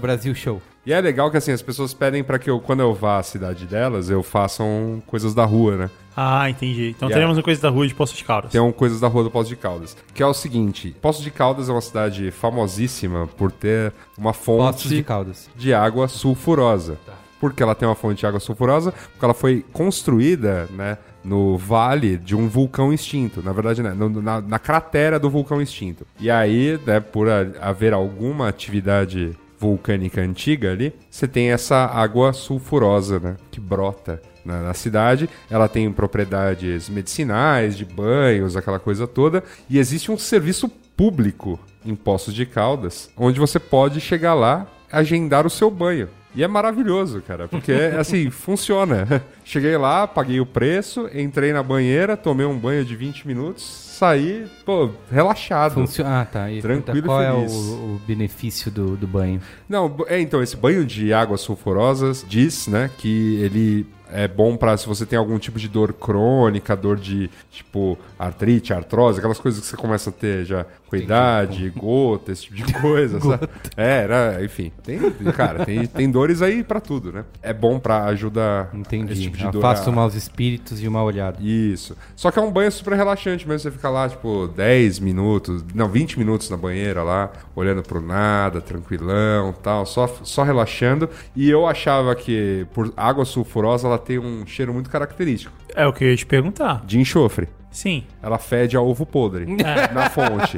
S3: Brasil Show.
S4: e é legal que assim, as pessoas pedem pra que eu, quando eu vá à cidade delas, eu faça um coisas da rua, né?
S5: Ah, entendi. Então
S4: Yeah.
S5: teremos uma coisa da rua de Poços de Caldas.
S4: Tem um coisas da rua do Poço de Caldas. Que é o seguinte: Poço de Caldas é uma cidade famosíssima por ter uma fonte
S3: Poços de Caldas.
S4: de água sulfurosa. Por que ela tem uma fonte de água sulfurosa? Porque ela foi construída né, no vale de um vulcão extinto. Na verdade, né, no- na, na cratera do vulcão extinto. E aí, né, por a- haver alguma atividade vulcânica antiga ali, você tem essa água sulfurosa né, que brota na, na cidade. Ela tem propriedades medicinais, de banhos, aquela coisa toda. E existe um serviço público em Poços de Caldas, onde você pode chegar lá, agendar o seu banho. E é maravilhoso, cara, porque assim, funciona. Cheguei lá, paguei o preço, entrei na banheira, tomei um banho de 20 minutos, saí, pô, relaxado.
S3: Funciona. Ah, tá. E
S4: Tranquilo
S3: pergunta qual
S4: e
S3: é
S4: feliz.
S3: o, o benefício do, do banho?
S4: Não, b- é, então, esse banho de águas sulfurosas diz, né, que ele é bom pra se você tem algum tipo de dor crônica, dor de, tipo, artrite, artrose, aquelas coisas que você começa a ter já com idade, gota, esse tipo de coisa, sabe? É, era, enfim, tem, cara, tem, tem dores aí pra tudo, né? É bom pra ajudar
S3: Entendi.
S4: esse tipo de dor.
S3: Afasta
S4: a-
S3: o maus espíritos e o mal olhado.
S4: isso. Só que é um banho super relaxante mesmo. Você fica lá, tipo, 10 minutos, não, 20 minutos na banheira lá, olhando pro nada, tranquilão tal, só, só relaxando. E eu achava que por água sulfurosa ela tem um cheiro muito característico
S5: É o que eu ia te perguntar.
S4: de enxofre.
S5: Sim.
S4: Ela fede a ovo podre na fonte.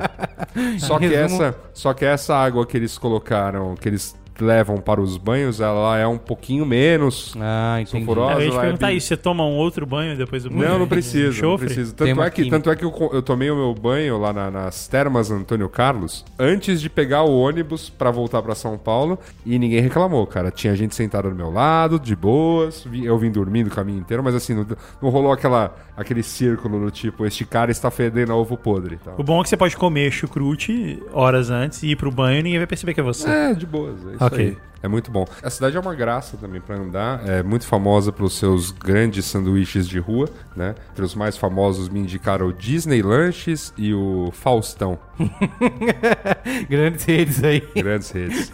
S4: Só que,
S3: Resumo-
S4: essa, só que essa água que eles colocaram, que eles levam para os banhos, ela é um pouquinho menos
S3: Ah, entendi.
S5: É,
S4: sulfurosa.
S5: eu ia te
S4: ela é
S5: perguntar
S4: bi-
S5: isso. Você toma um outro banho depois do banho?
S4: Não, não
S5: de
S4: preciso, não
S5: né? enxofre?
S4: preciso.
S3: Tem
S4: Tanto
S3: uma
S4: é que,
S3: química.
S4: tanto é que eu, co- eu tomei o meu banho lá na- nas termas Antônio Carlos antes de pegar o ônibus pra voltar pra São Paulo e ninguém reclamou, cara. Tinha gente sentada do meu lado, de boas, vi- eu vim dormindo o caminho inteiro, mas assim, não, não rolou aquela, aquele círculo do tipo, este cara está fedendo a ovo podre. tá? e tal.
S5: O bom é que você pode comer chucrute horas antes e ir pro banho e ninguém vai perceber que é você.
S4: É, de boas, é isso
S5: Ok.
S4: aí. É muito bom. A cidade é uma graça também pra andar, é muito famosa pelos seus grandes sanduíches de rua, né? Entre os mais famosos me indicaram o Disney Lanches e o Faustão.
S3: Grandes redes aí.
S4: Grandes redes.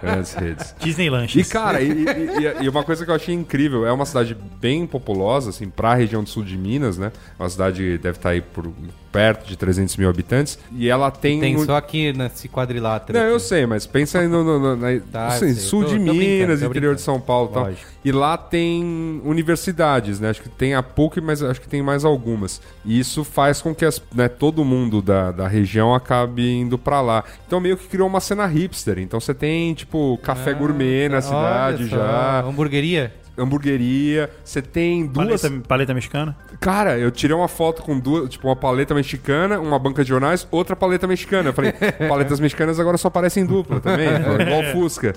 S4: Grandes redes.
S5: Disney
S4: E,
S5: Lanches.
S4: cara, e, e- e- e uma coisa que eu achei incrível, é uma cidade bem populosa, assim, pra região do sul de Minas, né? Uma cidade que deve estar aí por perto de 300 mil habitantes. E ela tem.
S3: Tem
S4: um-
S3: só aqui nesse quadrilátero.
S4: Não, eu
S3: aqui.
S4: sei, mas pensa aí no, no- no- na-
S3: Tá,
S4: assim,
S3: eu sei.
S4: sul
S3: Tô-
S4: de
S3: tô brincando,
S4: Minas,
S3: tô
S4: interior
S3: brincando.
S4: de São Paulo e tal.
S3: Lógico.
S4: E lá tem universidades, né? Acho que tem a PUC, mas acho que tem mais algumas. E isso faz com que as- né, todo mundo da, da região acabe indo pra lá. Então meio que criou uma cena hipster. Então você tem, tipo, café gourmet na
S3: Ah, tá. Olha
S4: cidade
S3: só,
S4: já,
S3: Hamburgueria?
S4: hamburgueria. Você tem duas.
S5: paleta, paleta mexicana?
S4: Cara, eu tirei uma foto com duas, tipo, uma paleta mexicana, uma banca de jornais, outra paleta mexicana. Eu falei, paletas mexicanas agora só aparecem dupla também, igual Fusca.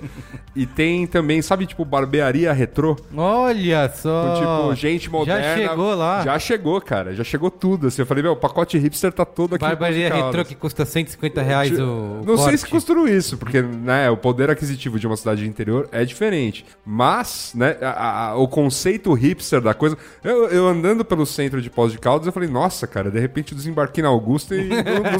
S4: E tem também, sabe, tipo, barbearia retrô?
S3: Olha
S4: Com,
S3: só.
S4: tipo, gente moderna.
S3: Já chegou lá.
S4: Já chegou, cara. Já chegou tudo. Assim, eu falei, meu, o pacote hipster tá todo aqui. em
S3: Barbearia
S4: Poços de
S3: Retrô
S4: Caldas.
S3: que custa 150 reais
S4: Ti-
S3: o. o
S4: Não sei se
S3: corte.
S4: construiu isso, porque né, o poder aquisitivo de uma cidade de interior é diferente. Mas, né, a- a- o conceito hipster da coisa. Eu, eu andando pelo centro de Pós de Caldas, eu falei, nossa, cara, de repente eu desembarquei na Augusta e não, não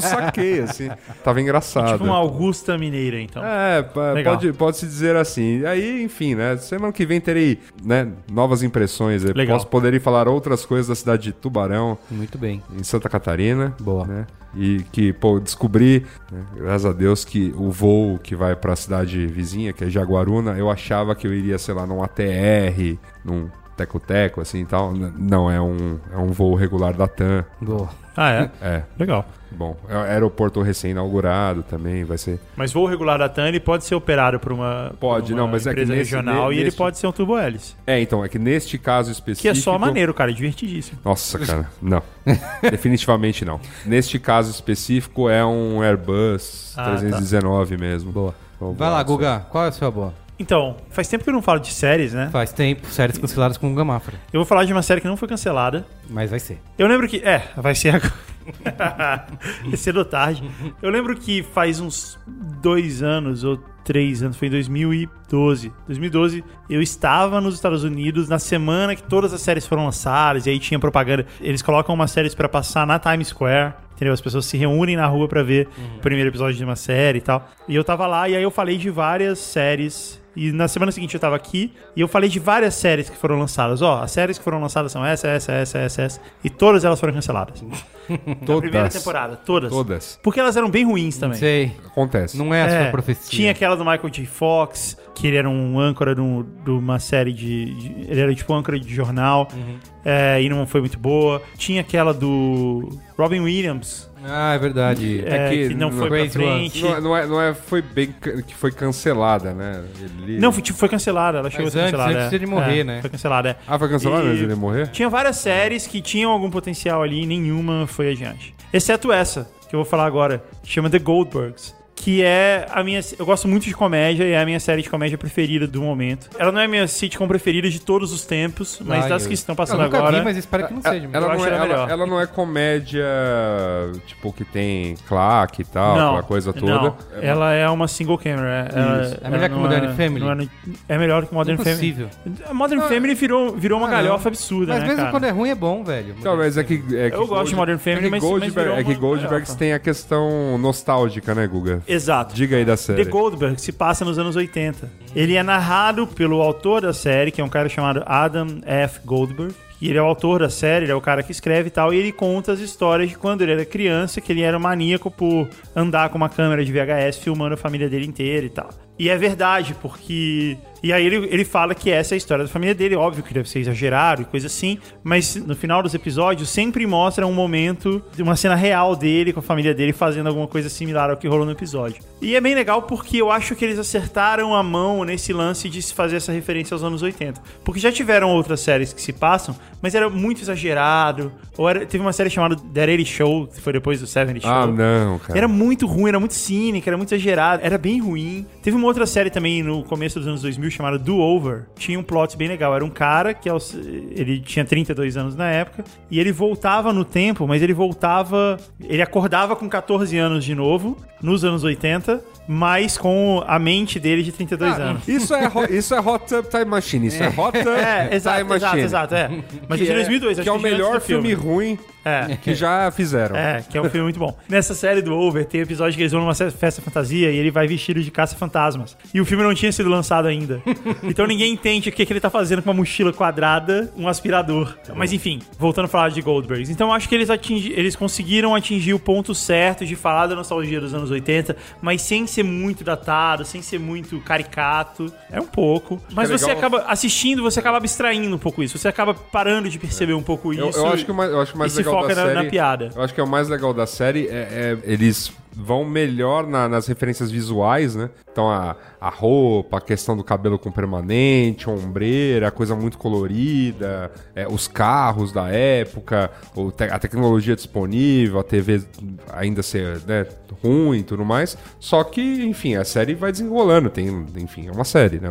S4: saquei, assim. Tava engraçado.
S5: Tipo uma Augusta Mineira, então.
S4: É, pa-
S5: Legal.
S4: pode, pode se dizer assim. Aí, enfim, né? Semana que vem terei né, novas impressões. Eu
S5: Legal.
S4: Posso poderei falar outras coisas da cidade de Tubarão,
S3: Muito bem.
S4: em Santa Catarina.
S3: Boa.
S4: Né? E que, pô, descobri, né, graças a Deus, que o voo que vai pra cidade vizinha, que é Jaguaruna, eu achava que eu iria, sei lá, num ATR, num teco-teco, assim e tal. N- Não, é um, é um voo regular da TAM.
S3: Boa.
S5: Ah, é?
S4: É,
S5: Legal.
S4: bom. É um aeroporto recém-inaugurado também, vai ser.
S5: Mas voo regular da TAN, ele pode ser operado por uma,
S4: Pode,
S5: por uma
S4: não, mas é que
S5: empresa
S4: nesse-
S5: regional
S4: ne-
S5: e ele
S4: neste-
S5: pode ser um turbo hélice.
S4: É, então, é que neste caso
S5: Que
S4: específico.
S5: é só maneiro, cara, é divertidíssimo.
S4: Nossa, cara, não. Definitivamente não. Neste caso específico é um Airbus
S5: Ah,
S4: 319 mesmo.
S3: Boa.
S4: Então,
S3: Vai lá,
S4: nossa.
S3: Guga. Qual é a sua boa?
S5: Então, faz tempo que eu não falo de séries, né?
S3: Faz tempo, séries canceladas com o Gamafra.
S5: Eu vou falar de uma série que não foi cancelada.
S3: Mas vai ser.
S5: Eu lembro que. É, vai ser agora. Vai ser ou tarde. Eu lembro que faz uns dois anos ou três anos, foi em 2012. 2012, eu estava nos Estados Unidos na semana que todas as séries foram lançadas, e aí tinha propaganda. Eles colocam umas séries pra passar na Times Square. Entendeu? As pessoas se reúnem na rua pra ver o primeiro episódio de uma série e tal. E eu tava lá e aí eu falei de várias séries. E na semana seguinte eu tava aqui e eu falei de várias séries que foram lançadas. Ó, as séries que foram lançadas são essa, essa, essa, essa, essa. E todas elas foram canceladas.
S4: Todas.
S5: Primeira temporada, todas.
S4: Todas.
S5: Porque elas eram bem ruins também.
S3: Sei.
S4: Acontece.
S3: Não é a
S5: É,
S3: sua profecia.
S5: Tinha aquela do Michael J. Fox, que ele era um âncora de, um- de uma série de, de- Ele era tipo âncora de jornal.
S3: Uhum.
S5: é, e não foi muito boa. Tinha aquela do Robin Williams,
S3: Ah, é verdade.
S5: é, que,
S4: que
S5: não
S4: no
S5: foi pra
S3: Crazy Ones.
S5: frente.
S4: Não, não é, não é, foi bem ca- que foi cancelada, né? Ele...
S5: Não, foi, tipo, foi cancelada. Ela chegou
S3: Mas
S5: a ser
S3: antes,
S5: cancelada.
S3: antes
S5: é.
S3: de morrer,
S5: É,
S3: né?
S5: Foi cancelada, é.
S4: Ah, foi cancelada
S5: E-
S4: antes dele morrer?
S5: Tinha várias séries que tinham algum potencial ali, nenhuma foi adiante. Exceto essa, que eu vou falar agora, que chama The Goldbergs. Que é a minha. Eu gosto muito de comédia e é a minha série de comédia preferida do momento. Ela não é a minha sitcom preferida de todos os tempos, mas
S3: Ai,
S5: das
S3: Ah, eu-
S5: que estão
S3: Eu
S5: passando
S3: nunca
S5: agora.
S3: vi, mas espero que não seja.
S4: Ela
S5: Eu
S4: não,
S5: acho
S4: é,
S5: ela
S4: ela-
S5: melhor.
S4: ela não é comédia, tipo, que tem claque e tal, Ah, aquela coisa toda.
S5: não. Ela é uma single camera. Ela-
S3: Isso. É
S5: ela
S3: melhor que
S5: não
S3: Modern
S5: é-
S3: Family?
S5: não é, é melhor que Modern Family.
S3: Impossível.
S5: A Modern Family virou, virou uma
S3: Ah,
S5: galhofa
S3: não.
S5: absurda,
S3: Mas
S5: né,
S3: mesmo
S5: cara?
S3: quando é ruim, é bom, velho.
S4: Não, mas é que, é que
S5: Eu gosto de Modern Family,
S4: é que
S5: mas- mas
S4: Goldberg,
S5: virou
S4: é que
S5: uma
S4: Goldbergs
S5: galhofa.
S4: tem a questão nostálgica, né, Guga?
S5: Exato.
S4: Diga aí da
S5: The
S4: série.
S5: Goldberg se passa nos anos 80. Ele é narrado pelo autor da série, que é um cara chamado Adam F. Goldberg. E ele é o autor da série, ele é o cara que escreve e tal. E ele conta as histórias de quando ele era criança, que ele era um maníaco por andar com uma câmera de VHS filmando a família dele inteira e tal. E é verdade, porque. E aí ele, ele fala que essa é a história da família dele, óbvio que deve ser exagerado e coisa assim, mas no final dos episódios sempre mostra um momento de uma cena real dele com a família dele fazendo alguma coisa similar ao que rolou no episódio. E é bem legal porque eu acho que eles acertaram a mão nesse lance de se fazer essa referência aos anos 80. Porque já tiveram outras séries que se passam, mas era muito exagerado. Ou era- teve uma série chamada The 80 Show, que foi depois do 70 Show.
S4: Ah, não, cara.
S5: Era muito ruim, era muito cínica, era muito exagerado, era bem ruim. Teve uma outra série também no começo dos anos 2000 chamada Do Over. Tinha um plot bem legal. Era um cara que aos- ele tinha 32 anos na época e ele voltava no tempo, mas ele voltava, ele acordava com 14 anos de novo nos anos 80, mas com a mente dele de 32 anos.
S4: Isso é, ro- isso é Hot Tub Time Machine. Isso é, Hot Tub
S5: É, exato,
S4: Time
S5: exato,
S4: Machine.
S5: exato, é. Mas é de 2002,
S4: que
S5: acho
S4: é o
S5: de antes do
S4: melhor filme ruim
S5: É.
S4: que já fizeram.
S5: É, que é um filme muito bom. Nessa série do Over, tem episódio que eles vão numa ce- festa fantasia e ele vai vestido de caça-fantasmas. E o filme não tinha sido lançado ainda. Então ninguém entende o que, que ele tá fazendo com uma mochila quadrada, um aspirador. Mas enfim, voltando a falar de Goldbergs. Então acho que eles, atingi eles conseguiram atingir o ponto certo de falar da nostalgia dos anos 80, mas sem ser muito datado, sem ser muito caricato. É um pouco. Mas
S4: que é
S5: você
S4: legal-
S5: acaba assistindo, você acaba abstraindo um pouco isso. Você acaba parando de perceber um pouco
S4: Eu,
S5: isso.
S4: eu acho que o mais, eu acho o mais
S5: e se
S4: legal
S5: foca
S4: da
S5: na-
S4: série.
S5: na piada.
S4: Eu acho que é o mais legal da série é, é eles vão melhor na- nas referências visuais, né? Então a, a roupa, a questão do cabelo com permanente, a ombreira, a coisa muito colorida, é, os carros da época, o te- a tecnologia disponível, a TV ainda ser né, ruim e tudo mais. Só que, enfim, a série vai desenrolando. Tem, enfim, é uma série, né?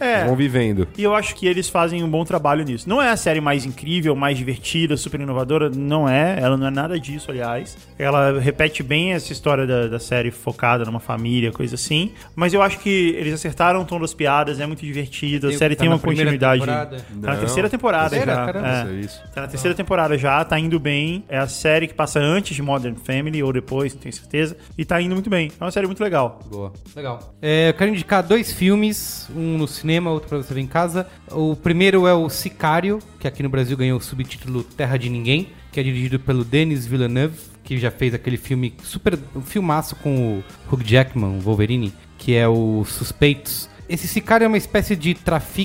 S5: É.
S4: Eles vão vivendo.
S5: E eu acho que eles fazem um bom trabalho nisso. Não é a série mais incrível, mais divertida, super inovadora. Não é. Ela não é nada disso, aliás. Ela repete bem essa história da, da série focada numa família, coisa assim. Mas eu acho que eles acertaram o tom das piadas, é muito divertido. A
S3: Tem-
S5: série
S3: tá
S5: tem
S3: na
S5: uma
S3: primeira
S5: continuidade.
S3: temporada?
S5: Tá na
S4: Não.
S5: terceira temporada
S3: Terceira?
S5: já.
S3: Caramba,
S5: É.
S4: Isso é isso.
S5: Tá na terceira temporada já, tá indo bem. É a série que passa antes de Modern Family, ou depois, não tenho certeza. E tá indo muito bem. É uma série muito legal.
S3: Boa, legal. É, eu quero indicar dois filmes, um no cinema, outro pra você ver em casa. O primeiro é o Sicário, que aqui no Brasil ganhou o subtítulo Terra de Ninguém, que é dirigido pelo Denis Villeneuve, que já fez aquele filme super um filmaço com o Hugh Jackman, o Wolverine, que é o Suspeitos. Esse Sicário é uma espécie de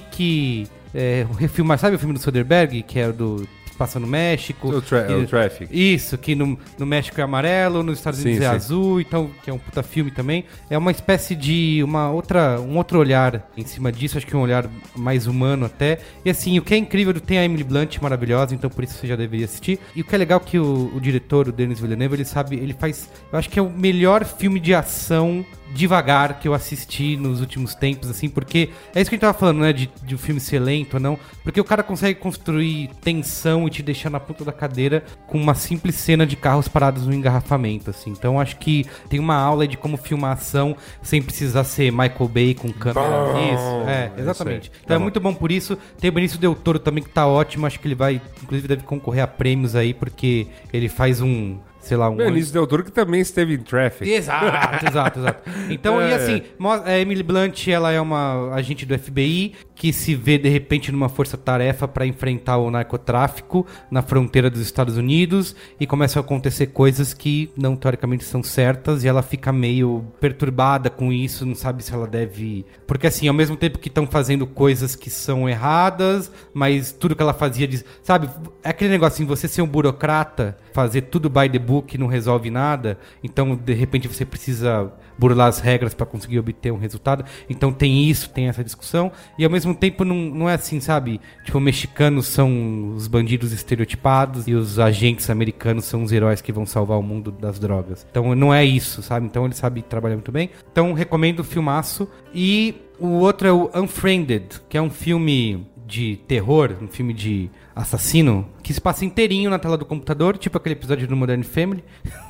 S3: trafique é, refilmar, sabe o filme do Soderbergh, que é o do que passa no México?
S4: O tra- é
S3: E-
S4: o Traffic.
S3: isso, que no, no México é amarelo, nos Estados
S4: Sim,
S3: Unidos é
S4: sim.
S3: azul, então, que é um puta filme também. É uma espécie de uma outra, um outro olhar em cima disso, acho que um olhar mais humano até. E assim, o que é incrível, tem a Emily Blunt maravilhosa, então por isso você já deveria assistir. E o que é legal é que o, o diretor, o Denis Villeneuve, ele sabe, ele faz, eu acho que é o melhor filme de ação devagar que eu assisti nos últimos tempos, assim, porque é isso que a gente tava falando, né, de, de o filme ser lento ou não, porque o cara consegue construir tensão e te deixar na ponta da cadeira com uma simples cena de carros parados no engarrafamento, assim, então acho que tem uma aula de como filmar ação sem precisar ser Michael Bay com câmera,
S4: Bom,
S3: isso,
S4: é
S3: é,
S4: isso aí.
S3: exatamente. Então
S4: Tá
S3: é
S4: bom.
S3: muito bom por isso, tem o Benício Del Toro também que tá ótimo, acho que ele vai, inclusive deve concorrer a prêmios aí, porque ele faz um sei lá, um.
S4: Meu,
S3: ano.
S4: Nisso Del Toro que também esteve em Traffic.
S3: Exato, exato, exato. Então, e
S4: É.
S3: assim, mo- a Emily Blunt, ela é uma agente do FBI que se vê de repente numa força-tarefa para enfrentar o narcotráfico na fronteira dos Estados Unidos e começam a acontecer coisas que não teoricamente são certas e ela fica meio perturbada com isso, não sabe se ela deve, porque assim, ao mesmo tempo que estão fazendo coisas que são erradas, mas tudo que ela fazia diz, sabe, é aquele negócio assim, você ser um burocrata, fazer tudo by the book não resolve nada, então de repente você precisa burlar as regras para conseguir obter um resultado. Então tem isso, tem essa discussão. E ao mesmo tempo não, não é assim, sabe? Tipo, mexicanos são os bandidos estereotipados e os agentes americanos são os heróis que vão salvar o mundo das drogas. Então não é isso, sabe? Então ele sabe trabalhar muito bem. Então recomendo o filmaço. E o outro é o Unfriended, que é um filme de terror, um filme de assassino, que se passa inteirinho na tela do computador, tipo aquele episódio do Modern Family.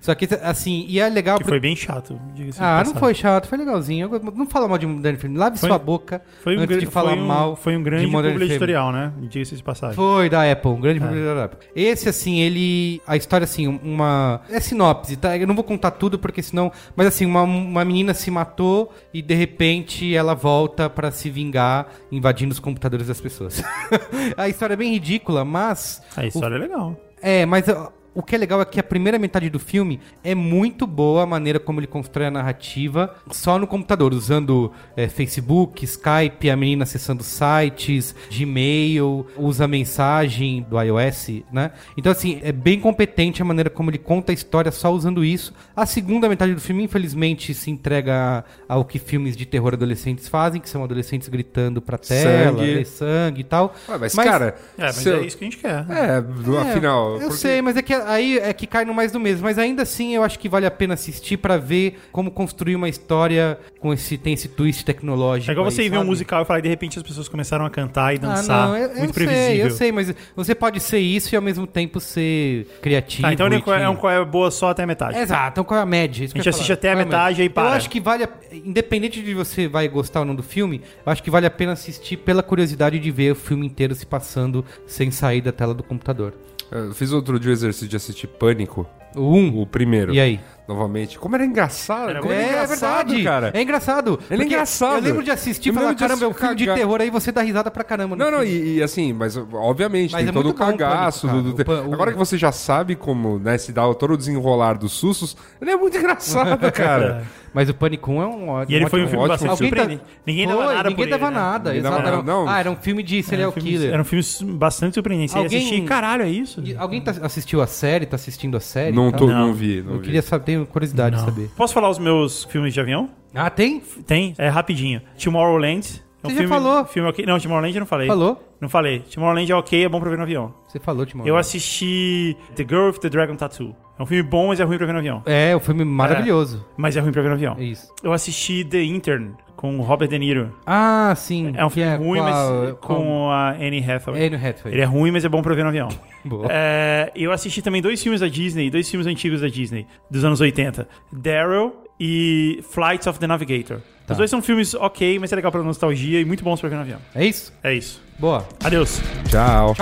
S3: Só que, assim, e é legal
S5: Que foi bem chato, diga-se de
S3: ah, não
S5: passagem.
S3: foi chato, foi legalzinho. Eu go- não fala mal de Modern Family. Lave
S5: Foi-
S3: sua boca
S5: Foi um,
S3: antes
S5: gran-
S3: de falar
S5: foi um-
S3: mal
S5: Foi um grande publi É. editorial, né? Diga-se de passagem.
S3: Foi da Apple, um grande publicidade da Apple. Esse, assim, ele. A história, assim, uma. É sinopse, tá? Eu não vou contar tudo, porque senão. Mas, assim, uma, uma menina se matou e, de repente, ela volta pra se vingar invadindo os computadores das pessoas. a história é bem ridícula, mas.
S5: A história é legal.
S3: É, mas ó, o que é legal é que a primeira metade do filme é muito boa a maneira como ele constrói a narrativa só no computador, usando é, Facebook, Skype, a menina acessando sites, Gmail, usa a mensagem do iOS, né? Então, assim, é bem competente a maneira como ele conta a história só usando isso. A segunda metade do filme, infelizmente, se entrega ao que filmes de terror adolescentes fazem, que são adolescentes gritando pra tela,
S4: Sangue.
S3: sangue, sangue e tal.
S4: Ué, mas, cara...
S5: É, mas
S4: seu-
S5: é isso que a gente quer.
S4: É,
S3: É,
S4: afinal...
S3: Eu
S4: porque-
S3: sei, mas é que aí é que cai no mais do mesmo. Mas ainda assim, eu acho que vale a pena assistir pra ver como construir uma história com esse tem esse twist tecnológico.
S5: É igual
S3: tipo aí,
S5: você ir ver um
S3: sabe?
S5: musical e falar e de repente as pessoas começaram a cantar e
S3: Ah,
S5: dançar.
S3: não, eu, eu
S5: Muito
S3: sei,
S5: previsível.
S3: eu sei, mas você pode ser isso e ao mesmo tempo ser criativo.
S5: Tá, então
S3: e
S5: é um qual- é um
S3: que-
S5: qual é boa só até a metade.
S3: Exato, então qual é a média? Isso
S5: A gente
S3: que eu ia
S5: assiste
S3: falar.
S5: até a
S3: Qual é
S5: metade e aí para.
S3: Eu acho que vale, a- independente de você vai gostar ou não do filme, eu acho que vale a pena assistir pela curiosidade de ver o filme inteiro se passando sem sair da tela do computador.
S4: Eu fiz outro dia o exercício de assistir Pânico,
S3: O um,
S4: o primeiro.
S3: e aí?
S4: Novamente. Como era engraçado.
S5: Era
S4: como
S5: muito-
S4: era
S3: É,
S4: engraçado,
S3: verdade,
S4: cara.
S3: É engraçado. Porque
S4: engraçado.
S3: Eu lembro de assistir e
S4: Eu
S3: falar,
S4: lembro de
S3: caramba, é um
S4: assistir,
S3: filme de
S4: cagar."
S3: terror, aí você dá risada pra caramba. no
S4: Não, não,
S3: filme.
S4: e, e assim, mas obviamente,
S3: Mas
S4: tem
S3: é
S4: todo o
S3: muito bom o
S4: cagaço.
S3: Pânico, cara. O
S4: do, do-
S3: pan- o-
S4: Agora que você já sabe como né, se dá todo o desenrolar dos sustos, ele é muito engraçado, cara.
S3: Mas o Pânico 1 é um ótimo
S5: E ele foi um
S3: ótimo- tá-
S4: ótimo
S5: filme bastante
S4: filme.
S5: surpreendente. Ninguém dava
S3: Foi,
S5: nada por
S3: Ninguém
S5: ele,
S3: dava
S5: né?
S3: nada,
S4: Ninguém dava
S3: exato. Era um-
S4: nada, não.
S3: Ah, era um filme de serial
S5: Era um filme,
S3: killer.
S5: Era um filme su- bastante surpreendente. Você
S3: Alguém-
S5: assistia e caralho, é isso?
S3: E Alguém tá- assistiu a série? Tá assistindo a série?
S4: Não,
S3: e tal?
S4: tô,
S5: Não.
S4: não. vi, não
S3: Eu
S4: vi.
S3: queria saber, tenho curiosidade de saber.
S5: Posso falar os meus filmes de avião?
S3: Ah, tem?
S5: Tem, é rapidinho. Tomorrowland. É um
S3: Você já
S5: filme,
S3: falou.
S5: Filme ok. Não, Tomorrowland eu não falei.
S3: Falou.
S5: Não falei. Tomorrowland é ok, é bom pra ver no avião.
S3: Você falou, Timão.
S5: Eu assisti The Girl with the Dragon Tattoo. É um filme bom, mas é ruim pra ver no avião.
S3: É, um filme maravilhoso.
S5: Mas é ruim pra ver no avião.
S3: É isso.
S5: Eu assisti The Intern com o Robert De Niro.
S3: Ah, sim.
S5: É um
S3: que
S5: filme ruim,
S3: com
S5: mas
S3: a- com
S5: com a Annie Hathaway.
S3: Anne Hathaway.
S5: Ele é ruim, mas é bom pra ver no avião.
S3: Boa.
S5: É, eu assisti também dois filmes da Disney, dois filmes antigos da Disney, dos anos 80. Daryl e Flights of the Navigator.
S3: Tá.
S5: Os dois são filmes ok, mas é legal pra nostalgia e muito bons pra ver no avião.
S3: É isso?
S5: É isso.
S3: Boa.
S5: Adeus.
S4: Tchau.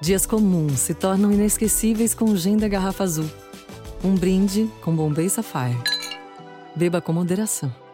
S1: Dias comuns se tornam inesquecíveis com o gin da garrafa azul. Um brinde com Bombay Sapphire. Beba com moderação.